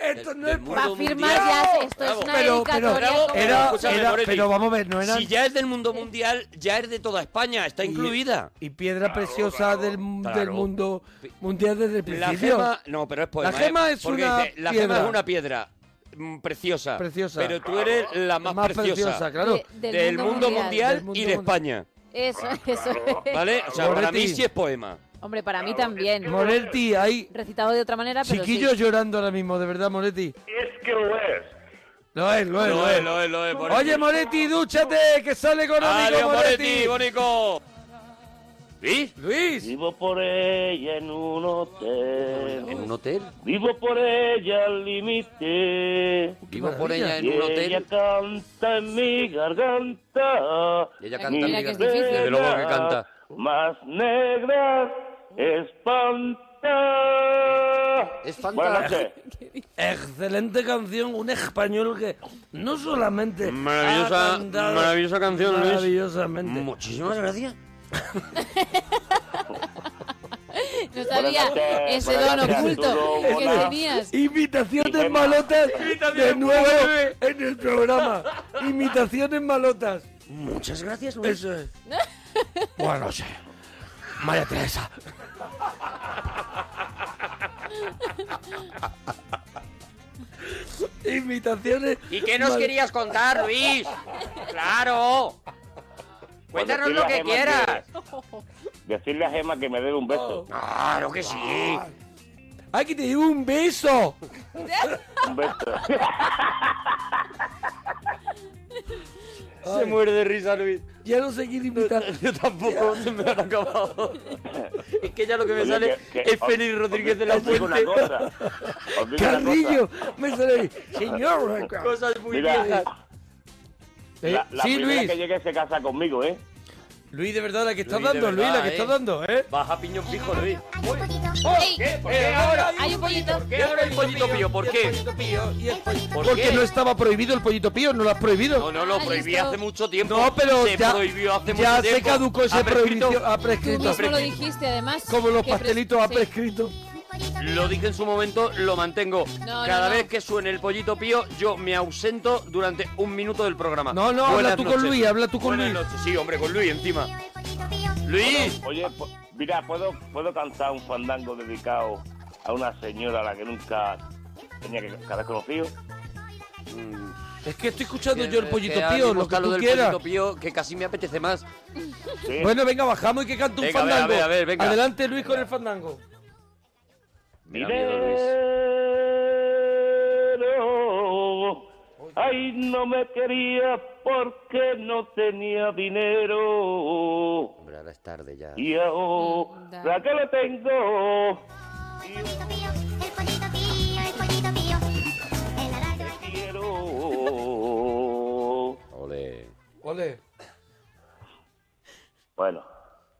S2: Esto no es
S5: Va a firmar ya. Esto es una
S2: Pero, pero,
S5: dedicatoria. como-
S2: era-
S4: Escúchame,
S2: era-
S4: Moretti.
S2: pero vamos a ver, no era...
S4: Si ya es del mundo mundial, ya es de toda España, está incluida.
S2: Y piedra preciosa del, del
S4: claro.
S2: mundo mundial desde el
S4: La
S2: principio.
S4: gema, no, pero es poema.
S2: La gema
S4: ¿eh?
S2: es
S4: Porque
S2: una
S4: dice, la
S2: piedra.
S4: gema es una piedra mm, preciosa.
S2: Preciosa.
S4: Pero tú eres la más,
S2: Más preciosa, claro.
S5: De-
S4: del,
S5: del mundo
S4: mundo,
S5: mundial.
S4: mundial,
S5: Del mundo
S4: y de España.
S5: Eso, eso. es.
S4: ¿Vale? O sea, para mí
S2: Moretti.
S4: sí es poema.
S5: Hombre, para mí también.
S2: Moretti, hay
S5: Recitado de otra manera, pero
S2: chiquillos llorando ahora mismo, de verdad, Moretti.
S12: Es que lo es.
S2: Lo es, lo es,
S4: Lo
S2: lo
S4: es,
S2: es.
S4: lo es, lo es, Moretti.
S2: Oye, Moretti, dúchate, que sale económico,
S4: Adiós,
S2: Moretti.
S4: Moretti, Bonico. ¿Luis?
S2: Luis.
S15: Vivo por ella en un hotel.
S4: ¿En un hotel?
S15: Vivo por ella al límite.
S4: Vivo por ella en
S15: Y
S4: un hotel.
S15: Ella canta en mi garganta.
S4: Ella canta en mi
S15: Mis
S4: garganta. Desde luego que
S15: venas
S4: canta.
S15: Más negras espanta. Buenas noches.
S2: Excelente canción, un español que no solamente.
S4: Maravillosa-
S2: ha cantado-
S4: maravillosa canción, Luis.
S2: Maravillosamente.
S4: Muchísimas gracias.
S5: No sabía
S2: noches,
S5: ese
S2: buenas
S5: don
S2: noches,
S5: oculto
S2: Arturo,
S5: que
S2: buenas-
S5: tenías.
S2: Imitaciones malotas de nuevo en el programa. Imitaciones malotas.
S4: Muchas gracias,
S2: Luis. Eso es. Buenas noches. María Teresa. Imitaciones.
S4: ¿Y qué nos
S2: mal-
S4: querías contar, Luis? ¡Claro! Cuéntanos lo que quieras.
S15: Decirle a Gema que me debe un beso.
S4: Claro que sí.
S2: ¡Ay, que te dio un beso! [LAUGHS]
S15: Un beso.
S4: Se muere de risa, Luis.
S2: Ya no sé quién imitar.
S4: [LAUGHS] Yo tampoco, se me han acabado. Es que ya lo que me
S15: Oye,
S4: sale
S15: que- que-
S4: es Félix Rodríguez de la
S15: os digo
S4: Fuente.
S15: una cosa, os digo una
S2: ¡Carrillo!
S15: cosa.
S2: Me sale. ¡Señor!
S4: Cosas muy
S15: Mira,
S4: viejas.
S15: La, la
S2: Sí,
S15: primera
S2: Luis.
S15: que llegue se casa conmigo, ¿eh?
S2: Luis, de verdad, la que estás
S4: Luis, de
S2: dando, Luis, la
S4: verdad,
S2: que estás
S4: eh.
S2: dando, ¿eh?
S4: Baja piñón fijo, Luis.
S5: Ey,
S4: Eh, ahora.
S5: Hay un pollito.
S4: ¿Qué ahora el pollito pío? ¿Por qué? ¿Por
S2: Porque
S4: qué?
S2: no estaba prohibido el pollito pío, no lo has prohibido.
S4: No, no, lo prohibí hace mucho tiempo.
S2: No, pero
S4: se
S2: ya,
S4: prohibió hace
S2: ya
S4: mucho
S2: se
S4: tiempo.
S2: caducó esa
S4: Ha prescrito.
S2: prohibición. Ha
S5: Tú
S2: prescrito.
S5: mismo lo dijiste, además.
S2: Como los
S5: que pres-
S2: pastelitos ha
S5: sí.
S2: prescrito.
S4: Lo dije en su momento, lo mantengo.
S5: No,
S4: Cada
S5: no, no.
S4: vez que suene el pollito pío, yo me ausento durante un minuto del programa.
S2: No, no, habla tú con Luis, habla tú con
S4: Buenas
S2: Luis.
S4: noches. Sí, hombre, con Luis encima. Luis,
S15: Oye, po- mira, ¿puedo, puedo cantar un fandango dedicado a una señora a la que nunca tenía que, que haber conocido.
S4: Mm.
S2: Es que estoy escuchando
S4: que-
S2: yo el pollito
S4: que ahora
S2: pío,
S4: mismo
S2: lo que
S4: está
S2: tú
S4: del
S2: quieras.
S4: pollito pío, que casi me apetece más.
S2: Bueno, venga, bajamos y que cante un
S4: Venga, a ver,
S2: fandango.
S4: a ver, a ver, venga.
S2: Adelante, Luis, con el fandango.
S4: Me da miedo, Luis.
S15: Pero
S12: Ay, no me quería porque no tenía dinero.
S4: Hombre, ahora es tarde ya.
S12: Y ahora que lo tengo, quiero.
S4: Ole.
S2: Ole.
S15: Bueno.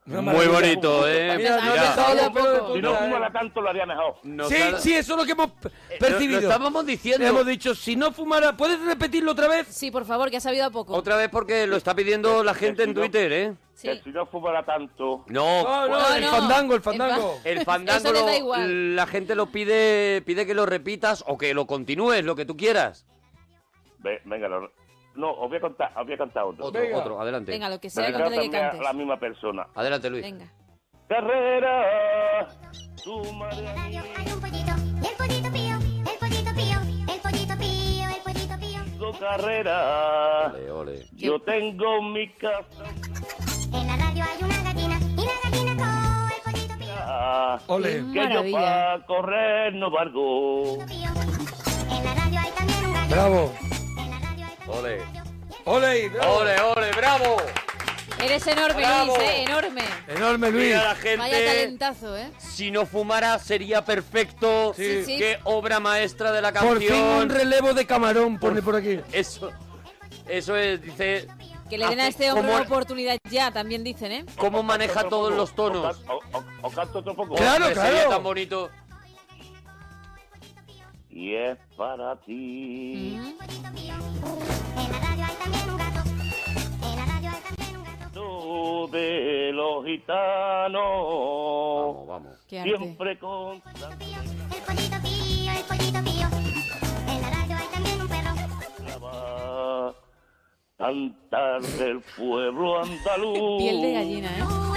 S2: Una
S4: Muy
S2: maravilla.
S4: bonito, ¿eh?
S2: Mira, no
S4: Mira.
S2: ha dejado la pelo de
S15: Si
S2: punta,
S15: no
S2: ¿eh?
S15: fumara tanto lo haría mejor.
S4: Nos
S2: sí,
S4: ha-
S2: sí, eso es lo que hemos pe-
S4: lo-
S2: percibido.
S4: lo estábamos diciendo.
S2: Hemos dicho, si no fumara, ¿puedes repetirlo otra vez?
S5: Sí, por favor, que ha sabido a poco.
S4: Otra vez porque lo está pidiendo la gente en Twitter, ¿eh?
S5: Sí.
S15: Si no fumara tanto.
S4: No,
S2: No, no, el fandango, el fandango.
S4: El fandango,
S5: Eso le da
S4: lo-
S5: igual.
S4: la gente lo pide, pide que lo repitas o que lo continúes, lo que tú quieras.
S15: Ve- venga, lo- no, os voy a contar, os voy a contar otro.
S4: Otro, otro, adelante.
S5: Venga, lo que sea,
S15: Dedicado
S5: con tal de que
S15: también a
S5: cantes.
S15: la misma persona.
S4: Adelante, Luis.
S5: Venga.
S15: Carrera, tu carrera.
S4: Ole, ole.
S15: Yo tengo mi casa.
S2: Ole.
S15: Que yo
S5: Maravilla.
S15: para correr no valgo.
S2: Bravo.
S4: Ole.
S2: Ole, bravo.
S4: Ole, ole, bravo.
S5: Eres enorme,
S4: Bravo.
S5: Luis, ¿eh? Enorme.
S2: Enorme, Luis.
S4: Mira la
S5: Vaya
S4: gente.
S5: talentazo, ¿eh?
S4: Si no fumara sería perfecto.
S2: Sí. Sí,
S5: sí.
S4: Qué obra maestra de la
S2: Por fin un
S4: canción.
S2: relevo de camarón, pone por aquí.
S4: eso, eso es, dice,
S5: Que le den a
S4: Hace
S5: este hombre
S4: como-
S5: una oportunidad ya, también dicen, ¿eh?
S4: cómo maneja
S15: otro
S4: todos
S15: poco,
S4: los tonos.
S15: O, ca- o- o canto otro poco.
S2: Claro,
S4: Hombre,
S2: claro.
S4: Sería tan bonito.
S15: Y es para ti. Tú de los gitanos.
S4: Vamos, vamos.
S5: Qué arte.
S15: Siempre con. va cantar del pueblo andaluz.
S5: [LAUGHS] Piel de gallina, ¿eh?
S6: Uh,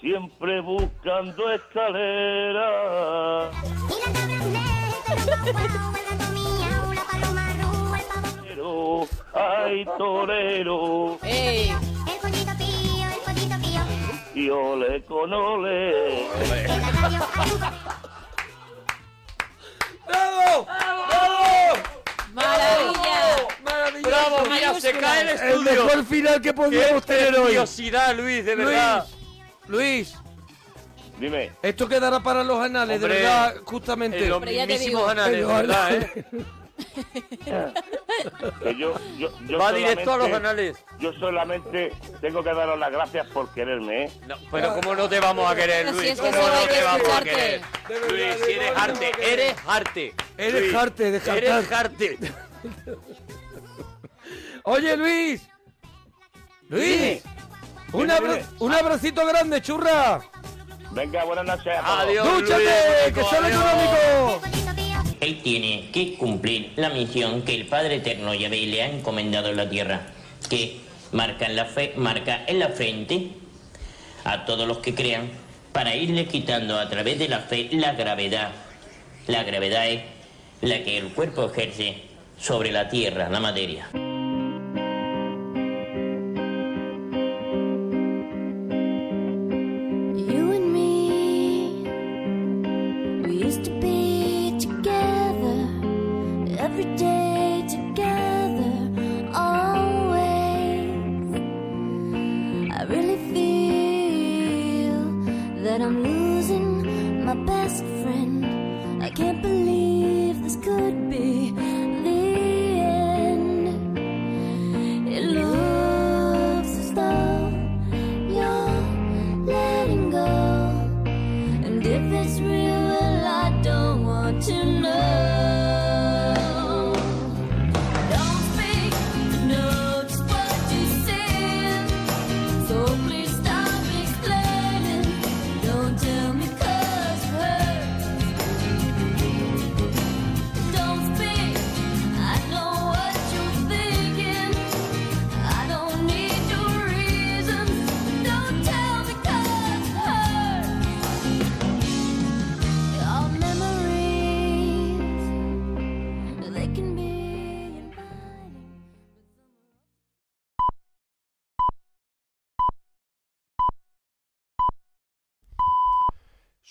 S15: Siempre buscando escalera. Pero hay torero
S5: ¡Ey!
S15: y ole con ole.
S2: ¡Bravo! ¡Bravo!
S5: ¡Maravilla!
S2: ¡Maravilloso!
S4: Bravo, mira, se
S5: Mayúscula.
S4: cae el
S2: El
S4: estudio.
S2: mejor final que podíamos
S4: Qué
S2: tener hoy.
S4: curiosidad, Luis, de
S2: Luis,
S4: verdad.
S2: Luis,
S15: Dime,
S2: esto quedará para los anales,
S4: Hombre,
S2: de verdad, justamente.
S4: En los
S5: Hombre, ya te
S4: mismísimos
S5: digo.
S4: anales, de
S2: Pero,
S4: verdad,
S2: ala.
S4: ¿eh?
S15: que yo, yo, yo
S4: Va directo a los
S15: solamente-
S4: anales.
S15: Yo solamente tengo que daros las gracias por quererme, ¿eh?
S4: No, pero cómo no te vamos a querer,
S5: Así
S4: Luis.
S5: es que
S4: ¿Cómo
S5: solo
S4: no
S5: hay que
S4: te vamos a
S5: escucharte.
S4: querer?
S2: De verdad,
S4: Luis,
S2: de
S4: si eres
S2: verdad,
S4: arte,
S2: no te
S4: eres arte.
S2: Eres
S4: Luis,
S2: arte, deja
S4: Eres
S2: estar.
S4: arte.
S2: [LAUGHS] Oye, Luis. Luis. Un, abra-
S15: dime.
S2: un abracito grande, churra.
S15: Venga, buenas noches. a todos.
S4: Adiós. Luis,
S2: ¡Dúchate! ¡Que
S4: amigo,
S2: sale
S4: adiós.
S2: económico!
S13: Él tiene que cumplir la misión que el Padre Eterno Yahvé le ha encomendado en la tierra, que marca en la, fe, marca en la frente a todos los que crean para irle quitando a través de la fe la gravedad. La gravedad es la que el cuerpo ejerce sobre la tierra, la materia.
S6: You and me, we used to be together every day, together, always. I really feel that I'm losing my best friend. I can't believe this could be the end. It looks as though you're letting go. And if it's real, well, I don't want to know. Don't speak, know just what you said. So please stop explaining. Don't tell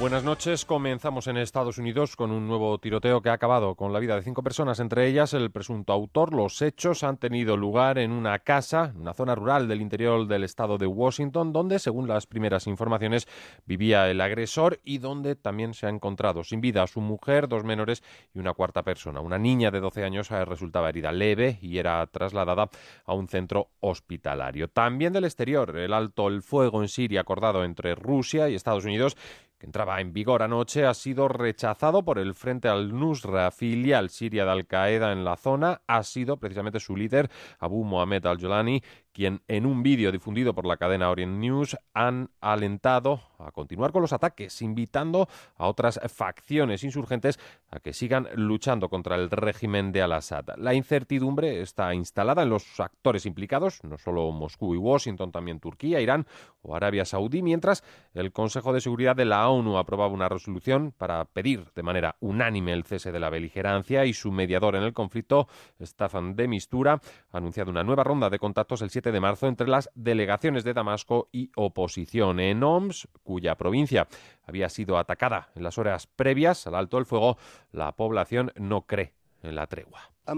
S16: Buenas noches. Comenzamos en Estados Unidos con un nuevo tiroteo que ha acabado con la vida de cinco personas, entre ellas el presunto autor. Los hechos han tenido lugar en una casa, en una zona rural del interior del estado de Washington, donde, según las primeras informaciones, vivía el agresor y donde también se ha encontrado sin vida su mujer, dos menores y una cuarta persona. Una niña de 12 años eh, resultaba herida leve y era trasladada a un centro hospitalario. También del exterior, el alto el fuego en Siria acordado entre Rusia y Estados Unidos que entraba en vigor anoche, ha sido rechazado por el Frente al-Nusra, filial siria de Al-Qaeda en la zona. Ha sido precisamente su líder, Abu Mohamed al-Jolani, quien en un vídeo difundido por la cadena Orient News han alentado a continuar con los ataques, invitando a otras facciones insurgentes a que sigan luchando contra el régimen de Al-Assad. La incertidumbre está instalada en los actores implicados, no solo Moscú y Washington, también Turquía, Irán o Arabia Saudí, mientras el Consejo de Seguridad de la ONU aprobaba una resolución para pedir de manera unánime el cese de la beligerancia y su mediador en el conflicto, Staffan de Mistura, ha anunciado una nueva ronda de contactos el 7 de marzo entre las delegaciones de Damasco y oposición en OMS, cuya provincia había sido atacada en las horas previas al alto el fuego. La población no cree en la tregua. El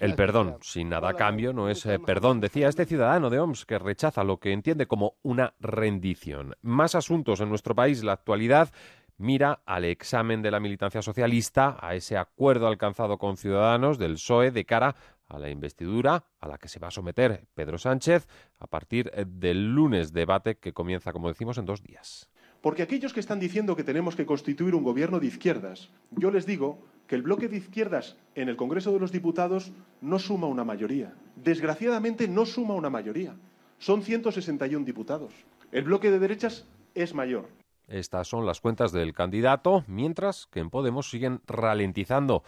S17: El
S16: perdón, sin nada a cambio, no es eh, perdón, decía este ciudadano de OMS que rechaza lo que entiende como una rendición. Más asuntos en nuestro país, la actualidad mira al examen de la militancia socialista, a ese acuerdo alcanzado con Ciudadanos del PSOE E de cara a la investidura a la que se va a someter Pedro Sánchez a partir eh, del lunes debate que comienza, como decimos, en dos días.
S18: Porque aquellos que están diciendo que tenemos que constituir un gobierno de izquierdas, yo les digo que el bloque de izquierdas en el Congreso de los Diputados no suma una mayoría. Desgraciadamente no suma una mayoría. Son 161 diputados. El bloque de derechas es mayor.
S16: Estas son las cuentas del candidato, mientras que en Podemos siguen ralentizando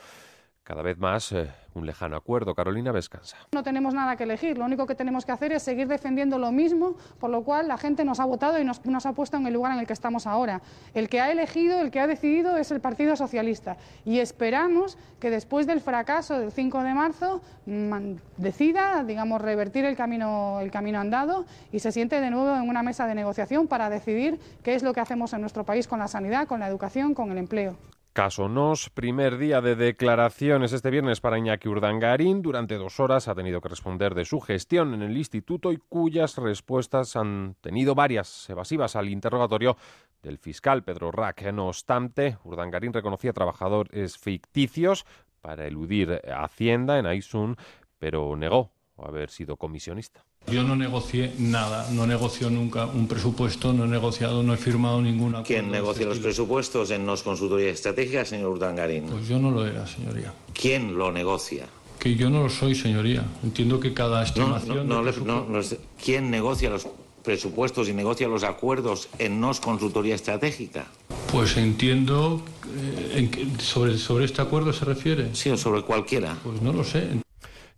S16: cada vez más eh, un lejano acuerdo. Carolina Vescanza.
S19: No tenemos nada que elegir, lo único que tenemos que hacer es seguir defendiendo lo mismo, por lo cual la gente nos ha votado y nos, nos ha puesto en el lugar en el que estamos ahora. El que ha elegido, el que ha decidido es el Partido Socialista y esperamos que después del fracaso del 5 de marzo man- decida, digamos, revertir el camino, el camino andado y se siente de nuevo en una mesa de negociación para decidir qué es lo que hacemos en nuestro país con la sanidad, con la educación, con el empleo.
S16: Caso Nos, primer día de declaraciones este viernes para Iñaki Urdangarín. Durante dos horas ha tenido que responder de su gestión en el instituto y cuyas respuestas han tenido varias evasivas al interrogatorio del fiscal Pedro Rack. No obstante, Urdangarín reconocía trabajadores ficticios para eludir Hacienda en Aisun, pero negó haber sido comisionista.
S20: Yo no negocié nada, no negocio nunca un presupuesto, no he negociado, no he firmado ningún acuerdo.
S21: ¿Quién negocia los presupuestos en Nos Consultoría Estratégica, señor Urdangarín?
S20: Pues yo no lo era, señoría.
S21: ¿Quién lo negocia?
S20: Que yo no lo soy, señoría. Entiendo que cada
S21: No,
S20: estimación...
S21: no,
S20: de
S21: no, le-
S20: presupuesto-
S21: no, no sé. ¿Quién negocia los presupuestos y negocia los acuerdos en Nos Consultoría Estratégica?
S20: Pues entiendo... eh, en que- sobre, ¿Sobre este acuerdo se refiere?
S21: Sí, o sobre cualquiera.
S20: Pues no lo sé.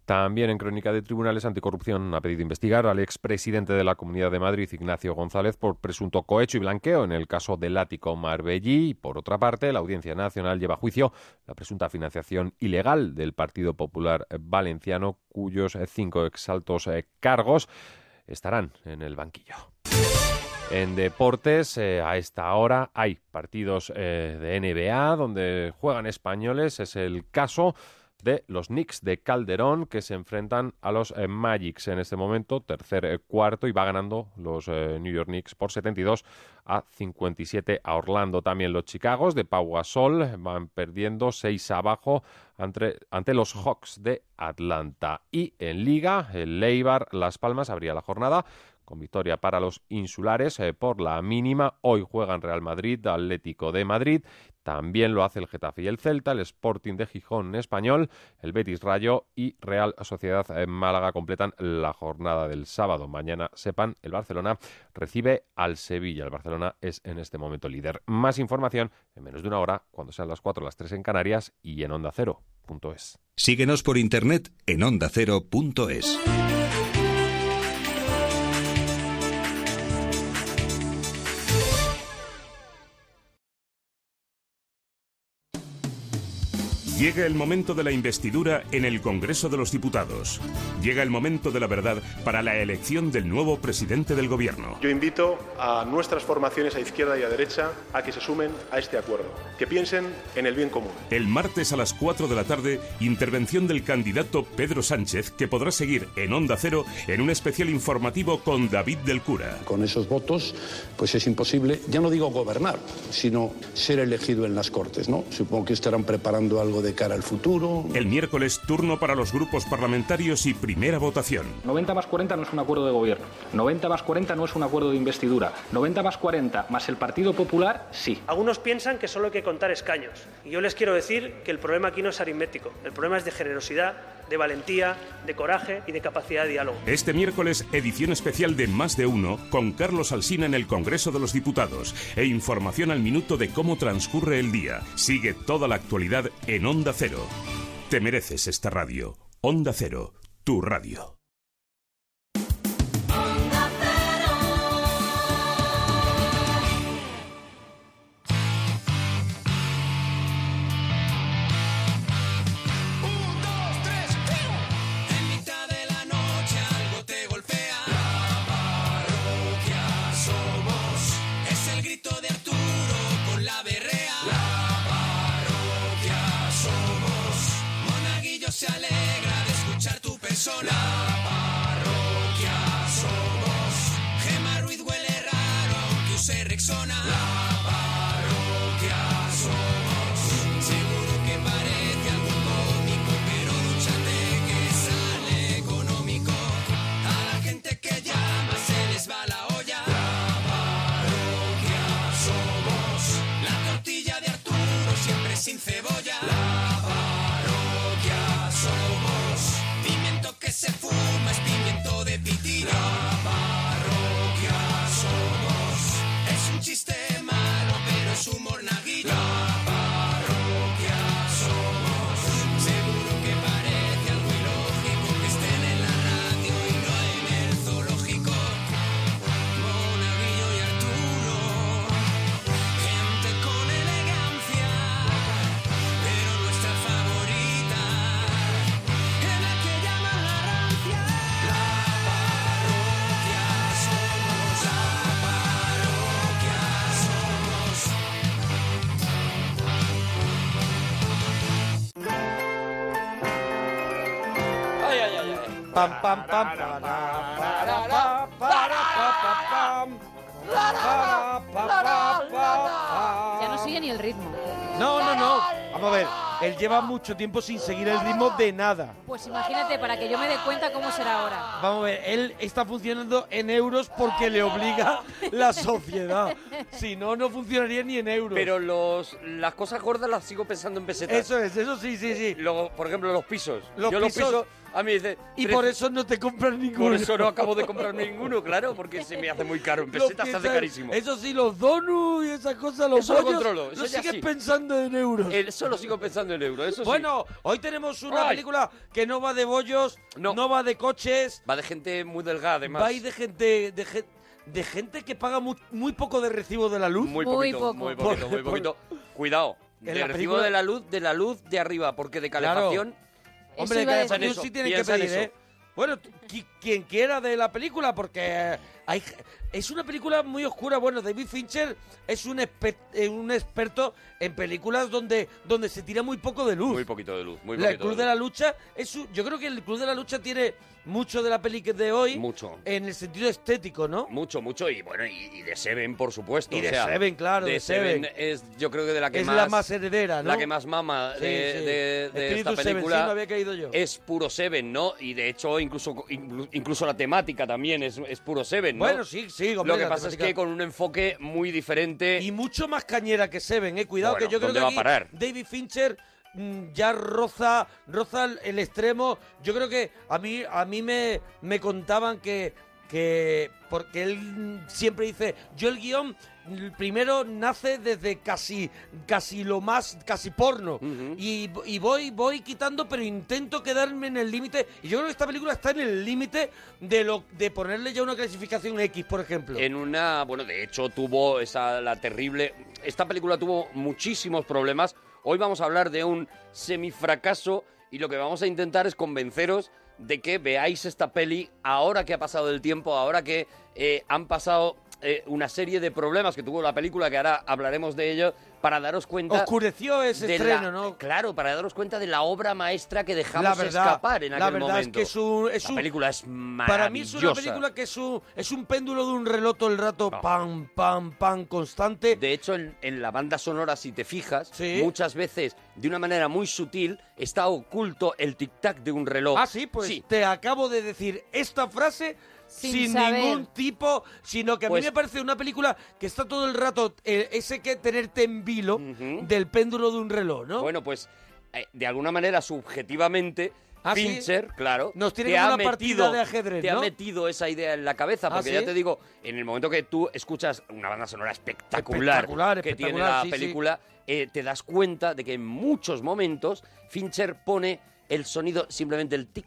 S16: También en Crónica de Tribunales Anticorrupción ha pedido investigar al expresidente de la Comunidad de Madrid, Ignacio González, por presunto cohecho y blanqueo en el caso del ático Marbellí. Por otra parte, la Audiencia Nacional lleva a juicio la presunta financiación ilegal del Partido Popular Valenciano, cuyos eh, cinco exaltos eh, cargos estarán en el banquillo. En deportes, eh, a esta hora hay partidos eh, de NBA donde juegan españoles. Es el caso de los Knicks de Calderón que se enfrentan a los eh, Magics en este momento, tercer eh, cuarto, y va ganando los eh, New York Knicks por 72 a 57 a Orlando. También los Chicagos de Pau Gasol van perdiendo 6 abajo ante, ante los Hawks de Atlanta. Y en Liga, el Leibar Las Palmas abría la jornada con victoria para los insulares eh, por la mínima. Hoy juegan Real Madrid, Atlético de Madrid. También lo hace el Getafe y el Celta, el Sporting de Gijón español, el Betis Rayo y Real Sociedad eh, Málaga completan la jornada del sábado. Mañana, sepan, el Barcelona recibe al Sevilla. El Barcelona es en este momento líder. Más información en menos de una hora, cuando sean las 4 las 3 en Canarias y en onda cero.es.
S22: Síguenos por internet en ondacero.es.
S17: Llega el momento de la investidura en el Congreso de los Diputados. Llega el momento de la verdad para la elección del nuevo presidente del Gobierno.
S18: Yo invito a nuestras formaciones a izquierda y a derecha a que se sumen a este acuerdo, que piensen en el bien común.
S17: El martes a las 4 de la tarde, intervención del candidato Pedro Sánchez, que podrá seguir en Onda Cero en un especial informativo con David del Cura.
S23: Con esos votos, pues es imposible, ya no digo gobernar, sino ser elegido en las Cortes, ¿no? Supongo que estarán preparando algo de cara al futuro.
S17: El miércoles, turno para los grupos parlamentarios y primera votación.
S24: 90 más 40 no es un acuerdo de gobierno. 90 más 40 no es un acuerdo de investidura. 90 más 40 más el Partido Popular, sí.
S25: Algunos piensan que solo hay que contar escaños. Y yo les quiero decir que el problema aquí no es aritmético. El problema es de generosidad, de valentía, de coraje y de capacidad de diálogo.
S17: Este miércoles, edición especial de Más de Uno con Carlos Alsina en el Congreso de los Diputados e información al minuto de cómo transcurre el día. Sigue toda la actualidad en Onda Cero. Te mereces esta radio. Onda Cero, tu radio.
S1: Un, dos, tres, ¡pum! En mitad de la noche algo te golpea. La parroquia somos. Es el grito de Arturo con la berrea. La parroquia somos. Monaguillo se alegra de escuchar tu persona. La parroquia somos. Gema Ruiz huele raro aunque use Rexona. La parroquia somos. Seguro que parece algo cómico, pero dúchate que sale económico. A la gente que llama se les va la olla. La parroquia somos. La tortilla de Arturo siempre sin cebolla. La parroquia somos. Pimiento que se fuma es pimiento de pitina. La parroquia somos. Es un chiste malo, pero es humor naguillo. La parroquia somos. Seguro que parece algo ilógico que estén en la radio y no en el zoológico. Monaguillo y Arturo, gente con elegancia, pero nuestra favorita es la que llaman la rancia. La parroquia somos, la parroquia somos.
S2: Ay, ay, ay, ay. Pam, pam, pam, para, para, pa, para, pa, pa, pam. Para, pa, pa, pa,
S5: Ya no sigue ni el ritmo.
S2: pa. No, no, no. Vamos a ver. Él lleva mucho tiempo sin seguir el ritmo de nada.
S5: Pues imagínate, para que yo me dé cuenta cómo será ahora.
S2: Vamos a ver, él está funcionando en euros porque le obliga la sociedad. Si no, no funcionaría ni en euros.
S4: Pero los, las cosas gordas las sigo pensando en pesetas.
S2: Eso es, eso sí, sí, sí.
S4: por ejemplo, los pisos.
S2: Los
S4: Yo los
S2: pisos-
S4: pisos, a mí dice...
S2: Y por eso no te compran ninguno.
S4: Por eso no acabo de comprar ninguno, claro, porque se me hace muy caro. En
S2: [LAUGHS] Los
S4: pesetas se hace
S2: piezas-
S4: carísimo.
S2: Eso sí, los donuts y esas cosas, los
S4: Eso lo
S2: bollos,
S4: controlo, eso
S2: lo
S4: ya
S2: sigues
S4: sí.
S2: pensando en euros.
S4: Eso lo sigo pensando en euros, eso sí.
S2: Bueno, hoy tenemos una
S4: Ay.
S2: película que no va de bollos, no. va de coches.
S4: Va de gente muy delgada, además.
S2: Va a ir de gente, de gen- de gente que paga mu- muy, poco de recibo de la luz.
S4: Muy poquito, muy poquito, muy poquito. Cuidado.
S2: En
S4: De
S2: la
S4: recibo
S2: película-
S4: de la luz, de la luz de arriba, porque de calefacción...
S2: Hombre, de
S4: Piensa en
S2: calefacción
S4: eso,
S2: sí tienen que
S4: piensa en
S2: pedir,
S4: eso.
S2: ¿eh? Bueno, t- qui- quien quiera de la película, porque hay, es una película muy oscura. Bueno, David Fincher es un, espe- eh, un experto en películas donde, donde se tira muy poco de luz.
S4: Muy poquito de luz, muy
S2: La- el
S4: poquito
S2: Club de
S4: de luz.
S2: la Lucha, es un- yo creo que el Club de la Lucha tiene mucho de la peli que- de hoy.
S4: Mucho.
S2: En el sentido estético, ¿no?
S4: Mucho, mucho. Y bueno, y, y de Seven, por supuesto.
S2: Y
S4: o
S2: de
S4: sea,
S2: Seven, claro, de Seven.
S4: es, yo creo que de la que
S2: es
S4: más...
S2: la más heredera, ¿no?
S4: La que más mama
S2: Sí,
S4: de,
S2: sí.
S4: de- de
S2: Espíritu
S4: esta
S2: Seven,
S4: película
S2: sí, no había caído yo.
S4: es puro Seven, ¿no? Y de hecho, incluso, inclu- incluso la temática también es, es puro Seven, ¿no?
S2: Bueno, sí, sí, hombre,
S4: Lo que
S2: la
S4: pasa
S2: temática.
S4: es que con un enfoque muy diferente.
S2: Y mucho más cañera que Seven, eh. Cuidado
S4: Bueno,
S2: que yo creo
S4: ¿dónde
S2: que
S4: va a
S2: aquí
S4: parar?
S2: David Fincher mm, ya roza, roza el- el extremo. Yo creo que a mí, a mí me, me contaban que, que. Porque él mm, siempre dice. Yo el guión mm, primero nace desde casi casi lo más casi porno y, y voy voy quitando pero intento quedarme en el límite y yo creo que esta película está en el límite de lo de ponerle ya una clasificación X por ejemplo
S4: En una, bueno, de hecho tuvo esa la terrible. Esta película tuvo muchísimos problemas. Hoy vamos a hablar de un semifracaso y lo que vamos a intentar es convenceros de que veáis esta peli ahora que ha pasado el tiempo, ahora que eh, han pasado eh, una serie de problemas que tuvo la película, que ahora hablaremos de ello, para daros cuenta...
S2: Oscureció ese
S4: de la-
S2: estreno, ¿no?
S4: Claro, para daros cuenta de la obra maestra que dejamos
S2: La verdad,
S4: escapar en
S2: la
S4: aquel
S2: verdad es
S4: momento.
S2: que es un- es
S4: la
S2: un-
S4: película es
S2: Para mí es una
S4: maravillosa.
S2: película que es un, es un péndulo de un reloj todo el rato, pam, pam, pam, constante.
S4: De hecho, en, en la banda sonora, si te fijas, muchas veces, de una manera muy sutil, está oculto el tic-tac de un reloj.
S2: Ah, sí, pues te acabo de decir esta frase sin,
S4: Sin saber.
S2: ningún tipo, sino que a
S4: Pues-
S2: mí me parece una película que está todo el rato eh, ese que tenerte en vilo del péndulo de un reloj, ¿no?
S4: Bueno, pues eh, de alguna manera, subjetivamente,
S2: Ah, ¿sí?
S4: Fincher, claro,
S2: Nos tiene
S4: te
S2: como
S4: ha
S2: una partida de ajedrez,
S4: te ha
S2: ¿no?
S4: metido esa idea en la cabeza,
S2: Ah,
S4: porque
S2: ¿sí?
S4: ya te digo, en el momento que tú escuchas una banda sonora espectacular,
S2: Espectacular,
S4: que tiene
S2: espectacular,
S4: la
S2: sí, sí.
S4: película, eh, te das cuenta de que en muchos momentos Fincher pone el sonido, simplemente el tic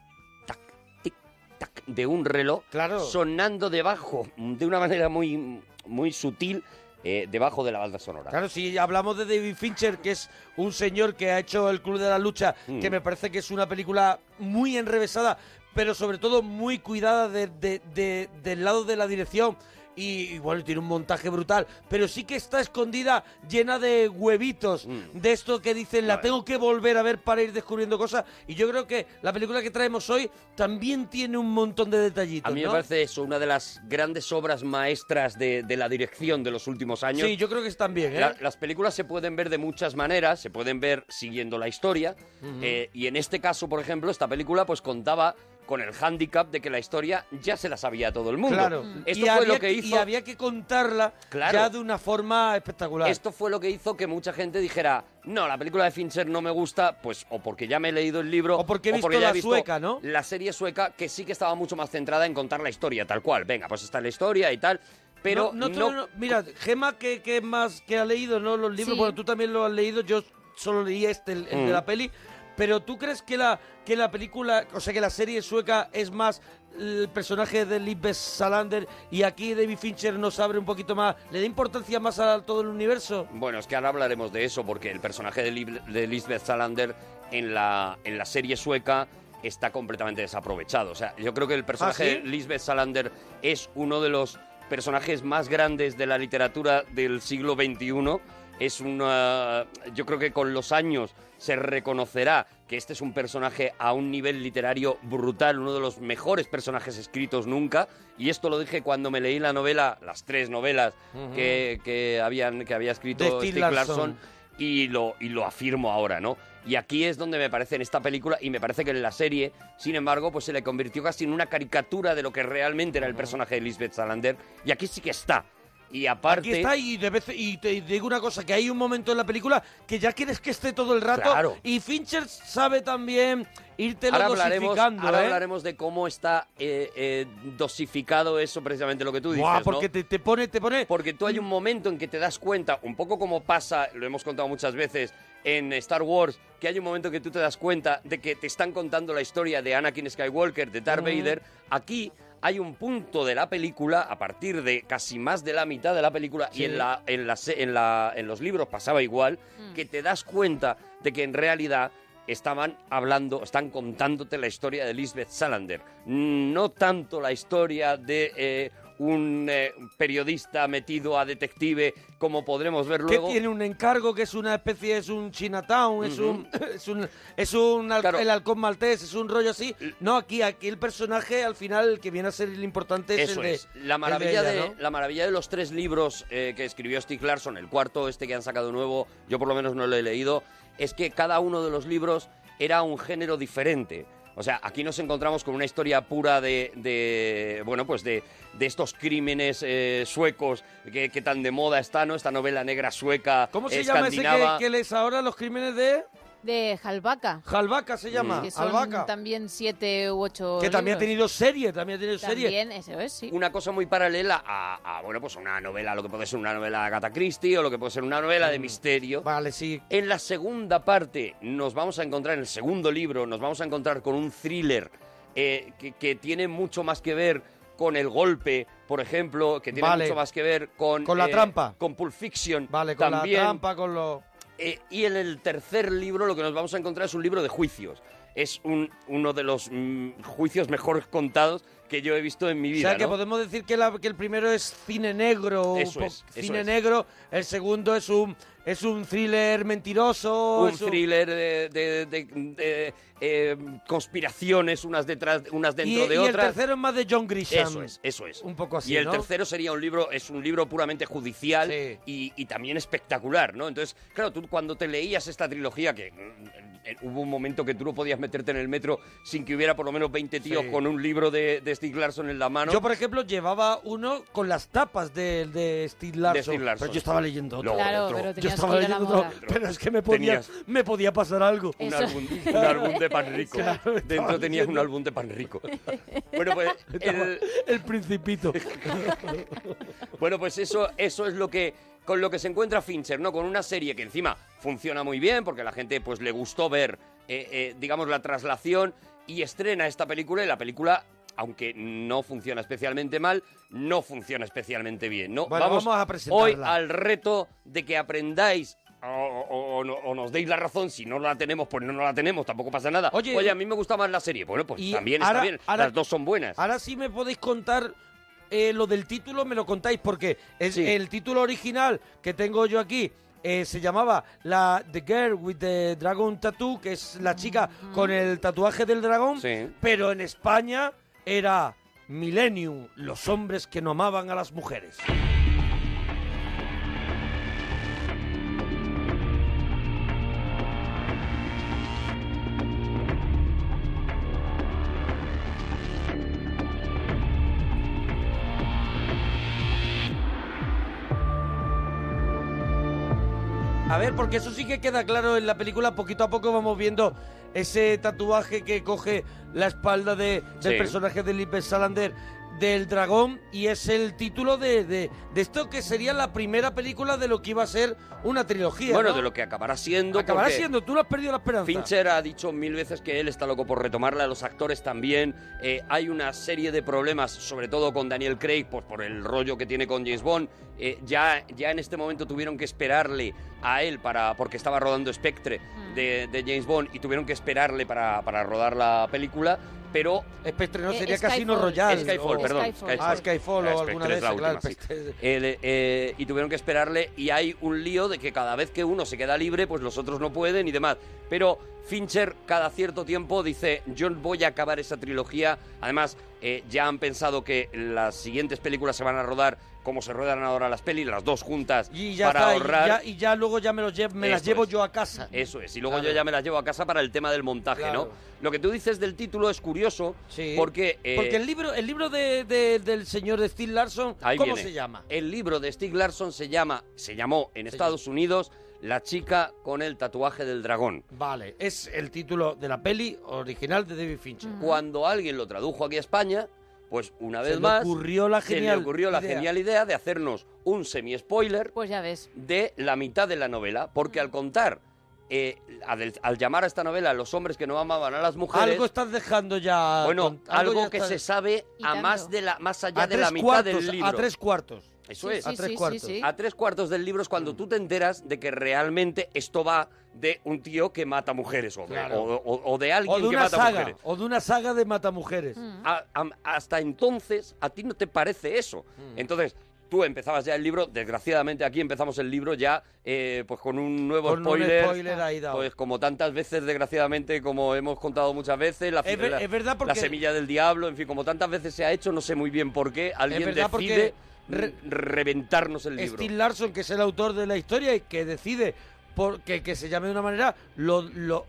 S4: de un reloj sonando debajo, de una manera muy, muy sutil, eh, debajo de la banda sonora.
S2: Claro, si hablamos de David Fincher, que es un señor que ha hecho El Club de la Lucha,
S4: Mm.
S2: que me parece que es una película muy enrevesada, pero sobre todo muy cuidada de- de- de- del lado de la dirección. Y, y bueno, tiene un montaje brutal, pero sí que está escondida, llena de huevitos,
S4: Mm.
S2: de esto que dicen, la tengo que volver a ver para ir descubriendo cosas. Y yo creo que la película que traemos hoy también tiene un montón de detallitos.
S4: A mí me
S2: ¿no?
S4: parece eso, una de las grandes obras maestras de, de la dirección de los últimos años.
S2: Sí, yo creo que están bien, ¿eh?
S4: La- las películas se pueden ver de muchas maneras, se pueden ver siguiendo la historia.
S2: Ujú.
S4: eh, y en este caso, por ejemplo, esta película pues contaba con el hándicap de que la historia ya se la sabía todo el mundo.
S2: Claro.
S4: Esto
S2: Y
S4: fue
S2: había
S4: lo
S2: que-
S4: que hizo.
S2: y había que contarla ya de una forma espectacular.
S4: Esto fue lo que hizo que mucha gente dijera, no, la película de Fincher no me gusta, pues o porque ya me he leído el libro, o
S2: porque he visto
S4: ya
S2: la sueca, ¿no?
S4: La serie sueca que sí que estaba mucho más centrada en contar la historia, tal cual. Venga, pues está la historia y tal. Pero
S2: No, no, no, no, mira, Gema que, que más que ha leído, ¿no? Los libros,
S4: Sí.
S2: bueno, tú también lo has leído, yo solo leí este, el, el de
S4: Mm.
S2: la peli. Pero tú crees que la, que la película, o sea, que la serie sueca es más el personaje de Lisbeth Salander y aquí David Fincher nos abre un poquito más, le da importancia más a todo el universo.
S4: Bueno, es que ahora hablaremos de eso, porque el personaje de, Lib- de Lisbeth Salander en la, en la serie sueca está completamente desaprovechado. O sea, yo creo que el personaje
S2: ¿Ah, sí?
S4: de Lisbeth Salander es uno de los personajes más grandes de la literatura del siglo XXI. Es una. Yo creo que con los años se reconocerá que este es un personaje a un nivel literario brutal, uno de los mejores personajes escritos nunca. Y esto lo dije cuando me leí la novela, las tres novelas
S2: Ujú.
S4: que, que habían, que había escrito
S2: De
S4: escrito
S2: Steve
S4: Steve
S2: Larson.
S4: Larson, y, lo, y lo afirmo ahora, ¿no? Y aquí es donde me parece en esta película y me parece que en la serie, sin embargo, pues se le convirtió casi en una caricatura de lo que realmente era el personaje de Lisbeth Salander y aquí sí que está. Y aparte...
S2: Aquí está y, de vez- y te digo una cosa, que hay un momento en la película que ya quieres que esté todo el rato
S4: Claro.
S2: y Fincher sabe también irte
S4: Ahora hablaremos,
S2: dosificando,
S4: ahora
S2: ¿eh?
S4: hablaremos de cómo está eh, eh, dosificado eso, precisamente lo que tú dices.
S2: Buah, porque
S4: te,
S2: pone, te pone.
S4: Porque tú hay un momento en que te das cuenta, un poco como pasa, lo hemos contado muchas veces en Star Wars, que hay un momento que tú te das cuenta de que te están contando la historia de Anakin Skywalker, de Darth
S2: Ujú.
S4: Vader. Aquí hay un punto de la película, a partir de casi más de la mitad de la película,
S2: Sí.
S4: y en, la, en, la se- en, la- en los libros pasaba igual, que te das cuenta de que en realidad estaban hablando, están contándote la historia de Lisbeth Salander. No tanto la historia de eh, un eh, periodista metido a detective, como podremos ver
S2: que
S4: luego.
S2: tiene un encargo que es una especie, es un Chinatown, es
S4: Ujú.
S2: un [LAUGHS] es un es un al- el halcón maltés, es un rollo así. No, aquí aquí el personaje al final el que viene a ser el importante es
S4: Eso
S2: el de
S4: es. La
S2: el de
S4: maravilla
S2: ella,
S4: de,
S2: ¿no?
S4: la maravilla de los tres libros eh, que escribió Steve Larson, el cuarto este que han sacado nuevo, yo por lo menos no lo he leído, es que cada uno de los libros era un género diferente. O sea, aquí nos encontramos con una historia pura de, de, bueno, pues de, de estos crímenes eh, suecos que, que tan de moda está, ¿no? Esta novela negra sueca, eh,
S2: ¿Cómo se llama ese
S4: escandinava.
S2: que, que lees ahora los crímenes de
S5: De Jalvaca.
S2: Jalvaca se llama?
S5: Que son
S2: Jalvaca.
S5: también siete u ocho.
S2: Que también ha
S5: libros.
S2: tenido serie, también ha tenido serie.
S5: También, eso es, sí.
S4: una cosa muy paralela a, a, bueno, pues una novela, lo que puede ser una novela de Agatha Christie o lo que puede ser una novela de misterio.
S2: Mm, Vale, sí.
S4: En la segunda parte nos vamos a encontrar, en el segundo libro, nos vamos a encontrar con un thriller eh, que, que tiene mucho más que ver con el golpe, por ejemplo, que tiene
S2: Vale.
S4: mucho más que ver con...
S2: Con la trampa.
S4: Con Pulp Fiction.
S2: Vale, con
S4: también.
S2: la trampa, con los
S4: Eh, y en el tercer libro lo que nos vamos a encontrar es un libro de juicios. Es un- uno de los mm, juicios mejor contados que yo he visto en mi vida.
S2: o sea, que
S4: ¿no?
S2: podemos decir que, la- que el primero es cine negro. un
S4: Eso
S2: po-
S4: es, eso
S2: cine
S4: es.
S2: negro. El segundo es un es un thriller mentiroso.
S4: un
S2: es un-
S4: thriller de, de- de- de, eh, conspiraciones unas detrás unas
S2: Y,
S4: dentro de
S2: y el
S4: otras
S2: tercero es más de John Grisham.
S4: Eso es, eso es.
S2: Un poco así,
S4: y el
S2: ¿no?
S4: tercero sería un libro, es un libro puramente judicial y, y también espectacular, ¿no? Entonces, claro, tú cuando te leías esta trilogía, que mm, eh, hubo un momento que tú no podías meterte en el metro sin que hubiera por lo menos 20 tíos
S2: Sí.
S4: con un libro de, de Stieg Larsson en la mano.
S2: Yo, por ejemplo, llevaba uno con las tapas de, de Steve Larson.
S4: Steve Larsson.
S2: Pero yo estaba leyendo otro.
S4: No, Claro, otro. pero
S2: yo
S4: tenías
S2: estaba
S4: que ir a la
S2: leyendo otro.
S4: moda.
S2: Pero es que me podía,
S4: Tenías-
S2: me podía pasar algo.
S4: Un álbum,
S2: [LAUGHS]
S4: un álbum de pan rico. Dentro tenías un álbum de pan rico. Bueno,
S2: [LAUGHS]
S4: pues el,
S2: El principito.
S4: Bueno, pues eso, eso es lo que con lo que se encuentra Fincher, ¿no? Con una serie que encima funciona muy bien porque a la gente pues le gustó ver, eh, eh, digamos, la traslación y estrena esta película y la película, aunque no funciona especialmente mal, no funciona especialmente bien, ¿no?
S2: Bueno, vamos a presentarla.
S4: hoy al reto de que aprendáis o, o- o no- o nos deis la razón, si no la tenemos, pues no, no la tenemos, tampoco pasa nada. Oye, a mí me gusta más la serie. Bueno, pues
S2: y
S4: también
S2: ahora-
S4: está bien,
S2: ahora-
S4: las dos son buenas.
S2: Ahora sí me podéis contar eh, lo del título, me lo contáis, porque es el título original que tengo yo aquí. eh, se llamaba la The Girl with the Dragon Tattoo, que es la chica con el tatuaje del dragón, pero en España era Millennium, los hombres que no amaban a las mujeres. A ver, porque eso sí que queda claro en la película. Poquito a poco vamos viendo ese tatuaje que coge la espalda de- del
S4: Sí.
S2: personaje de Lippe Salander del dragón y es el título de, de- de esto que sería la primera película de lo que iba a ser una trilogía.
S4: Bueno,
S2: ¿no?
S4: de lo que acabará siendo.
S2: Acabará
S4: porque-
S2: siendo, tú lo has perdido la esperanza.
S4: Fincher ha dicho mil veces que él está loco por retomarla, los actores también. Eh, hay una serie de problemas, sobre todo con Daniel Craig, pues por el rollo que tiene con James Bond. Eh, ya, ya en este momento tuvieron que esperarle a él para porque estaba rodando Spectre
S2: Mm.
S4: de, de James Bond y tuvieron que esperarle para, para rodar la película. Pero
S2: Spectre no Eh, sería Skyfall. Casino Royale,
S4: Skyfall,
S2: o-
S4: perdón.
S2: Skyfall. Ah, Skyfall o
S4: Spectre
S2: alguna
S4: es
S2: de
S4: la
S2: esas, claro,
S4: última, sí.
S2: Spectre.
S4: El, eh, y tuvieron que esperarle y hay un lío de que cada vez que uno se queda libre, pues los otros no pueden y demás. Pero Fincher cada cierto tiempo dice, yo voy a acabar esa trilogía. Además, eh, ya han pensado que las siguientes películas se van a rodar como se ruedan ahora las pelis, las dos juntas,
S2: Y ya
S4: para
S2: está, y
S4: ahorrar.
S2: ya- Y, ya, luego ya me, los lle- me las
S4: Eso
S2: llevo
S4: es.
S2: yo a casa.
S4: Eso es, y luego
S2: Claro.
S4: yo ya me las llevo a casa para el tema del montaje,
S2: Claro.
S4: ¿no? Lo que tú dices del título es curioso porque... eh,
S2: Porque el libro, el libro de- de- del señor de Steve Larson,
S4: Ahí
S2: ¿cómo
S4: viene.
S2: se llama?
S4: El libro de Stieg Larsson se llama, se llamó en Estados Unidos La chica con el tatuaje del dragón.
S2: Vale, es el título de la peli original de David Fincher.
S4: Cuando alguien lo tradujo aquí a España, pues una
S2: Se
S4: vez
S2: le
S4: más
S2: ocurrió la
S4: se le
S2: genial
S4: ocurrió la
S2: idea.
S4: genial idea de hacernos un semi spoiler.
S5: Pues ya ves.
S4: de la mitad de la novela, porque al contar eh, al, al llamar a esta novela los hombres que no amaban a las mujeres
S2: Algo estás dejando ya.
S4: Bueno, algo
S2: ya
S4: que
S2: estás-
S4: se sabe
S2: Y
S4: a
S2: tanto.
S4: más de la más allá
S2: A
S4: de la
S2: tres
S4: mitad
S2: cuartos,
S4: del
S2: a
S4: libro.
S2: tres cuartos.
S4: Eso
S2: Sí,
S4: es.
S2: sí, A tres sí, sí, cuartos. Mm. sí.
S4: A tres cuartos del libro es cuando tú te enteras de que realmente esto va de un tío que mata mujeres o, de-
S2: Claro.
S4: o- o- o de alguien
S2: o de
S4: que
S2: una
S4: mata
S2: saga,
S4: mujeres.
S2: o de una saga de matamujeres.
S4: A- am- hasta entonces, a ti no te parece eso.
S2: Mm.
S4: Entonces, tú empezabas ya el libro, desgraciadamente aquí empezamos el libro ya eh, pues con un nuevo
S2: Con un
S4: spoiler.
S2: spoiler ahí dado.
S4: Pues como tantas veces, desgraciadamente, como hemos contado muchas veces, la,
S2: Es ver-
S4: la-
S2: es verdad
S4: la
S2: porque-
S4: semilla del diablo, en fin, como tantas veces se ha hecho, no sé muy bien por qué, alguien
S2: verdad porque
S4: decide
S2: re-
S4: mm, reventarnos el libro.
S2: Steve Larson, que es el autor de la historia y que decide porque que se llame de una manera, lo, lo-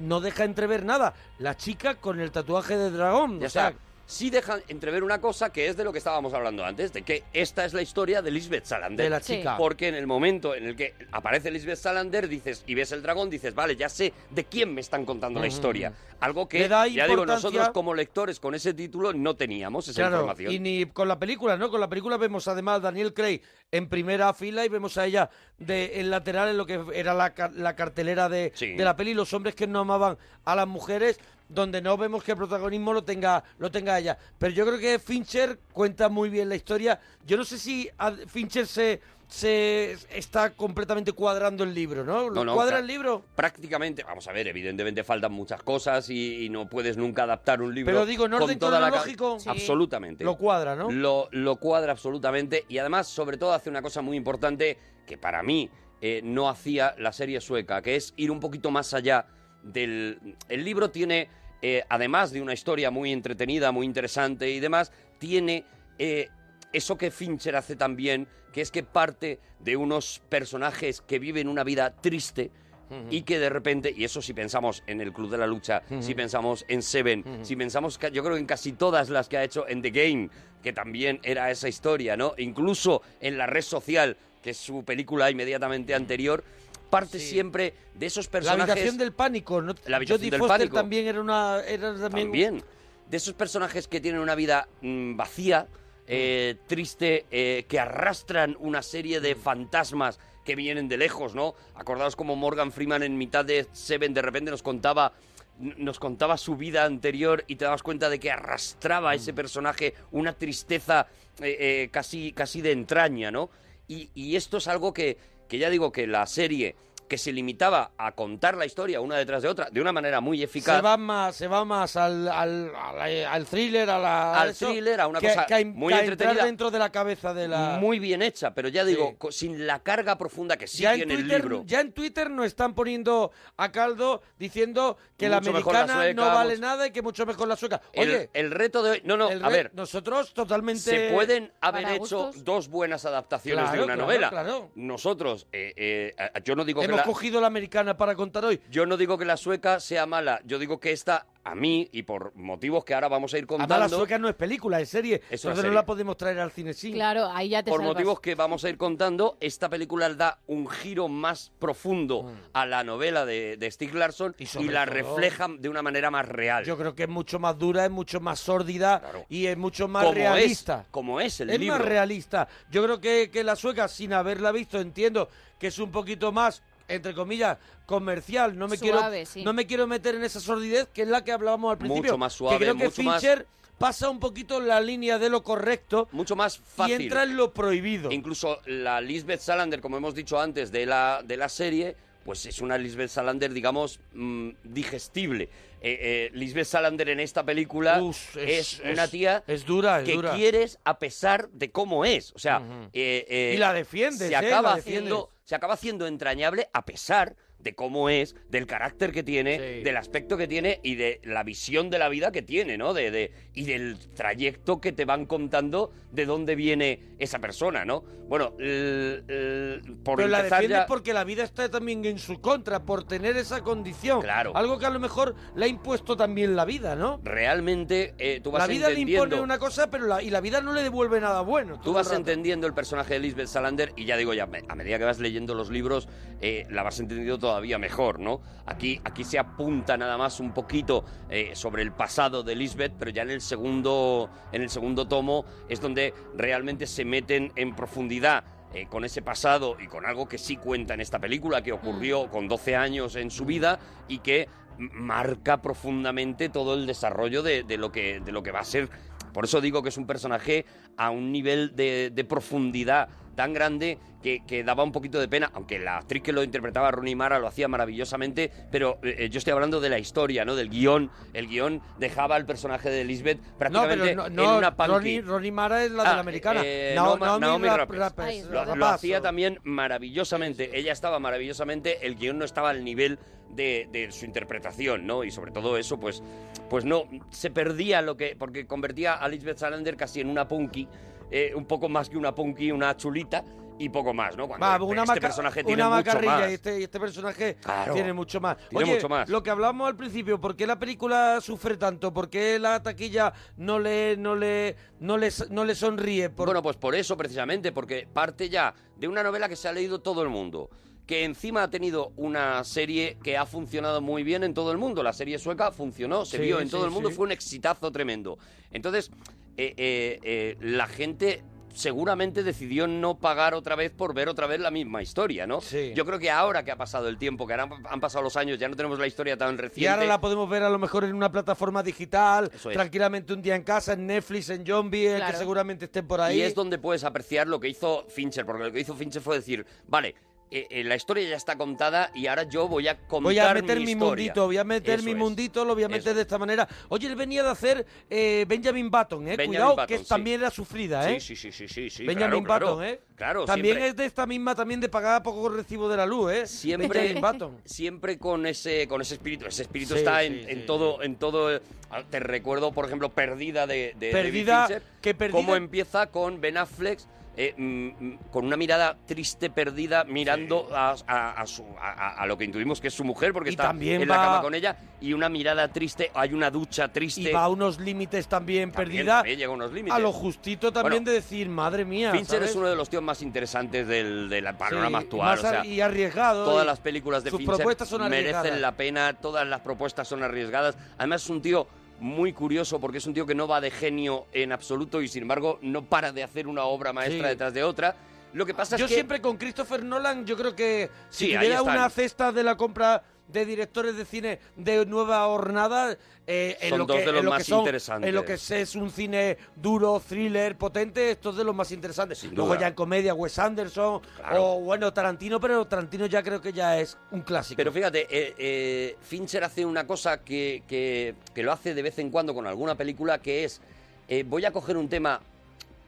S2: no deja entrever nada. La chica con el tatuaje de dragón.
S4: Ya
S2: o sea,
S4: está. Sí dejan entrever una cosa que es de lo que estábamos hablando antes, de que esta es la historia de Lisbeth Salander.
S2: De la Sí. chica.
S4: Porque en el momento en el que aparece Lisbeth Salander dices y ves el dragón, dices, vale, ya sé de quién me están contando la
S2: Ujú.
S4: historia. Algo que,
S2: Le da
S4: ya digo, nosotros
S2: importancia-
S4: como lectores con ese título no teníamos esa
S2: Claro,
S4: información.
S2: y ni con la película, ¿no? Con la película vemos además a Daniel Craig en primera fila y vemos a ella de en lateral en lo que era la, ca- la cartelera de, de la peli, los hombres que no amaban a las mujeres donde no vemos que el protagonismo lo tenga, lo tenga ella. Pero yo creo que Fincher cuenta muy bien la historia. Yo no sé si a- Fincher se, se está completamente cuadrando el libro, ¿no? ¿Lo
S4: No, no,
S2: cuadra
S4: pra-
S2: el libro?
S4: Prácticamente, vamos a ver, evidentemente faltan muchas cosas y, y no puedes nunca adaptar un libro.
S2: Pero digo, en orden
S4: con toda la ca-
S2: cronológico, Sí.
S4: Absolutamente.
S2: Lo cuadra, ¿no?
S4: Lo, lo cuadra absolutamente y además, sobre todo, hace una cosa muy importante que para mí eh, no hacía la serie sueca, que es ir un poquito más allá del... El libro tiene, eh, además de una historia muy entretenida, muy interesante y demás, tiene... eh, eso que Fincher hace también, que es que parte de unos personajes que viven una vida triste
S2: Ujú.
S4: y que de repente, y eso si pensamos en el Club de la Lucha,
S2: Ujú.
S4: si pensamos en Seven,
S2: Ujú.
S4: si pensamos, ca- yo creo que en casi todas las que ha hecho en The Game, que también era esa historia, ¿no? Incluso en La Red Social, que es su película inmediatamente anterior, parte siempre de esos personajes...
S2: La habitación del pánico, ¿no?
S4: La habitación
S2: Jodie
S4: del
S2: Foster
S4: pánico.
S2: también era una... Era también,
S4: También. De esos personajes que tienen una vida mm, vacía, eh, triste, eh, que arrastran una serie
S2: Mm.
S4: de fantasmas que vienen de lejos, ¿no? Acordaos como Morgan Freeman en mitad de Seven de repente nos contaba n- nos contaba su vida anterior y te dabas cuenta de que arrastraba a ese
S2: Mm.
S4: personaje una tristeza eh, eh, casi, casi de entraña, ¿no? Y, y esto es algo que, que ya digo que la serie que se limitaba a contar la historia una detrás de otra de una manera muy eficaz
S2: Se va más, se va más al, al, al- al thriller, a la...
S4: Al
S2: eso,
S4: thriller, a una
S2: que-
S4: cosa
S2: que a-
S4: muy
S2: que a
S4: entretenida.
S2: entrar dentro de la cabeza de la...
S4: muy bien hecha, pero ya digo, co- sin la carga profunda que sí
S2: ya, en
S4: tiene
S2: Twitter,
S4: el libro.
S2: ya en Twitter nos están poniendo a caldo diciendo que la
S4: Mucho mejor la
S2: americana
S4: sueca,
S2: no vale
S4: mucho-
S2: nada y que mucho mejor la sueca.
S4: El-
S2: Oye,
S4: el, reto de hoy. No, no,
S2: el
S4: a
S2: re-
S4: ver.
S2: nosotros totalmente...
S4: Se pueden haber
S2: para
S4: hecho
S2: gustos.
S4: dos buenas adaptaciones
S2: Claro,
S4: de una
S2: claro,
S4: novela.
S2: claro.
S4: Nosotros, eh, eh, a- yo no digo que
S2: Hemos
S4: la,
S2: cogido la americana para contar hoy.
S4: yo no digo que la sueca sea mala. Yo digo que esta, a mí, y por motivos que ahora vamos a ir contando,
S2: Además, la sueca no es película, es serie.
S4: Es una
S2: Entonces no
S4: serie.
S2: la podemos traer al cine sí.
S5: Claro, ahí ya te
S4: por
S5: salvas.
S4: motivos que vamos a ir contando, esta película le da un giro más profundo a la novela de, de Stieg Larsson y,
S2: Mm. sobre
S4: la
S2: todo-
S4: refleja de una manera más real.
S2: Yo creo que es mucho más dura, es mucho más sórdida y es mucho más
S4: Como es-
S2: realista.
S4: como es el
S2: es
S4: libro.
S2: más realista. Yo creo que, que la sueca, sin haberla visto, entiendo que es un poquito más entre comillas comercial no me
S5: Suave,
S2: quiero
S5: sí.
S2: no me quiero meter en esa sordidez que es la que hablábamos al principio
S4: Mucho más suave,
S2: que creo que
S4: mucho más-
S2: Fincher pasa un poquito la línea de lo correcto
S4: mucho más fácil.
S2: y entra en lo prohibido
S4: Incluso la Lisbeth Salander, como hemos dicho antes, de la, de la serie, pues es una Lisbeth Salander, digamos, mm, digestible. Eh, eh, Lisbeth Salander en esta película es, una tía
S2: es dura es
S4: que
S2: dura.
S4: quieres a pesar de cómo es. O sea, eh, eh,
S2: Y la defiendes,
S4: se
S2: ¿eh?
S4: acaba
S2: La
S4: haciendo, se acaba haciendo entrañable a pesar de cómo es, del carácter que tiene, del aspecto que tiene y de la visión de la vida que tiene, ¿no? De, de- y del trayecto que te van contando de dónde viene esa persona, ¿no? Bueno, el- el- por
S2: Pero la
S4: empezar
S2: defiende
S4: ya-
S2: porque la vida está también en su contra, por tener esa condición. Claro. Algo que a lo mejor le ha impuesto también la vida, ¿no?
S4: realmente eh, tú vas
S2: la vida le
S4: entendiendo-
S2: impone una cosa, pero la, y la vida no le devuelve nada bueno.
S4: Tú
S2: todo
S4: vas
S2: el rato.
S4: entendiendo el personaje de Lisbeth Salander y ya digo, ya me- a medida que vas leyendo los libros, eh, la vas entendiendo todavía mejor, ¿no? Aquí, aquí se apunta nada más un poquito eh, sobre el pasado de Lisbeth, pero ya en el segundo, en el segundo tomo es donde realmente se meten en profundidad. eh, con ese pasado y con algo que sí cuenta en esta película, que
S2: Mm.
S4: ocurrió con 12 años en su vida y que m- marca profundamente todo el desarrollo de, de lo, que, de lo que va a ser por eso digo que es un personaje a un nivel de, de profundidad tan grande que, que daba un poquito de pena, aunque la actriz que lo interpretaba, Rooney Mara, lo hacía maravillosamente, pero eh, yo estoy hablando de la historia, ¿no? Del guión. El guión dejaba al personaje de Lisbeth
S2: No, pero
S4: prácticamente
S2: no,
S4: en
S2: no
S4: una punky.
S2: Ronnie, Ronnie Mara es la de
S4: Ah,
S2: la americana.
S4: eh,
S2: Nao-
S4: Naoma- Naomi
S2: Rap-
S4: Rapace.
S2: Rapaz,
S4: Lo, lo
S2: Rapaz,
S4: hacía también maravillosamente. Ella estaba maravillosamente, el guión no estaba al nivel de, de su interpretación, ¿no? Y sobre todo eso, pues, pues no, se perdía lo que. porque convertía a Lisbeth Salander casi en una punky, eh, un poco más que una punky, una chulita y poco más, ¿no? Cuando
S2: Va,
S4: este
S2: una maca-
S4: personaje
S2: una
S4: tiene mucho
S2: macarrilla
S4: más.
S2: Y, este, y este personaje
S4: Claro.
S2: tiene mucho más.
S4: Tiene
S2: Oye,
S4: mucho más.
S2: Lo que hablábamos al principio, ¿por qué la película sufre tanto? ¿Por qué la taquilla no le, no le, no le, no le sonríe? Por-
S4: Bueno, pues por eso precisamente, porque parte ya de una novela que se ha leído todo el mundo, que encima ha tenido una serie que ha funcionado muy bien en todo el mundo. La serie sueca funcionó, se
S2: Sí,
S4: vio en
S2: sí,
S4: todo el mundo,
S2: sí.
S4: fue un exitazo tremendo. Entonces, eh, eh, eh, la gente seguramente decidió no pagar otra vez por ver otra vez la misma historia, ¿no? Yo creo que ahora que ha pasado el tiempo, que ahora han, han pasado los años, ya no tenemos la historia tan reciente.
S2: Y ahora la podemos ver a lo mejor en una plataforma digital,
S4: Eso es.
S2: tranquilamente un día en casa, en Netflix, en Zombie, eh, que
S4: Claro.
S2: seguramente estén por ahí.
S4: Y es donde puedes apreciar lo que hizo Fincher, porque lo que hizo Fincher fue decir, vale, eh, eh, la historia ya está contada y ahora yo voy a contar
S2: Voy a meter mi,
S4: mi historia.
S2: mundito, voy a meter
S4: Eso
S2: mi
S4: es.
S2: mundito, lo voy a meter de esta manera. Oye, él venía de hacer eh, Benjamin Button, ¿eh?
S4: Benjamin
S2: Cuidado, que
S4: Button, sí.
S2: también era sufrida, ¿eh?
S4: Sí, sí, sí, sí, sí, sí,
S2: Benjamin
S4: claro,
S2: Button,
S4: claro.
S2: ¿eh?
S4: Claro,
S2: También
S4: siempre.
S2: es de esta misma, también de pagar poco recibo de la luz, ¿eh?
S4: siempre
S2: Benjamin Button.
S4: [LAUGHS] siempre con ese con ese espíritu ese espíritu
S2: Sí,
S4: está
S2: sí,
S4: en,
S2: sí,
S4: en
S2: sí.
S4: todo en todo eh, te recuerdo por ejemplo perdida de, de David
S2: Perdida,
S4: Fincher,
S2: que Perdida-
S4: cómo empieza con Ben Affleck eh, mm, mm, con una mirada triste perdida mirando a, a- a su- a- a- a lo que intuimos que es su mujer porque
S2: Y
S4: está
S2: también
S4: en
S2: va-
S4: la cama con ella y una mirada triste hay una ducha triste
S2: Y va a unos límites también, perdida.
S4: también llega a unos límites.
S2: lo justito también
S4: Bueno,
S2: de decir, madre mía.
S4: Fincher
S2: ¿sabes?
S4: es uno de los tíos más interesantes del, del panorama
S2: Sí,
S4: actual.
S2: más
S4: o sea,
S2: y arriesgado,
S4: Todas
S2: y
S4: las películas de
S2: sus
S4: Fincher
S2: propuestas son arriesgadas.
S4: merecen la pena, todas las propuestas son arriesgadas. Además es un tío muy curioso porque es un tío que no va de genio en absoluto y sin embargo no para de hacer una obra maestra
S2: Sí.
S4: detrás de otra. Lo que pasa
S2: Yo
S4: es que...
S2: siempre con Christopher Nolan, yo creo que si
S4: Sí, ahí
S2: tuviera
S4: están.
S2: una cesta de la compra de directores de cine de nueva hornada, eh, en
S4: Son
S2: lo que,
S4: dos de los
S2: en lo que
S4: más
S2: son-
S4: interesantes.
S2: En lo que es, es un cine duro, thriller, potente, esto es de los más interesantes. Luego
S4: duda.
S2: ya en comedia, Wes Anderson, o bueno, Tarantino, pero Tarantino ya creo que ya es un clásico.
S4: Pero fíjate, eh, eh, Fincher hace una cosa que, que- que lo hace de vez en cuando con alguna película, que es, eh, voy a coger un tema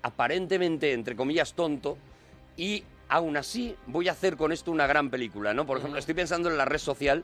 S4: aparentemente, entre comillas, tonto, y aún así voy a hacer con esto una gran película, ¿no? Por ejemplo, estoy pensando en la red social,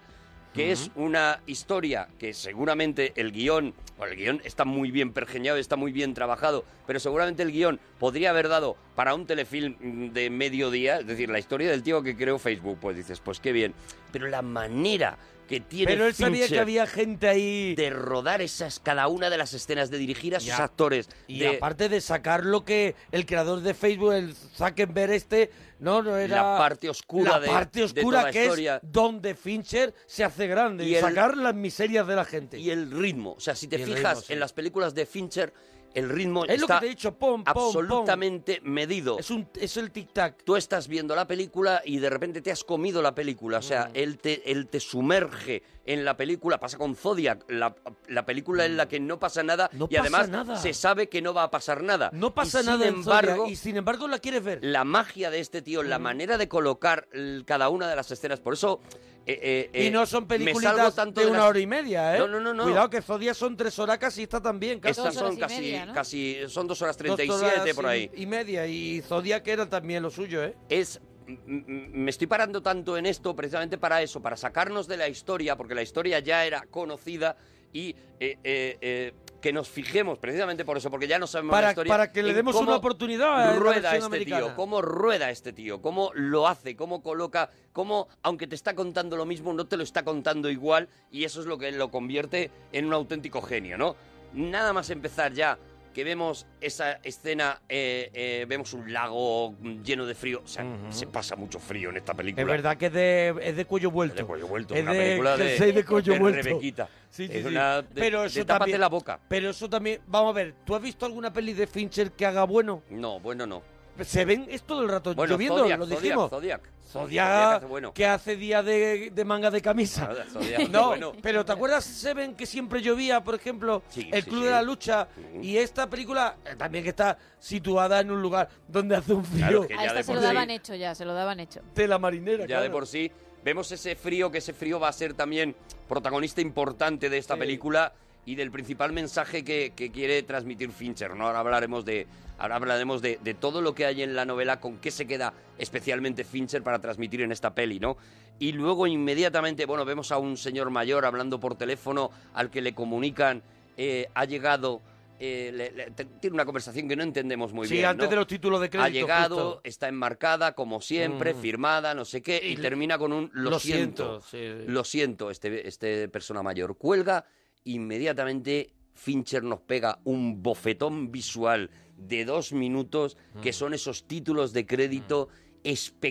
S4: que es una historia que seguramente el guión, o el guión está muy bien pergeñado, está muy bien trabajado, pero seguramente el guión podría haber dado para un telefilm mm, de mediodía, es decir, la historia del tío que creó Facebook, pues dices, pues qué bien, pero la manera que tiene
S2: Pero él sabía
S4: Fincher
S2: que había gente ahí.
S4: de rodar esas cada una de las escenas de dirigir a sus
S2: Ya.
S4: actores
S2: Y
S4: de-
S2: aparte de sacar lo que el creador de Facebook, el Zuckerberg este, no, no era...
S4: La parte oscura
S2: La
S4: de-
S2: parte
S4: de
S2: oscura
S4: toda
S2: que
S4: historia.
S2: es donde Fincher se hace grande. Y
S4: Y el-
S2: sacar las miserias de la gente.
S4: y el ritmo. O sea, si te
S2: Y el
S4: fijas
S2: ritmo, sí.
S4: en las películas de Fincher, el ritmo
S2: Es lo
S4: está
S2: que te he dicho, pom, pom, pom.
S4: absolutamente medido. Es,
S2: un, es el tic-tac.
S4: Tú estás viendo la película y de repente te has comido la película. O
S2: Mm.
S4: sea, él, te, él te sumerge en la película. Pasa con Zodiac, la, la película en la que no pasa nada
S2: Mm. No
S4: y además
S2: pasa nada.
S4: se sabe que no va a pasar nada.
S2: No pasa
S4: Y
S2: nada
S4: Sin embargo,
S2: y sin embargo la quieres ver. Mm.
S4: la magia de este tío, la manera de colocar l- cada una de las escenas. Por eso. eh, eh,
S2: y
S4: eh,
S2: no son
S4: me salgo
S2: películas
S4: tanto
S2: de
S4: de
S2: una
S4: las-
S2: hora y media, ¿eh?
S4: No, no, no, no.
S2: Cuidado que Zodiac son tres horacas y está también. casi.
S4: Estas son casi, casi. Son dos horas
S2: Dos
S4: 37
S2: horas
S4: por
S2: y-
S4: ahí.
S2: Y media. Y Zodiac era también lo suyo, ¿eh?
S4: es m- m- me estoy parando tanto en esto precisamente para eso, para sacarnos de la historia, porque la historia ya era conocida y eh, eh, eh, que nos fijemos precisamente por eso, porque ya no sabemos la
S2: Para,
S4: historia.
S2: para que le
S4: en
S2: demos
S4: cómo
S2: una oportunidad a la
S4: rueda
S2: versión
S4: este
S2: americana.
S4: tío, cómo rueda este tío, cómo lo hace, cómo coloca, cómo aunque te está contando lo mismo no te lo está contando igual y eso es lo que lo convierte en un auténtico genio, ¿no? Nada más empezar ya que vemos esa escena, eh, eh, vemos un lago lleno de frío, o sea, se pasa mucho frío en esta película.
S2: Es verdad que es de, es de cuello vuelto. Es de cuello
S4: vuelto,
S2: Es
S4: una película de-
S2: jersey de cuello
S4: de
S2: vuelto.
S4: Rebequita.
S2: Sí, sí,
S4: Es
S2: sí.
S4: una de-
S2: pero
S4: de
S2: eso
S4: tápate
S2: también,
S4: la boca.
S2: Pero eso también... Vamos a ver, ¿tú has visto alguna peli de Fincher que haga bueno?
S4: No, bueno, no.
S2: Se ven es todo el rato
S4: Bueno,
S2: lloviendo,
S4: Zodiac,
S2: lo
S4: Zodiac,
S2: dijimos.
S4: Zodiac.
S2: Zodiac
S4: Zodiac hace bueno.
S2: que hace día de, de manga de camisa.
S4: Claro, Zodiac hace
S2: [LAUGHS] no,
S4: bueno.
S2: pero ¿te acuerdas Seven que siempre llovía, por ejemplo?
S4: Sí,
S2: el
S4: sí,
S2: Club
S4: sí.
S2: de la Lucha. Y esta película eh, también que está situada en un lugar donde hace un frío.
S4: que
S5: A
S4: ya
S5: esta
S4: de
S5: se
S4: por
S5: lo
S4: sí-
S5: daban hecho ya, se lo daban hecho.
S2: De la marinera,
S4: Ya de por sí vemos ese frío, que ese frío va a ser también protagonista importante de esta
S2: Sí.
S4: película y del principal mensaje que, que quiere transmitir Fincher. ¿no? Ahora hablaremos, de, ahora hablaremos de, de todo lo que hay en la novela, con qué se queda especialmente Fincher para transmitir en esta peli, ¿no? Y luego inmediatamente, bueno, vemos a un señor mayor hablando por teléfono al que le comunican, eh, ha llegado... eh, le- le- te- tiene una conversación que no entendemos muy
S2: sí,
S4: bien.
S2: antes
S4: ¿no?
S2: de los títulos de crédito.
S4: ha llegado,
S2: justo.
S4: está enmarcada como siempre,
S2: Mm.
S4: firmada, no sé qué, y,
S2: Y le-
S4: termina con un lo,
S2: lo
S4: siento,
S2: siento, sí.
S4: lo siento, este, este persona mayor cuelga, inmediatamente Fincher nos pega un bofetón visual de dos minutos,
S2: Mm.
S4: que son esos títulos de crédito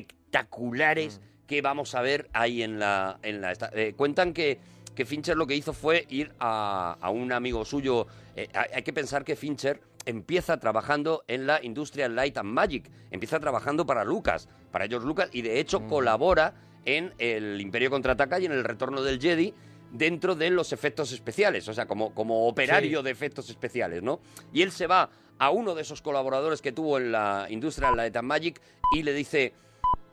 S4: espectaculares
S2: Mm.
S4: que vamos a ver ahí en la... En la esta- eh, cuentan que, que Fincher lo que hizo fue ir a, a un amigo suyo, eh, hay hay que pensar que Fincher empieza trabajando en la industria Light and Magic, empieza trabajando para Lucas, para George Lucas, y de hecho colabora en el Imperio Contraataca y en el Retorno del Jedi dentro de los efectos especiales, o sea, como, como operario
S2: Sí.
S4: de efectos especiales, ¿no? Y él se va a uno de esos colaboradores que tuvo en la industria Light and Magic y le dice,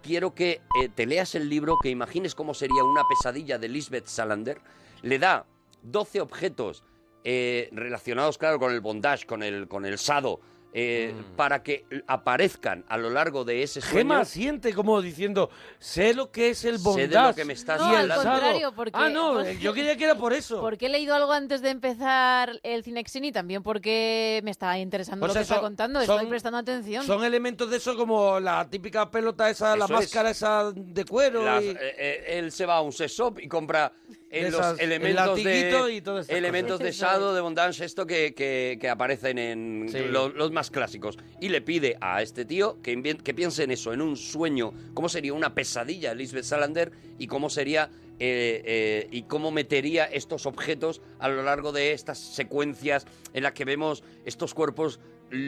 S4: quiero que eh, te leas el libro, que imagines cómo sería una pesadilla de Lisbeth Salander. Le da 12 objetos eh, relacionados, claro, con el bondage, con el, con el sado, eh,
S2: Mm.
S4: para que aparezcan a lo largo de ese sueño.
S2: Gema siente como diciendo, sé lo que es el bondage.
S4: Sé de lo que me estás
S2: y
S5: No, al
S2: el sado".
S5: contrario, porque...
S2: Ah, no,
S5: porque-
S2: eh, yo quería que era por eso.
S5: Porque he leído algo antes de empezar el Cinexin y también porque me está interesando
S2: O
S5: lo
S2: sea,
S5: que está
S2: son-
S5: contando,
S2: Pues son-
S5: estoy prestando atención.
S2: Son elementos de eso como la típica pelota esa, la
S4: Eso es.
S2: máscara esa de cuero.
S4: Las-
S2: y-
S4: eh, eh, él se va a un sex shop y compra eh,
S2: De
S4: los
S2: esas- el
S4: elementos
S2: latiguito
S4: de
S2: y todas estas
S4: elementos de
S2: cosas.
S4: Shadow, de Bondage, esto que, que- que aparecen en
S2: Sí.
S4: lo- los, más clásicos. Y le pide a este tío que, invien- que piense en eso, en un sueño, cómo sería una pesadilla de Lisbeth Salander y cómo sería eh, eh, y cómo metería estos objetos a lo largo de estas secuencias en las que vemos estos cuerpos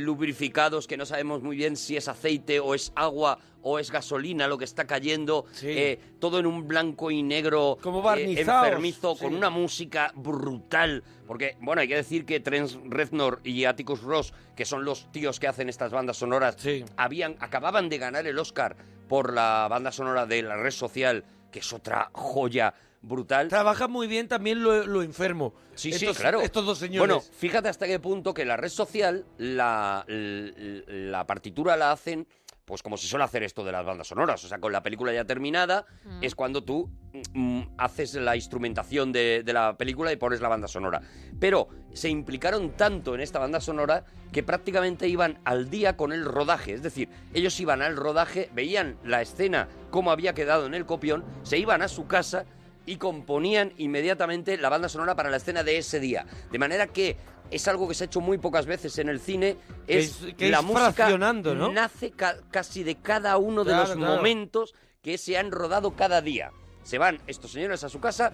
S4: lubrificados que no sabemos muy bien si es aceite o es agua o es gasolina lo que está cayendo eh, todo en un blanco y negro como
S2: barnizados,
S4: eh, enfermizo
S2: sí.
S4: con una música brutal porque bueno hay que decir que Trent Reznor y Atticus Ross que son los tíos que hacen estas bandas sonoras habían acababan de ganar el Oscar por la banda sonora de la red social que es otra joya brutal
S2: Trabaja muy bien también lo, lo enfermo.
S4: Sí,
S2: Estos-
S4: sí, claro.
S2: Estos dos señores.
S4: Bueno, fíjate hasta qué punto que la red social, la, l- l- la partitura la hacen, pues como se suele hacer esto de las bandas sonoras. O sea, con la película ya terminada,
S2: Mm.
S4: es cuando tú mm, haces la instrumentación de, de la película y pones la banda sonora. Pero se implicaron tanto en esta banda sonora que prácticamente iban al día con el rodaje. Es decir, ellos iban al rodaje, veían la escena, cómo había quedado en el copión, se iban a su casa y componían inmediatamente la banda sonora para la escena de ese día. De manera que es algo que se ha hecho muy pocas veces en el cine,
S2: Que
S4: es
S2: es- que
S4: la
S2: es
S4: música
S2: fraccionando, ¿no?
S4: nace ca- casi de cada uno de
S2: Claro,
S4: los
S2: claro.
S4: momentos que se han rodado cada día. Se van estos señores a su casa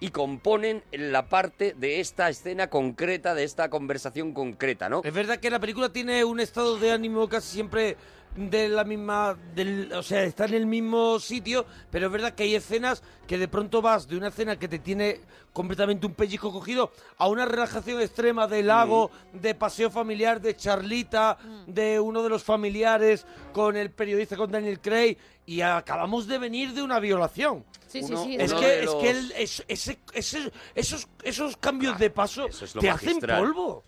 S4: y componen la parte de esta escena concreta, de esta conversación concreta, ¿no?
S2: Es verdad que la película tiene un estado de ánimo casi siempre de la misma, del, o sea, está en el mismo sitio, pero es verdad que hay escenas que de pronto vas de una escena que te tiene completamente un pellizco cogido a una relajación extrema
S5: Mm.
S2: de lago, de paseo familiar, de charlita,
S5: Mm.
S2: de uno de los familiares con el periodista, con Daniel Craig, y acabamos de venir de una violación.
S5: Sí, sí, Uno- sí,
S2: Es
S5: uno
S2: que,
S5: de
S2: es
S5: los- Ah,
S2: que el- es- ese- ese- esos, esos cambios de paso
S4: es lo
S2: te
S4: magistral.
S2: hacen polvo.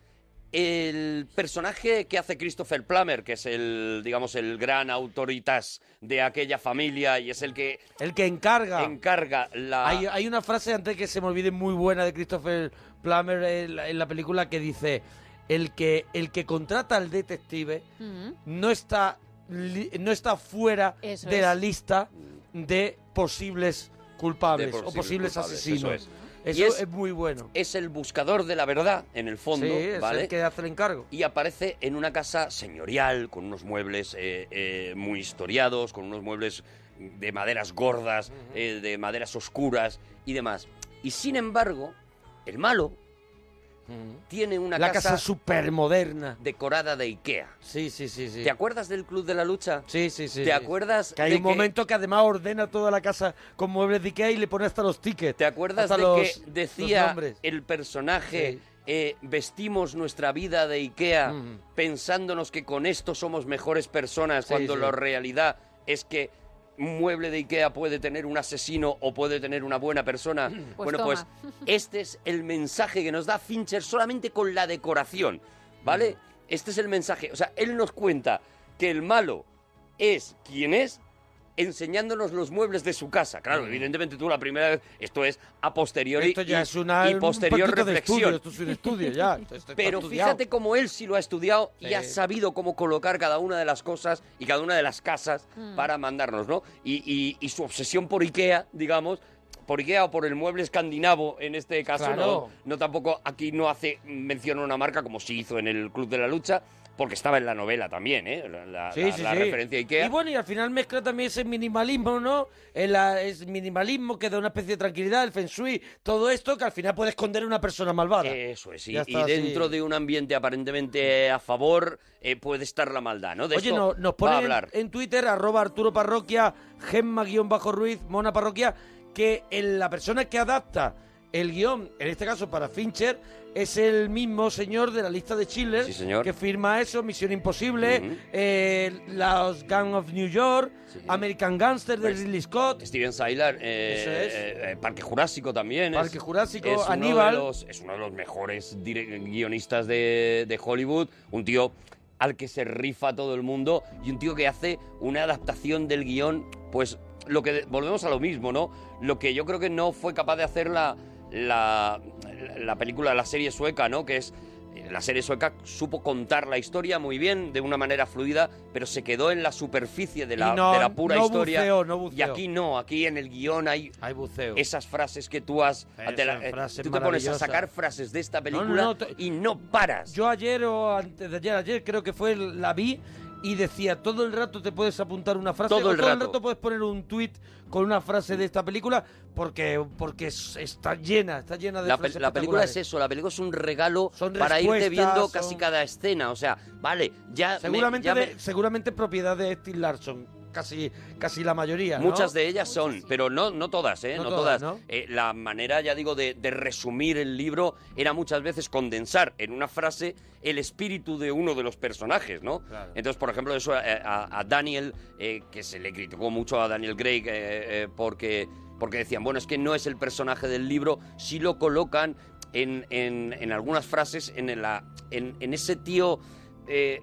S4: El personaje que hace Christopher Plummer, que es el, digamos, el gran autoritas de aquella familia y es el que
S2: El que encarga.
S4: encarga la...
S2: Hay, hay una frase antes que se me olvide muy buena de Christopher Plummer en la, en la película que dice el que el que contrata al detective no está li- no está fuera
S5: Eso
S2: de
S5: es.
S2: la lista de posibles
S4: De
S2: culpables
S4: posibles
S2: o posibles
S4: culpables,
S2: asesinos.
S4: eso es.
S2: Eso
S4: Y
S2: es,
S4: es-
S2: muy bueno.
S4: es el buscador de la verdad, en el fondo,
S2: Sí, es
S4: ¿vale?
S2: el que hace el encargo.
S4: Y aparece en una casa señorial, con unos muebles eh, eh, muy historiados, con unos muebles de maderas gordas, eh, de maderas oscuras y demás. Y sin embargo, el malo tiene una
S2: la casa supermoderna.
S4: decorada de Ikea.
S2: Sí, sí, sí, sí.
S4: ¿Te acuerdas del Club de la Lucha?
S2: Sí, sí, sí.
S4: ¿Te
S2: sí.
S4: acuerdas
S2: Que hay
S4: de
S2: un
S4: que-
S2: momento que además ordena toda la casa con muebles de Ikea y le pone hasta los tickets.
S4: ¿Te
S2: ¿Te
S4: acuerdas de que decía el personaje eh, vestimos nuestra vida de Ikea
S2: Mm.
S4: pensándonos que con esto somos mejores personas
S2: Sí,
S4: cuando
S2: sí.
S4: la realidad es que un mueble de Ikea puede tener un asesino o puede tener una buena
S2: [CLEARS THROAT]
S4: persona? bueno, pues
S2: toma. [LAUGHS]
S4: este es el mensaje que nos da Fincher solamente con la decoración, ¿vale?
S2: Mm.
S4: Este es el mensaje. O sea, él nos cuenta que el malo es quien es enseñándonos los muebles de su casa. Claro, evidentemente tú la primera vez, esto es a posteriori
S2: Mm. Esto ya
S4: y,
S2: es una,
S4: y posterior
S2: un poquito de
S4: reflexión.
S2: estudio, esto es un estudio ya.
S4: [LAUGHS]
S2: esto está
S4: Pero
S2: estudiado.
S4: fíjate cómo él sí lo ha estudiado y
S2: Sí.
S4: ha sabido cómo colocar cada una de las cosas y cada una de las casas
S2: Mm.
S4: para mandarnos, ¿no? Y, y- y su obsesión por Ikea, digamos, por Ikea o por el mueble escandinavo en este caso,
S2: Claro.
S4: ¿no? No tampoco aquí no hace mención a una marca como sí hizo en el Club de la Lucha, porque estaba en la novela también, ¿eh? La, la-
S2: Sí,
S4: la-
S2: sí,
S4: la
S2: sí.
S4: referencia a Ikea.
S2: Y bueno, y al final mezcla también ese minimalismo, ¿no? El, ah, es minimalismo que da una especie de tranquilidad, el feng shui, todo esto que al final puede esconder una persona malvada.
S4: Eso es, Sí, y dentro de un ambiente aparentemente a favor eh, puede estar la maldad, ¿no? De
S2: Oye,
S4: esto
S2: no- nos
S4: va a
S2: ponen en-
S4: hablar.
S2: en, Twitter, arroba Arturo Parroquia, Gemma-Ruiz, Mona Parroquia, que el- la persona que adapta el guión, en este caso para Fincher, es el mismo señor de la lista de Schindler
S4: Sí, señor.
S2: que firma eso, Misión Imposible,
S4: Ujú.
S2: eh, los Gang of New York, American Gangster de Ridley Scott.
S4: Pues, Steven Sylar, eh,
S2: Eso es.
S4: eh, eh, Parque Jurásico también. es-
S2: Parque Jurásico,
S4: es uno de
S2: Aníbal.
S4: los- es uno de los mejores dire- guionistas de, de Hollywood, un tío al que se rifa todo el mundo y un tío que hace una adaptación del guión, pues lo que volvemos a lo mismo, ¿no? Lo que yo creo que no fue capaz de hacer la, la, la película, la serie sueca, ¿no? Que es eh, la serie sueca supo contar la historia muy bien, de una manera fluida, pero se quedó en la superficie de la,
S2: Y no-
S4: de la pura
S2: no
S4: historia.
S2: buceó, no
S4: Y
S2: buceó.
S4: aquí no, aquí en el guión hay, esas frases que tú has...
S2: Esas
S4: te la- eh,
S2: frases
S4: tú te pones a
S2: maravillosas.
S4: sacar frases de esta película
S2: y
S4: no paras.
S2: Yo ayer o antes de ayer, ayer creo que fue, la vi y decía, todo el rato te puedes apuntar una frase,
S4: Todo
S2: o
S4: el
S2: todo el
S4: rato.
S2: rato puedes poner un tweet con una frase de esta película, porque, porque es- está llena, está llena de
S4: La, pe-
S2: frases
S4: la película
S2: espectaculares.
S4: es eso, la película es un regalo
S2: Son
S4: para irte
S2: respuestas,
S4: viendo
S2: son-
S4: casi cada escena. O sea, vale, ya. me-
S2: Seguramente,
S4: ya me-
S2: de- seguramente propiedad de Steve Larson, casi, casi la mayoría. ¿no?
S4: Muchas de ellas son, pero no, no todas, ¿eh?
S2: No
S4: No,
S2: todas,
S4: todas.
S2: ¿no?
S4: Eh, la manera, ya digo, de, de resumir el libro era muchas veces condensar en una frase el espíritu de uno de los personajes, ¿no?
S7: Claro.
S4: Entonces, por ejemplo, eso eh, a, a Daniel, eh, que se le criticó mucho a Daniel Craig eh, eh, porque, porque decían, bueno, es que no es el personaje del libro, si lo colocan en, en- en algunas frases, en, la, en, en ese tío... eh,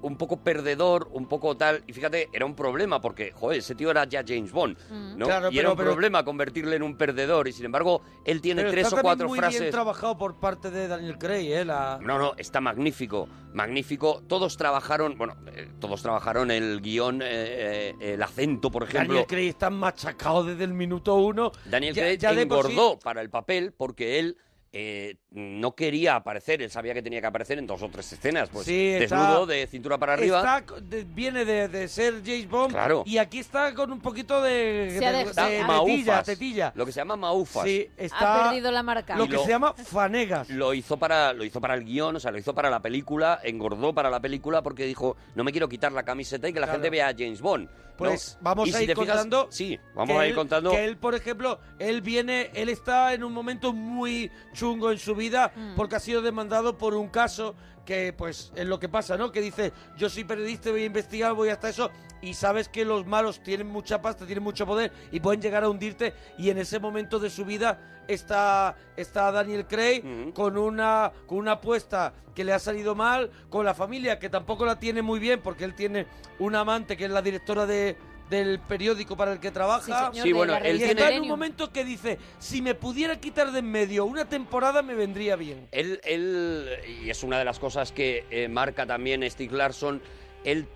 S4: un poco perdedor, un poco tal. Y fíjate, era un problema porque, joder, ese tío era ya James Bond,
S2: Mm.
S4: ¿no?
S2: Claro,
S4: y era
S2: pero-
S4: un
S2: pero-
S4: problema convertirle en un perdedor. Y sin embargo, él tiene
S2: Pero
S4: tres
S2: está
S4: o
S2: también
S4: cuatro
S2: muy
S4: frases.
S2: bien trabajado por parte de Daniel Craig, ¿eh? La...
S4: No, no, está magnífico, magnífico. Todos trabajaron, bueno, eh, todos trabajaron el guión, eh, eh, el acento, por ejemplo.
S2: Daniel Craig está machacado desde el minuto uno.
S4: Daniel
S2: Ya-
S4: Craig
S2: ya de por sí-
S4: engordó para el papel porque él eh, no quería aparecer, él sabía que tenía que aparecer en dos o tres escenas, pues
S2: Sí, está-
S4: desnudo, de cintura para arriba.
S2: Está co- de- viene de, de ser James Bond
S4: Claro.
S2: y aquí está con un poquito de,
S5: Se ha
S2: de-
S5: dejado-
S2: de
S5: Está
S2: tetilla,
S4: maufas.
S2: tetilla.
S4: Lo que se llama maufas.
S2: Sí,
S5: Ha
S2: está
S5: perdido la marca.
S2: lo que se llama fanegas.
S4: Lo hizo para lo hizo para el guión, o sea, lo hizo para la película, engordó para la película porque dijo, no me quiero quitar la camiseta y que la
S2: Claro.
S4: gente vea a James Bond. ¿no?
S2: Pues vamos
S4: Y
S2: a
S4: si te
S2: ir
S4: fijas-
S2: contando
S4: sí, vamos a ir
S2: él-
S4: contando.
S2: que él, por ejemplo, él viene, él está en un momento muy chungo en su vida porque ha sido demandado por un caso que, pues, es lo que pasa, ¿no? Que dice, yo soy periodista, voy a investigar, voy hasta eso y sabes que los malos tienen mucha pasta, tienen mucho poder y pueden llegar a hundirte y en ese momento de su vida está, está Daniel Craig con, una, con una apuesta que le ha salido mal, con la familia que tampoco la tiene muy bien porque él tiene una amante que es la directora de del periódico para el que trabaja.
S4: Sí, señor, Sí, de bueno, la él
S2: y
S4: revista
S2: está en
S4: Millennium.
S2: un momento que dice, si me pudiera quitar de en medio una temporada me vendría bien.
S4: Él, él, y es una de las cosas que eh, marca también Steve Larson, él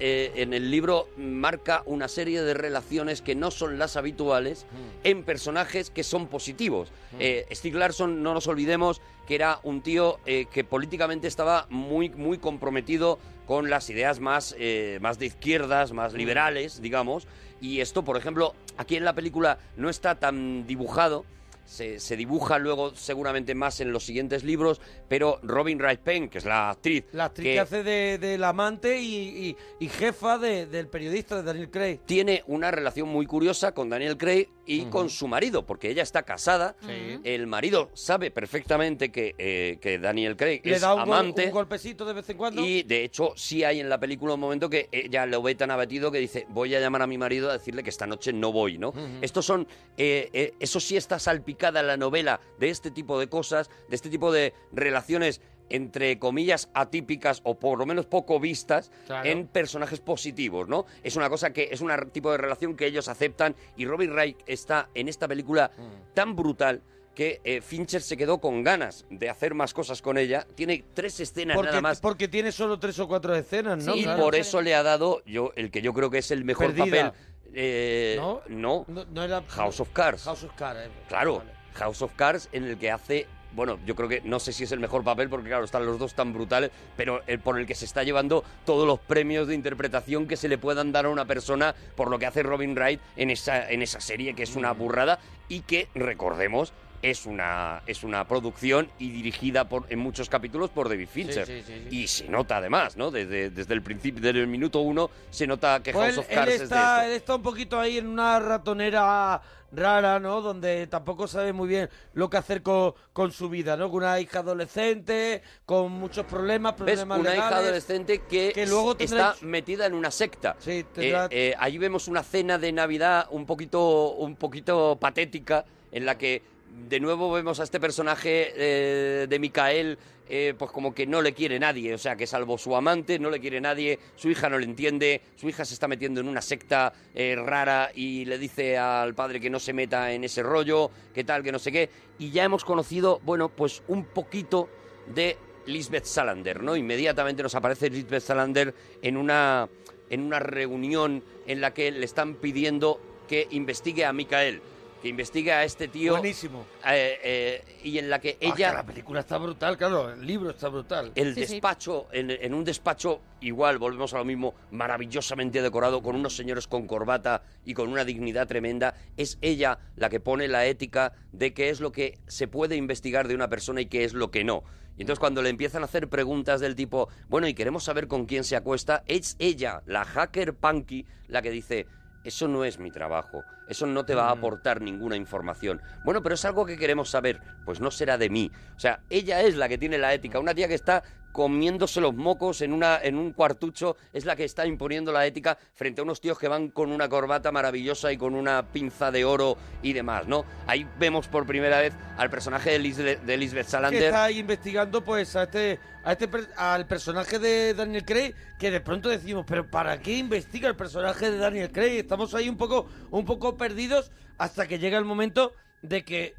S4: eh, en el libro marca una serie de relaciones que no son las habituales
S2: Mm.
S4: en personajes que son positivos. Eh, Steve Larson, no nos olvidemos que era un tío eh, que políticamente estaba muy, muy comprometido con las ideas más, eh, más de izquierdas, más
S2: Mm.
S4: liberales, digamos. Y esto, por ejemplo, aquí en la película no está tan dibujado, se, se dibuja luego seguramente más en los siguientes libros, pero Robin Wright Penn, que es la actriz,
S2: La actriz que hace de, del amante y, y- y jefa de- del periodista de Daniel Craig.
S4: tiene una relación muy curiosa con Daniel Craig y con su marido, porque ella está casada,
S2: Sí.
S4: el marido sabe perfectamente que, eh, que Daniel Craig
S2: Le
S4: es
S2: da un, gol-
S4: amante.
S2: un golpecito de vez en cuando.
S4: Y de hecho, sí hay en la película un momento que ella lo ve tan abatido que dice: Voy a llamar a mi marido a decirle que esta noche no voy, ¿no? Estos son. eh, eh, eso sí está salpicada la novela de este tipo de cosas, de este tipo de relaciones entre comillas atípicas o por lo menos poco vistas
S2: Claro.
S4: en personajes positivos, ¿no? Es una cosa que es un ar- tipo de relación que ellos aceptan y Robin Wright está en esta película tan brutal que eh, Fincher se quedó con ganas de hacer más cosas con ella. Tiene tres escenas
S2: porque,
S4: nada más
S2: porque tiene solo tres o cuatro escenas, ¿no?
S4: y
S2: Claro.
S4: por eso le ha dado yo el que yo creo que es el mejor
S2: Perdida.
S4: papel. Eh,
S2: ¿No?
S4: ¿No?
S2: No era
S4: House of Cards.
S2: House of Cards. eh.
S4: Claro, House of Cards en el que hace bueno, yo creo que no sé si es el mejor papel porque claro, están los dos tan brutales, pero el por el que se está llevando todos los premios de interpretación que se le puedan dar a una persona por lo que hace Robin Wright en esa, en esa serie que es
S2: Mm.
S4: una burrada y que, recordemos, es una, es una producción y dirigida por, en muchos capítulos por David Fincher.
S2: sí, sí,
S4: Y se nota además, ¿no? Desde, desde el principio, desde el minuto uno, se nota que
S2: Pues
S4: House
S2: él,
S4: of
S2: él
S4: Cards es de esto.
S2: está, él está un poquito ahí en una ratonera rara, ¿no? Donde tampoco sabe muy bien lo que hacer con, con su vida, ¿no? Con una hija adolescente, con muchos problemas,
S4: ¿Ves?
S2: problemas
S4: Una hija
S2: legales.
S4: adolescente que,
S2: que luego tendrá-
S4: está metida en una secta.
S2: tendrá-
S4: Eh, eh, allí vemos una cena de Navidad un poquito, un poquito patética en la que de nuevo vemos a este personaje eh, de Micael eh, pues como que no le quiere nadie, o sea que salvo su amante no le quiere nadie, su hija no le entiende, su hija se está metiendo en una secta eh, rara y le dice al padre que no se meta en ese rollo, que tal, que no sé qué, y ya hemos conocido, bueno, pues un poquito de Lisbeth Salander, ¿no? Inmediatamente nos aparece Lisbeth Salander en una, en una reunión en la que le están pidiendo que investigue a Micael, que investigue a este tío.
S2: Buenísimo.
S4: Eh, eh, y en la que
S2: Ah,
S4: ella...
S2: que la película está brutal, claro, el libro está brutal.
S4: El despacho, En, en un despacho igual, volvemos a lo mismo, maravillosamente decorado, con unos señores con corbata y con una dignidad tremenda, es ella la que pone la ética de qué es lo que se puede investigar de una persona y qué es lo que no. Y entonces cuando le empiezan a hacer preguntas del tipo, bueno, y queremos saber con quién se acuesta, es ella, la hacker punky, la que dice, eso no es mi trabajo, eso no te va a
S2: Mm.
S4: aportar ninguna información. Bueno, pero es algo que queremos saber, pues no será de mí. O sea, ella es la que tiene la ética, una tía que está comiéndose los mocos en, una, en un cuartucho, es la que está imponiendo la ética frente a unos tíos que van con una corbata maravillosa y con una pinza de oro y demás, ¿no? Ahí vemos por primera vez al personaje de, Lisle- de Lisbeth Salander.
S2: que está ahí investigando pues a este a este per- al personaje de Daniel Craig que de pronto decimos pero para qué investiga el personaje de Daniel Craig estamos ahí un poco un poco perdidos hasta que llega el momento de que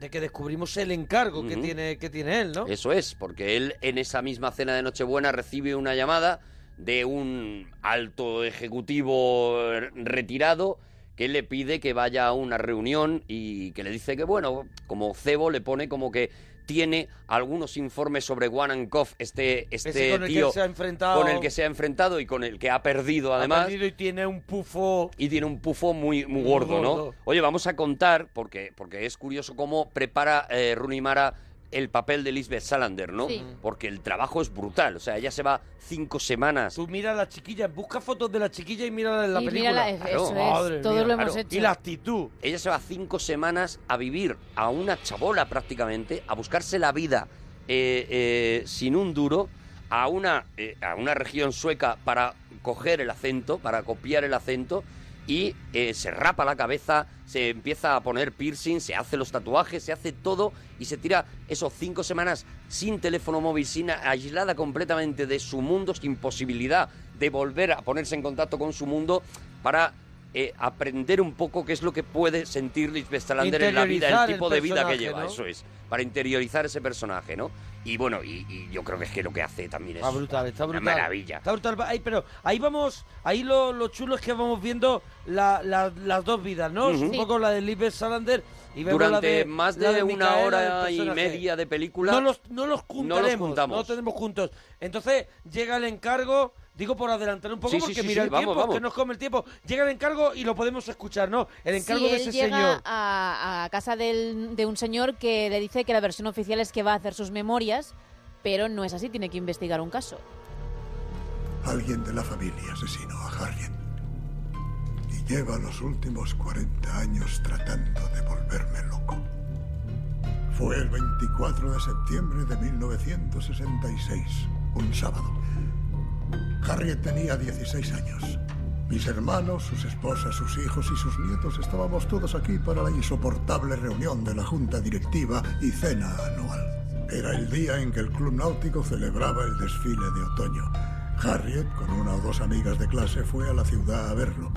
S2: de que descubrimos el encargo que
S4: Ujú.
S2: tiene que tiene él no
S4: Eso es, porque él en esa misma cena de Nochebuena recibe una llamada de un alto ejecutivo eh, retirado que le pide que vaya a una reunión y que le dice que, bueno, como cebo le pone como que tiene algunos informes sobre Wanankov, este,
S2: Ese
S4: este
S2: con el
S4: tío
S2: que se ha enfrentado
S4: con el que se ha enfrentado y con el que ha perdido
S2: ha
S4: además.
S2: perdido y tiene un pufo
S4: Y tiene un pufo muy, muy
S2: Muy
S4: gordo,
S2: gordo.
S4: ¿no? Oye, vamos a contar, porque, porque es curioso cómo prepara eh, Rooney Mara el papel de Lisbeth Salander, ¿no?
S2: Sí.
S4: Porque el trabajo es brutal. O sea, ella se va cinco semanas.
S2: Tú mira a la chiquilla, busca fotos de la chiquilla y mírala en la
S5: Y
S2: película.
S5: mírala, es- eso es,
S2: Madre
S5: todo
S2: mía,
S5: lo hemos hecho.
S2: Y la actitud.
S4: Ella se va cinco semanas a vivir a una chabola prácticamente, a buscarse la vida eh, eh, sin un duro, a una, eh, a una región sueca para coger el acento, para copiar el acento, y eh, se rapa la cabeza, se empieza a poner piercing, se hace los tatuajes, se hace todo y se tira esos cinco semanas sin teléfono móvil, sin, aislada completamente de su mundo, sin posibilidad de volver a ponerse en contacto con su mundo para eh, aprender un poco qué es lo que puede sentir Lisbeth Salander en la vida,
S2: Interiorizar
S4: el
S2: el
S4: tipo de vida que
S2: personaje,
S4: lleva,
S2: ¿no?
S4: eso es, para interiorizar ese personaje, ¿no? Y bueno, y, y yo creo que es que lo que hace también es
S2: Está brutal, está
S4: una
S2: brutal.
S4: maravilla.
S2: Está brutal. Ahí, pero ahí vamos, ahí lo, lo chulo es que vamos viendo la- la- las dos vidas, ¿no?
S4: Ujú.
S2: Un
S4: Sí.
S2: poco la de Lisbeth Salander y vemos la
S4: Durante
S2: de
S4: más de,
S2: la de
S4: una
S2: Micaela,
S4: hora
S2: del
S4: y
S2: personaje.
S4: media de película
S2: No los, no los juntaremos. No
S4: juntamos.
S2: tenemos juntos. Entonces llega el encargo. Digo por adelantar un poco
S4: Sí, sí,
S2: porque
S4: sí, sí,
S2: mira el
S4: vamos,
S2: tiempo,
S4: vamos.
S2: que nos come el tiempo. Llega el encargo y lo podemos escuchar, ¿no? El encargo
S5: Sí,
S2: de
S5: él
S2: ese
S5: llega
S2: señor.
S5: A, a casa del- de un señor que le dice que la versión oficial es que va a hacer sus memorias, pero no es así, tiene que investigar un caso.
S7: Alguien de la familia asesinó a Harriet y lleva los últimos 40 años tratando de volverme loco. Fue el 24 de septiembre de 1966, un sábado. Harriet tenía 16 años. Mis hermanos, sus esposas, sus hijos y sus nietos estábamos todos aquí para la insoportable reunión de la junta directiva y cena anual. Era el día en que el Club Náutico celebraba el desfile de otoño. Harriet, con una o dos amigas de clase, fue a la ciudad a verlo.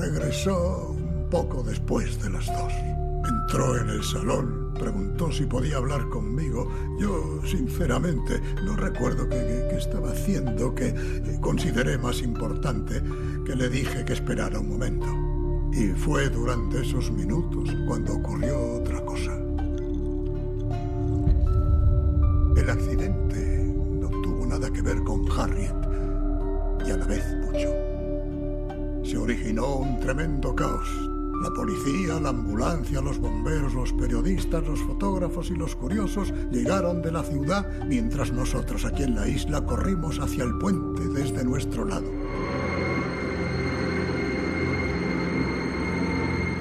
S7: Regresó un poco después de las dos. Entró en el salón, preguntó si podía hablar conmigo. Yo, sinceramente, no recuerdo qué, qué- qué estaba haciendo, que eh, consideré más importante que le dije que esperara un momento. Y fue durante esos minutos cuando ocurrió otra cosa. El accidente no tuvo nada que ver con Harriet y a la vez mucho. Se originó un tremendo caos. La policía, la ambulancia, los bomberos, los periodistas, los fotógrafos y los curiosos llegaron de la ciudad mientras nosotros aquí en la isla corrimos hacia el puente desde nuestro lado.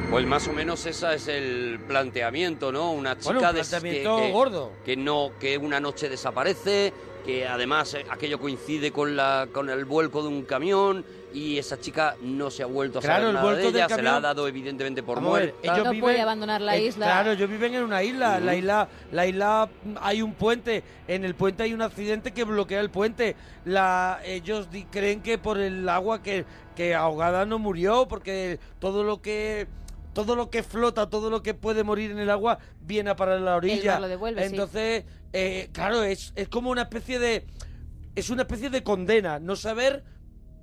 S4: Pues más o menos ese es el planteamiento, ¿no? Una chica
S2: Bueno, un
S4: de-
S2: planteamiento
S4: que, que-
S2: gordo.
S4: que no, que una noche desaparece, que además eh, aquello coincide con la con el vuelco de un camión y esa chica no se ha vuelto a
S2: Claro,
S4: saber
S2: el
S4: nada
S2: vuelco
S4: de
S2: del
S4: ella, se la ha
S2: camión-
S4: dado evidentemente por
S2: Vamos a ver,
S4: muerta.
S2: ellos
S5: No
S2: viven-
S5: puede abandonar la isla.
S2: Claro, ellos viven en una isla. La
S4: Ujú.
S2: isla, la isla mm, hay un puente. En el puente hay un accidente que bloquea el puente. La, ellos di- creen que por el agua que, que ahogada no murió, porque todo lo que todo lo que flota, todo lo que puede morir en el agua viene a parar a la orilla.
S5: mar lo devuelve, sí.
S2: Entonces, eh, claro, es, es como una especie de es una especie de condena, no saber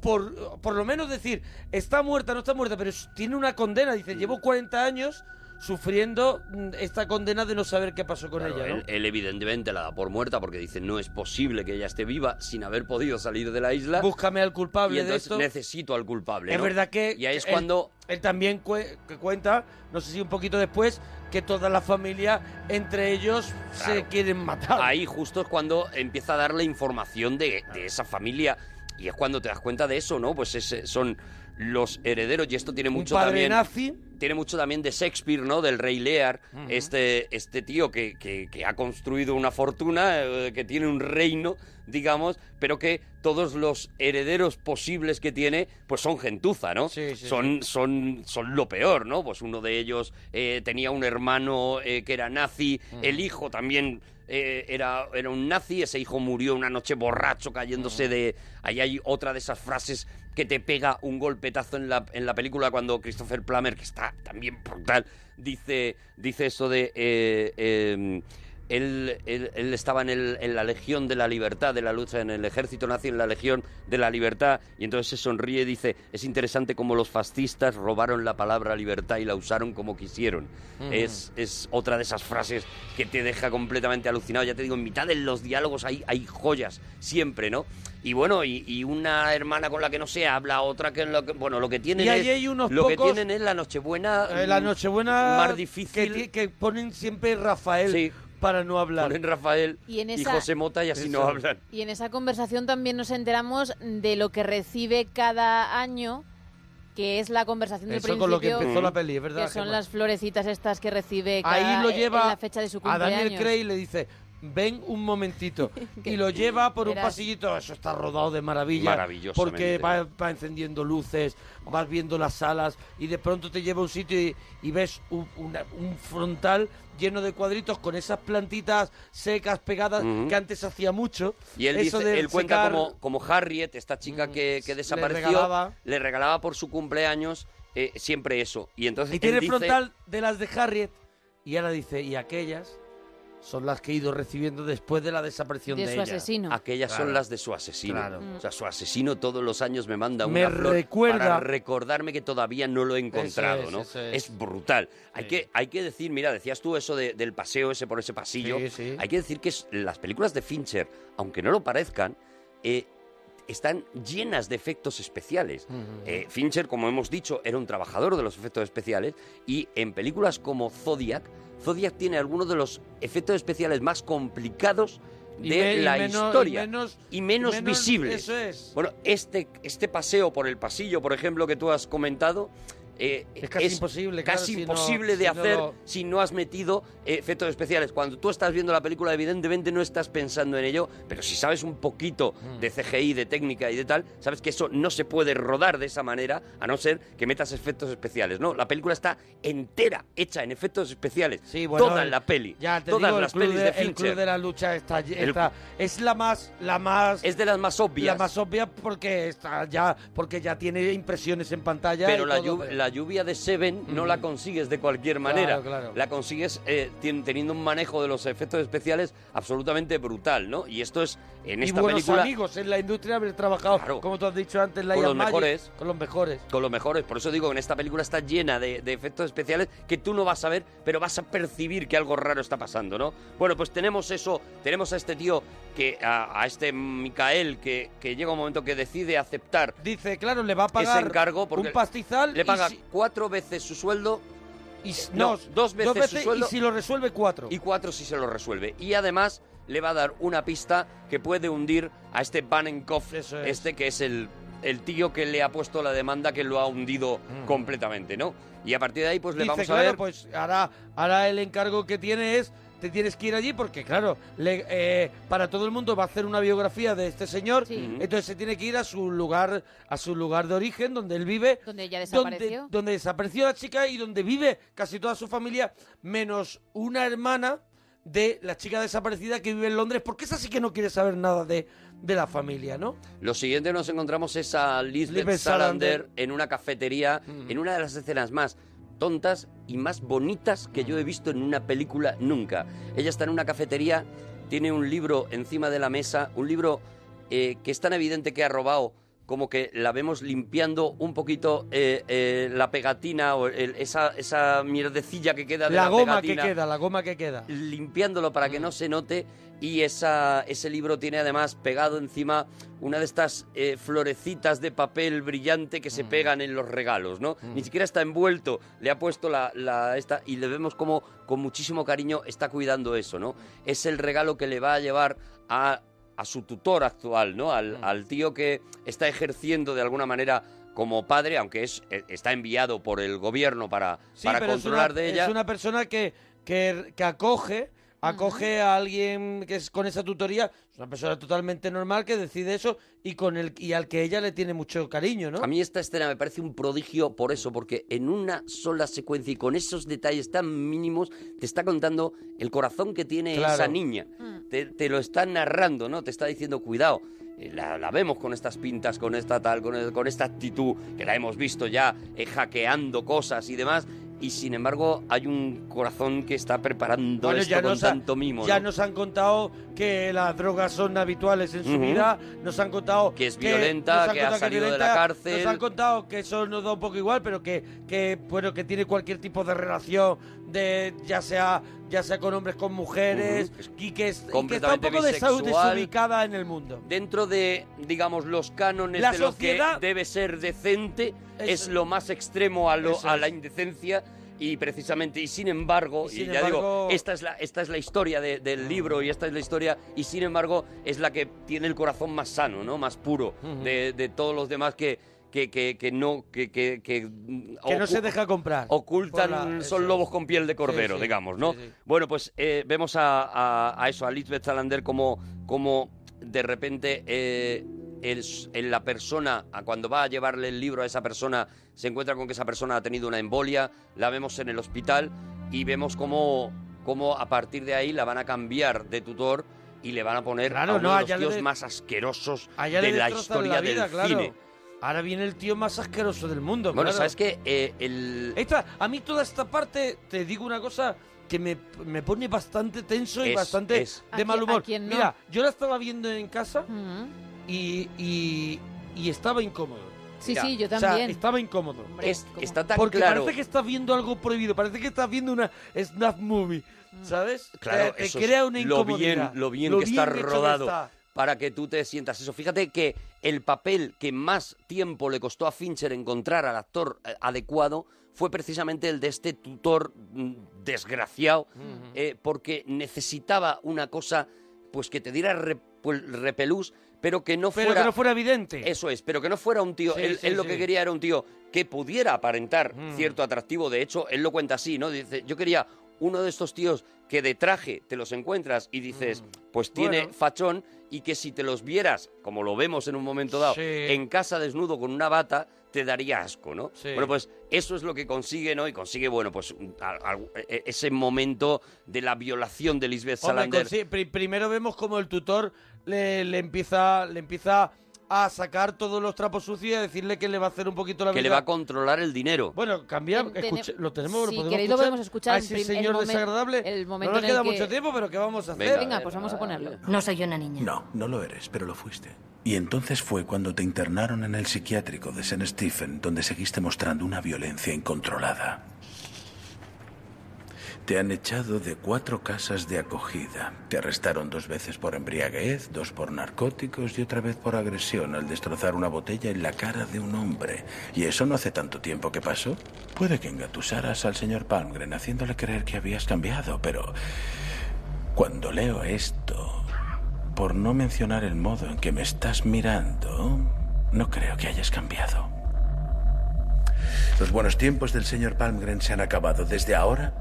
S2: por, por lo menos decir, está muerta, no está muerta, pero es- tiene una condena.
S4: Mm.
S2: Dice, llevo 40 años sufriendo mm, esta condena de no saber qué pasó con
S4: Claro,
S2: ella, ¿no?
S4: él, él evidentemente la da por muerta porque dice no es posible que ella esté viva sin haber podido salir de la isla.
S2: Búscame al culpable
S4: y
S2: de
S4: entonces
S2: esto.
S4: necesito al culpable.
S2: Es
S4: ¿no?
S2: verdad que.
S4: Y ahí es
S2: él-
S4: cuando.
S2: Él, también cue- que cuenta, no sé si un poquito después, que toda la familia, entre ellos, se
S4: Claro.
S2: quieren matar.
S4: Ahí justo es cuando empieza a darle información de, de esa familia. Y es cuando te das cuenta de eso, ¿no? Pues ese- son los herederos. Y esto tiene mucho
S2: padre
S4: también.
S2: nazi.
S4: Tiene mucho también de Shakespeare, ¿no? Del Rey Lear.
S2: Ujú.
S4: este, este tío que, que- que ha construido una fortuna, eh, que tiene un reino, digamos, pero que todos los herederos posibles que tiene, pues son gentuza, ¿no?
S2: sí,
S4: son, son, son lo peor, ¿no? Pues uno de ellos eh, tenía un hermano eh, que era nazi,
S2: Ujú.
S4: el hijo también eh, era, era un nazi, ese hijo murió una noche borracho cayéndose de... Ahí hay otra de esas frases que te pega un golpetazo en la, en la película cuando Christopher Plummer, que está también brutal, dice, dice eso de... eh, eh, él, él- él estaba en, el- en la Legión de la Libertad, de la lucha en el ejército nazi, en la Legión de la Libertad, y entonces se sonríe y dice, es interesante cómo los fascistas robaron la palabra libertad y la usaron como quisieron.
S2: Mm.
S4: Es, es otra de esas frases que te deja completamente alucinado, ya te digo, en mitad de los diálogos hay, hay joyas, siempre, ¿no? Y bueno, y, y una hermana con la que no se habla, otra que, lo que- bueno, lo que tienen
S2: Y ahí
S4: es...
S2: hay unos
S4: lo que
S2: pocos-
S4: tienen es la Nochebuena...
S2: Eh, la
S4: mm,
S2: Nochebuena
S4: más difícil.
S2: que ti- Que, ponen siempre Rafael
S4: Sí.
S2: para no hablar.
S4: Ponen Rafael
S5: Y en
S4: y
S5: esa-
S4: José Mota y así no
S2: Eso.
S4: hablan.
S5: Y en esa conversación también nos enteramos de lo que recibe cada año, que es la conversación del
S2: Eso
S5: principio.
S2: con lo que empezó la peli, es verdad,
S5: Que son
S2: Gemma.
S5: las florecitas estas que recibe cada,
S2: Ahí lo lleva
S5: en la fecha de su
S2: a
S5: cumpleaños.
S2: Daniel Craig y le dice, ven un
S5: [LAUGHS]
S2: momentito. y lo lleva por un
S5: Verás.
S2: pasillito. Eso está rodado de maravilla.
S4: Maravillosamente.
S2: Porque va, va encendiendo luces, vas viendo las salas y de pronto te lleva a un sitio y, y ves un, una- un frontal lleno de cuadritos con esas plantitas secas pegadas
S4: Ujú.
S2: que antes hacía mucho.
S4: Y él,
S2: Eso
S4: dice-
S2: de
S4: él cuenta
S2: secar-
S4: como, como Harriet, esta chica que, que
S2: le
S4: desapareció, le
S2: regalaba.
S4: regalaba, por su cumpleaños eh, siempre eso. Y entonces
S2: Y
S4: él
S2: tiene
S4: dice-
S2: frontal de las de Harriet. Y ahora dice, y aquellas son las que he ido recibiendo después de la desaparición de,
S5: De su
S2: ella.
S5: asesino.
S4: Aquellas son
S2: Claro.
S4: las de su asesino.
S2: Claro.
S4: O sea, su asesino todos los años me manda una
S2: Me
S4: flor
S2: recuerda-
S4: para recordarme que todavía no lo he encontrado,
S2: Eso es,
S4: ¿no?
S2: eso es.
S4: brutal. Hay, que, hay que decir, mira, decías tú eso de- del paseo ese por ese pasillo.
S2: Sí, sí.
S4: Hay que decir que es- las películas de Fincher, aunque no lo parezcan, eh, están llenas de efectos especiales.
S2: Mm.
S4: Eh, Fincher, como hemos dicho, era un trabajador de los efectos especiales y en películas como Zodiac, Zodiac tiene algunos de los efectos especiales más complicados
S2: Y
S4: de
S2: me- y
S4: la
S2: menos-
S4: historia
S2: y menos-
S4: y menos
S2: y menos-
S4: visibles.
S2: eso es.
S4: Bueno, este, este paseo por el pasillo, por ejemplo, que tú has comentado, eh,
S2: Es casi imposible, claro,
S4: casi
S2: si no-
S4: imposible de
S2: si no
S4: hacer
S2: lo-
S4: si no has metido eh, efectos especiales. Cuando tú estás viendo la película, evidentemente no estás pensando en ello, pero si sabes un poquito
S2: Mm.
S4: de CGI, de técnica y de tal, sabes que eso no se puede rodar de esa manera, a no ser que metas efectos especiales. No, la película está entera hecha en efectos especiales.
S2: bueno,
S4: toda
S2: el-
S4: la peli.
S2: Ya te
S4: todas
S2: digo, el
S4: las
S2: club
S4: pelis
S2: de-
S4: de,
S2: el club
S4: Fincher.
S2: de la lucha está,
S4: El-
S2: está- es la más la más
S4: Es de las más obvias.
S2: la más obvia porque está ya porque ya tiene impresiones en pantalla.
S4: Pero
S2: y
S4: la,
S2: todo,
S4: llu- la lluvia, lluvia de Seven no la consigues de cualquier manera.
S2: claro.
S4: La consigues eh, tien- teniendo un manejo de los efectos especiales absolutamente brutal, ¿no? Y esto es en
S2: y
S4: esta
S2: buenos
S4: película
S2: amigos en la industria haber trabajado, como tú has dicho antes, la
S4: con los
S2: Ian Magic,
S4: mejores.
S2: Con los mejores.
S4: Con los mejores. Por eso digo que en esta película está llena de, de efectos especiales que tú no vas a ver, pero vas a percibir que algo raro está pasando, ¿no? Bueno, pues tenemos eso, tenemos a este tío, que a, a este Micael, que, que llega un momento que decide aceptar.
S2: Dice, claro, le va a
S4: ese
S2: pagar
S4: encargo porque
S2: un pastizal
S4: Le
S2: y
S4: paga
S2: si-
S4: cuatro veces su sueldo.
S2: Y,
S4: no,
S2: no,
S4: dos veces,
S2: dos veces
S4: su sueldo.
S2: y si lo resuelve, cuatro.
S4: Y cuatro si se lo resuelve. Y además le va a dar una pista que puede hundir a este Banenkopf, este que es el, el tío que le ha puesto la demanda que lo ha hundido completamente, ¿no? Y a partir de ahí, pues le
S2: Mm. Dice,
S4: vamos a
S2: claro,
S4: ver.
S2: pues ahora, ahora el encargo que tiene es, te tienes que ir allí porque, claro, le- eh, para todo el mundo va a hacer una biografía de este señor, entonces se tiene que ir a su lugar, a su lugar de origen, donde él vive.
S5: Donde ya
S2: donde-
S5: desapareció.
S2: Donde, desapareció la chica y donde vive casi toda su familia, menos una hermana de la chica desaparecida que vive en Londres, porque esa sí que no quiere saber nada de, de la familia, ¿no?
S4: Lo siguiente nos encontramos es a Lisbeth
S2: Lisbeth
S4: Salander
S2: Salander Mm.
S4: en una cafetería, en una de las escenas más tontas y más bonitas que yo he visto en una película nunca. Ella está en una cafetería, tiene un libro encima de la mesa, un libro eh, que es tan evidente que ha robado como que la vemos limpiando un poquito eh, eh, la pegatina o el- esa, esa mierdecilla que queda de la,
S2: La goma que
S4: pegatina
S2: queda, la goma que queda.
S4: limpiándolo para que no se note y esa, ese libro tiene además pegado encima una de estas eh, florecitas de papel brillante que
S2: Mm.
S4: se pegan en los regalos, ¿no? Ni siquiera está envuelto, le ha puesto la, la esta y le vemos como con muchísimo cariño está cuidando eso, ¿no? Es el regalo que le va a llevar a, a su tutor actual, ¿no? Al,
S2: Mm.
S4: al tío que está ejerciendo de alguna manera como padre, aunque es, eh, está enviado por el gobierno para,
S2: Sí,
S4: para
S2: pero es una-
S4: controlar de ella.
S2: Es una persona que, que, que acoge, acoge a alguien que es con esa tutoría. Es una persona totalmente normal que decide eso y con el y al que ella le tiene mucho cariño, ¿no?
S4: A mí esta escena me parece un prodigio por eso, porque en una sola secuencia y con esos detalles tan mínimos, te está contando el corazón que tiene
S2: Claro.
S4: esa niña. Te, te lo está narrando, ¿no? Te está diciendo, cuidado. eh, La, la vemos con estas pintas, con esta tal, con, el- con esta actitud, que la hemos visto ya eh, hackeando cosas y demás. Y sin embargo, hay un corazón que está preparando
S2: Bueno,
S4: esto
S2: ya
S4: con
S2: nos ha-
S4: tanto mimo.
S2: Ya
S4: ¿no?
S2: nos han contado que las drogas son habituales en su
S4: Ujú.
S2: vida, nos han contado
S4: Que es violenta,
S2: nos han
S4: que ha
S2: contado es
S4: salido de la cárcel.
S2: nos han contado que eso nos da un poco igual, pero que, que bueno que tiene cualquier tipo de relación de ya sea ya sea con hombres con mujeres y que es y que está un
S4: completamente
S2: poco desau-
S4: bisexual.
S2: desubicada en el mundo.
S4: dentro de, digamos, los cánones
S2: La
S4: de lo
S2: sociedad-
S4: que debe ser decente, es, lo más extremo a, lo,
S2: Eso
S4: a
S2: es.
S4: la indecencia. Y precisamente, y sin embargo, y,
S2: Y sin
S4: ya digo,
S2: embargo- Ah.
S4: esta es la, esta es la historia de- del libro y esta es la historia, y sin embargo, es la que tiene el corazón más sano, ¿no? Más puro
S2: Ujú.
S4: de, de todos los demás que, que, que, que no. que, que, que,
S2: Que no
S4: ocu-
S2: se deja comprar.
S4: ocultan,
S2: Por la-
S4: son lobos con piel de cordero,
S2: Sí, sí,
S4: digamos, ¿no?
S2: sí, sí.
S4: Bueno, pues eh, vemos a, a- a eso, a Lisbeth Salander como, como de repente eh, el- en la persona, a cuando va a llevarle el libro a esa persona, se encuentra con que esa persona ha tenido una embolia, la vemos en el hospital y vemos cómo, cómo a partir de ahí la van a cambiar de tutor y le van a poner
S2: Claro,
S4: a uno
S2: no,
S4: de los
S2: allá le
S4: tíos
S2: de-
S4: más asquerosos
S2: Allá
S4: de
S2: le
S4: la
S2: destrozan
S4: historia
S2: la vida,
S4: del
S2: claro.
S4: cine.
S2: Ahora viene el tío más asqueroso del mundo.
S4: Bueno,
S2: claro.
S4: ¿sabes qué? Eh, el...
S2: Esta, a mí toda esta parte, te digo una cosa que me, me pone bastante tenso y
S4: Es-
S2: bastante
S4: es.
S2: de
S5: ¿A quién-
S2: mal humor.
S5: a quién no?
S2: Mira, yo la estaba viendo en casa
S5: Mm.
S2: y, y- y estaba incómodo.
S5: Sí, sí, yo
S2: O sea,
S5: también.
S2: estaba incómodo.
S4: Es- está tan
S2: Porque
S4: claro.
S2: parece que estás viendo algo prohibido, parece que estás viendo una snuff movie,
S5: Mm.
S2: ¿sabes?
S4: Claro,
S2: eh, te, te
S4: eso es
S2: crea una
S4: lo
S2: incomodidad.
S4: bien, lo bien que está
S2: hecho
S4: rodado
S2: está.
S4: para que tú te sientas eso. Fíjate que el papel que más tiempo le costó a Fincher encontrar al actor eh, adecuado fue precisamente el de este tutor mm, desgraciado, eh, porque necesitaba una cosa pues que te diera re- pues, repelús, pero que no
S2: Pero
S4: fuera
S2: que no fuera evidente.
S4: eso es, pero que no fuera un tío.
S2: Este. Sí,
S4: él
S2: sí,
S4: él lo
S2: sí. Mm.
S4: que quería era un tío que pudiera aparentar cierto atractivo. De hecho, él lo cuenta así, ¿no? Dice, yo quería uno de estos tíos que de traje te los encuentras y dices, pues tiene
S2: Mm. Bueno.
S4: fachón y que si te los vieras, como lo vemos en un momento dado,
S2: Sí.
S4: en casa desnudo con una bata, te daría asco, ¿no?
S2: Sí.
S4: Bueno, pues eso es lo que consigue, ¿no? Y consigue, bueno, pues un- al- al- e- ese momento de la violación de Lisbeth
S2: Hombre,
S4: Salander.
S2: consi- pri- primero vemos como el tutor le, le empieza le empieza a sacar todos los trapos sucios y a decirle que le va a hacer un poquito la
S4: que
S2: vida.
S4: le va a controlar el dinero.
S2: Bueno, cambiar, escucha- lo tenemos,
S5: si
S2: lo podemos
S5: queréis
S2: escuchar.
S5: lo podemos escuchar
S2: A
S5: en
S2: ese
S5: prim- el
S2: señor
S5: momen-
S2: desagradable.
S5: el momento
S2: no nos
S5: en el
S2: queda
S5: que-
S2: mucho tiempo, pero ¿qué vamos a hacer?
S5: Venga, pues vamos a ponerlo.
S3: No soy una niña.
S8: No, no lo eres, pero lo fuiste. Y entonces fue cuando te internaron en el psiquiátrico de St. Stephen, donde seguiste mostrando una violencia incontrolada. Te han echado de cuatro casas de acogida. Te arrestaron dos veces por embriaguez, dos por narcóticos y otra vez por agresión al destrozar una botella en la cara de un hombre. ¿Y eso no hace tanto tiempo que pasó? Puede que engatusaras al señor Palmgren haciéndole creer que habías cambiado, pero cuando leo esto, por no mencionar el modo en que me estás mirando, no creo que hayas cambiado. Los buenos tiempos del señor Palmgren se han acabado. Desde ahora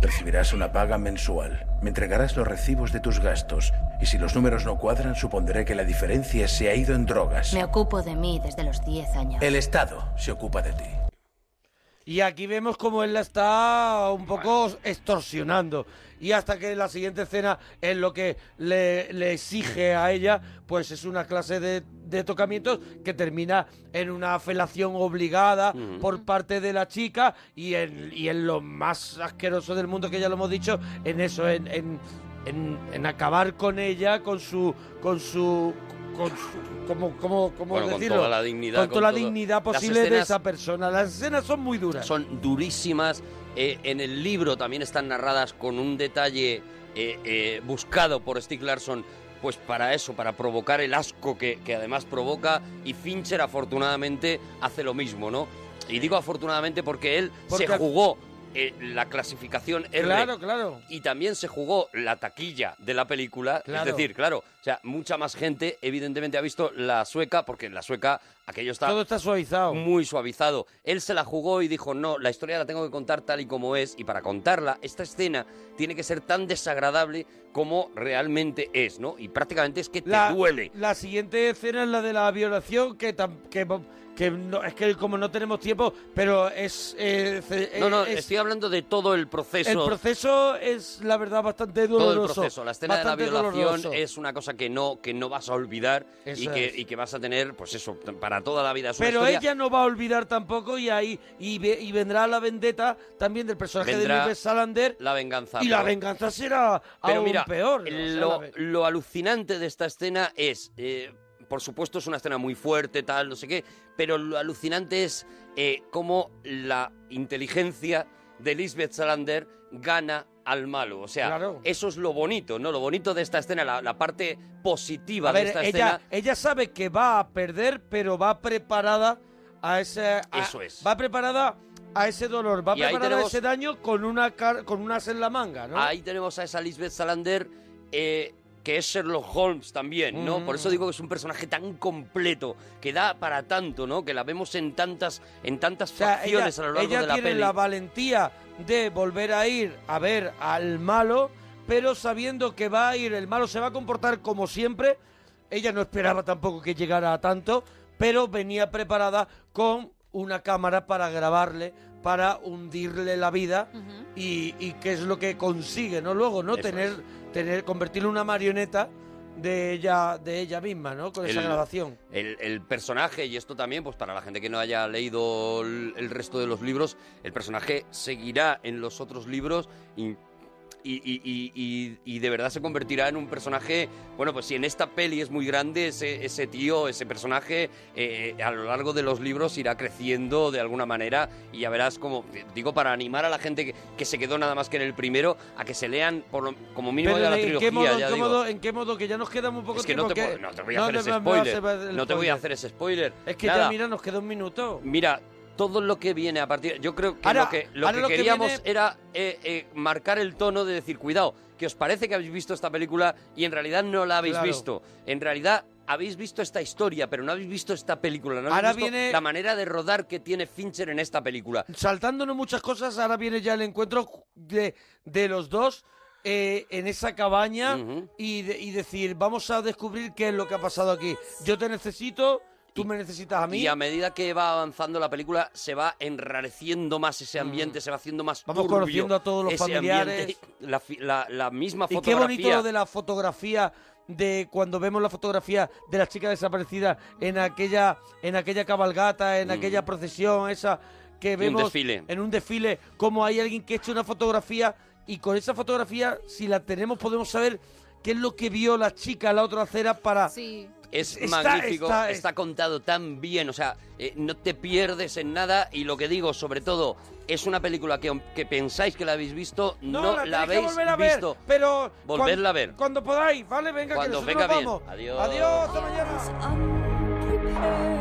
S8: recibirás una paga mensual. Me entregarás los recibos de tus gastos. Y si los números no cuadran, supondré que la diferencia se ha ido en drogas.
S3: Me ocupo de mí desde los 10 años.
S8: El Estado se ocupa de ti.
S2: Y aquí vemos cómo él la está un poco extorsionando. Y hasta que la siguiente escena es lo que le, le exige a ella, pues es una clase de, de tocamientos que termina en una felación obligada por parte de la chica y en, y en lo más asqueroso del mundo, que ya lo hemos dicho, en eso, en, en, en- en acabar con ella, con su... Con su con su- como, como, como
S4: Bueno, con
S2: decirlo,
S4: toda la dignidad,
S2: con
S4: con
S2: toda la
S4: todo.
S2: dignidad
S4: Las
S2: posible de
S4: escenas-
S2: esa persona. Las escenas son muy duras.
S4: Son durísimas. eh, en el libro también están narradas con un detalle eh, eh, buscado por Stieg Larsson, pues para eso, para provocar el asco que, que además provoca. Y Fincher, afortunadamente, hace lo mismo, ¿no? Y digo afortunadamente porque él
S2: Porque-
S4: se jugó eh, la clasificación R.
S2: Claro, claro.
S4: Y también se jugó la taquilla de la película.
S2: Claro.
S4: Es decir, claro, o sea, mucha más gente evidentemente ha visto la sueca, porque en la sueca aquello está...
S2: Todo está suavizado.
S4: Muy suavizado. Él se la jugó y dijo, no, la historia la tengo que contar tal y como es, y para contarla, esta escena tiene que ser tan desagradable como realmente es, ¿no? Y prácticamente es que te
S2: La-
S4: duele.
S2: La siguiente escena es la de la violación, que, tam- que, que no- es que como no tenemos tiempo, pero es... eh, ce-
S4: No, no,
S2: es-
S4: estoy hablando de todo el proceso.
S2: El proceso es, la verdad, bastante doloroso.
S4: Todo el proceso. La escena de la
S2: bastante
S4: violación
S2: doloroso.
S4: es una cosa que no, que no vas a olvidar y
S2: Eso
S4: que,
S2: es.
S4: y que vas a tener, pues eso, t- para toda la vida. Es una
S2: Pero
S4: historia-
S2: ella no va a olvidar tampoco y ahí y, ve- y vendrá la vendetta también del personaje de
S4: Vendrá
S2: Lisbeth Salander
S4: la venganza.
S2: y la
S4: pero-
S2: venganza será
S4: Pero
S2: aún
S4: mira,
S2: peor. ¿no? O sea, la
S4: Lo,
S2: ve-
S4: lo alucinante de esta escena es, eh, por supuesto, es una escena muy fuerte, tal, no sé qué, pero lo alucinante es eh, cómo la inteligencia de Lisbeth Salander gana al malo. O sea,
S2: Claro.
S4: eso es lo bonito, ¿no? Lo bonito de esta escena, la, la parte positiva
S2: A
S4: de
S2: ver,
S4: esta
S2: ella,
S4: escena.
S2: ella sabe que va a perder, pero va preparada a ese. a-
S4: Eso es.
S2: Va preparada a ese dolor, va
S4: Y ahí
S2: preparada a
S4: tenemos-
S2: ese daño con una car- con un as en la manga, ¿no?
S4: Ahí tenemos a esa Lisbeth Salander eh, que es Sherlock Holmes también, ¿no?
S2: Mm.
S4: Por eso digo que es un personaje tan completo, que da para tanto, ¿no? Que la vemos en tantas, en tantas
S2: O sea, ella,
S4: facciones a lo largo
S2: ella
S4: de la
S2: tiene
S4: peli.
S2: la valentía de volver a ir a ver al malo, pero sabiendo que va a ir, el malo se va a comportar como siempre. Ella no esperaba tampoco que llegara a tanto, pero venía preparada con una cámara para grabarle, para hundirle la vida y, y qué es lo que consigue, ¿no? Luego, ¿no?
S4: Eso
S2: Tener, tener, convertirle en una marioneta de ella, de ella misma, ¿no? Con esa
S4: El-
S2: grabación.
S4: El, el personaje, y esto también, pues para la gente que no haya leído el, el resto de los libros, el personaje seguirá en los otros libros y, y- y- y- y- y de verdad se convertirá en un personaje. Bueno, pues si en esta peli es muy grande, ese, ese tío, ese personaje, eh, a lo largo de los libros irá creciendo de alguna manera y ya verás como, digo, para animar a la gente que, que se quedó nada más que en el primero, a que se lean por lo- como mínimo
S2: Pero
S4: ya la
S2: ¿en
S4: trilogía.
S2: qué modo, en
S4: ya
S2: qué
S4: digo.
S2: modo- en qué modo? Que ya nos queda muy poco
S4: Es que no
S2: tiempo.
S4: te,
S2: que-
S4: puedo- no te voy a hacer
S2: te
S4: ese
S2: me vas a
S4: spoiler.
S2: el
S4: no te voy a
S2: spoiler.
S4: hacer ese spoiler.
S2: Es que
S4: Nada.
S2: ya, mira, nos queda un minuto.
S4: Mira, todo lo que viene a partir. Yo creo que
S2: Ahora-
S4: lo que, lo
S2: ahora
S4: que
S2: lo que
S4: queríamos
S2: viene-
S4: era eh, eh, marcar el tono de decir, cuidado, que os parece que habéis visto esta película y en realidad no la habéis
S2: Claro.
S4: visto. En realidad habéis visto esta historia, pero no habéis visto esta película. No habéis
S2: Ahora
S4: visto
S2: viene-
S4: la manera de rodar que tiene Fincher en esta película.
S2: Saltándonos muchas cosas, ahora viene ya el encuentro de, de los dos eh, en esa cabaña y, de- y decir, vamos a descubrir qué es lo que ha pasado aquí. Yo te necesito, tú me necesitas a mí.
S4: Y a medida que va avanzando la película, se va enrareciendo más ese ambiente, se va haciendo más
S2: Mm. Vamos
S4: turbio
S2: conociendo a todos los
S4: ese
S2: familiares.
S4: ambiente, la, fi- la- la misma
S2: Y qué
S4: fotografía.
S2: bonito lo de la fotografía de cuando vemos la fotografía de la chica desaparecida en aquella en aquella cabalgata, en
S4: Mm.
S2: aquella procesión esa que
S4: un
S2: vemos
S4: desfile.
S2: en un desfile como hay alguien que echa una fotografía y con esa fotografía si la tenemos podemos saber qué es lo que vio la chica en la otra acera para
S4: Es
S2: Está-
S4: magnífico,
S2: está-
S4: está, contado tan bien, o sea, eh, no te pierdes en nada y lo que digo, sobre todo, es una película que, aunque pensáis que la habéis visto, no, la,
S2: tenéis que
S4: habéis
S2: volver a ver,
S4: visto.
S2: pero
S4: Volverla
S2: cuan-
S4: a ver.
S2: Cuando podáis, vale, venga
S4: Cuando
S2: que
S4: venga
S2: nosotros nos
S4: bien.
S2: vamos.
S4: Adiós.
S2: Adiós, hasta mañana.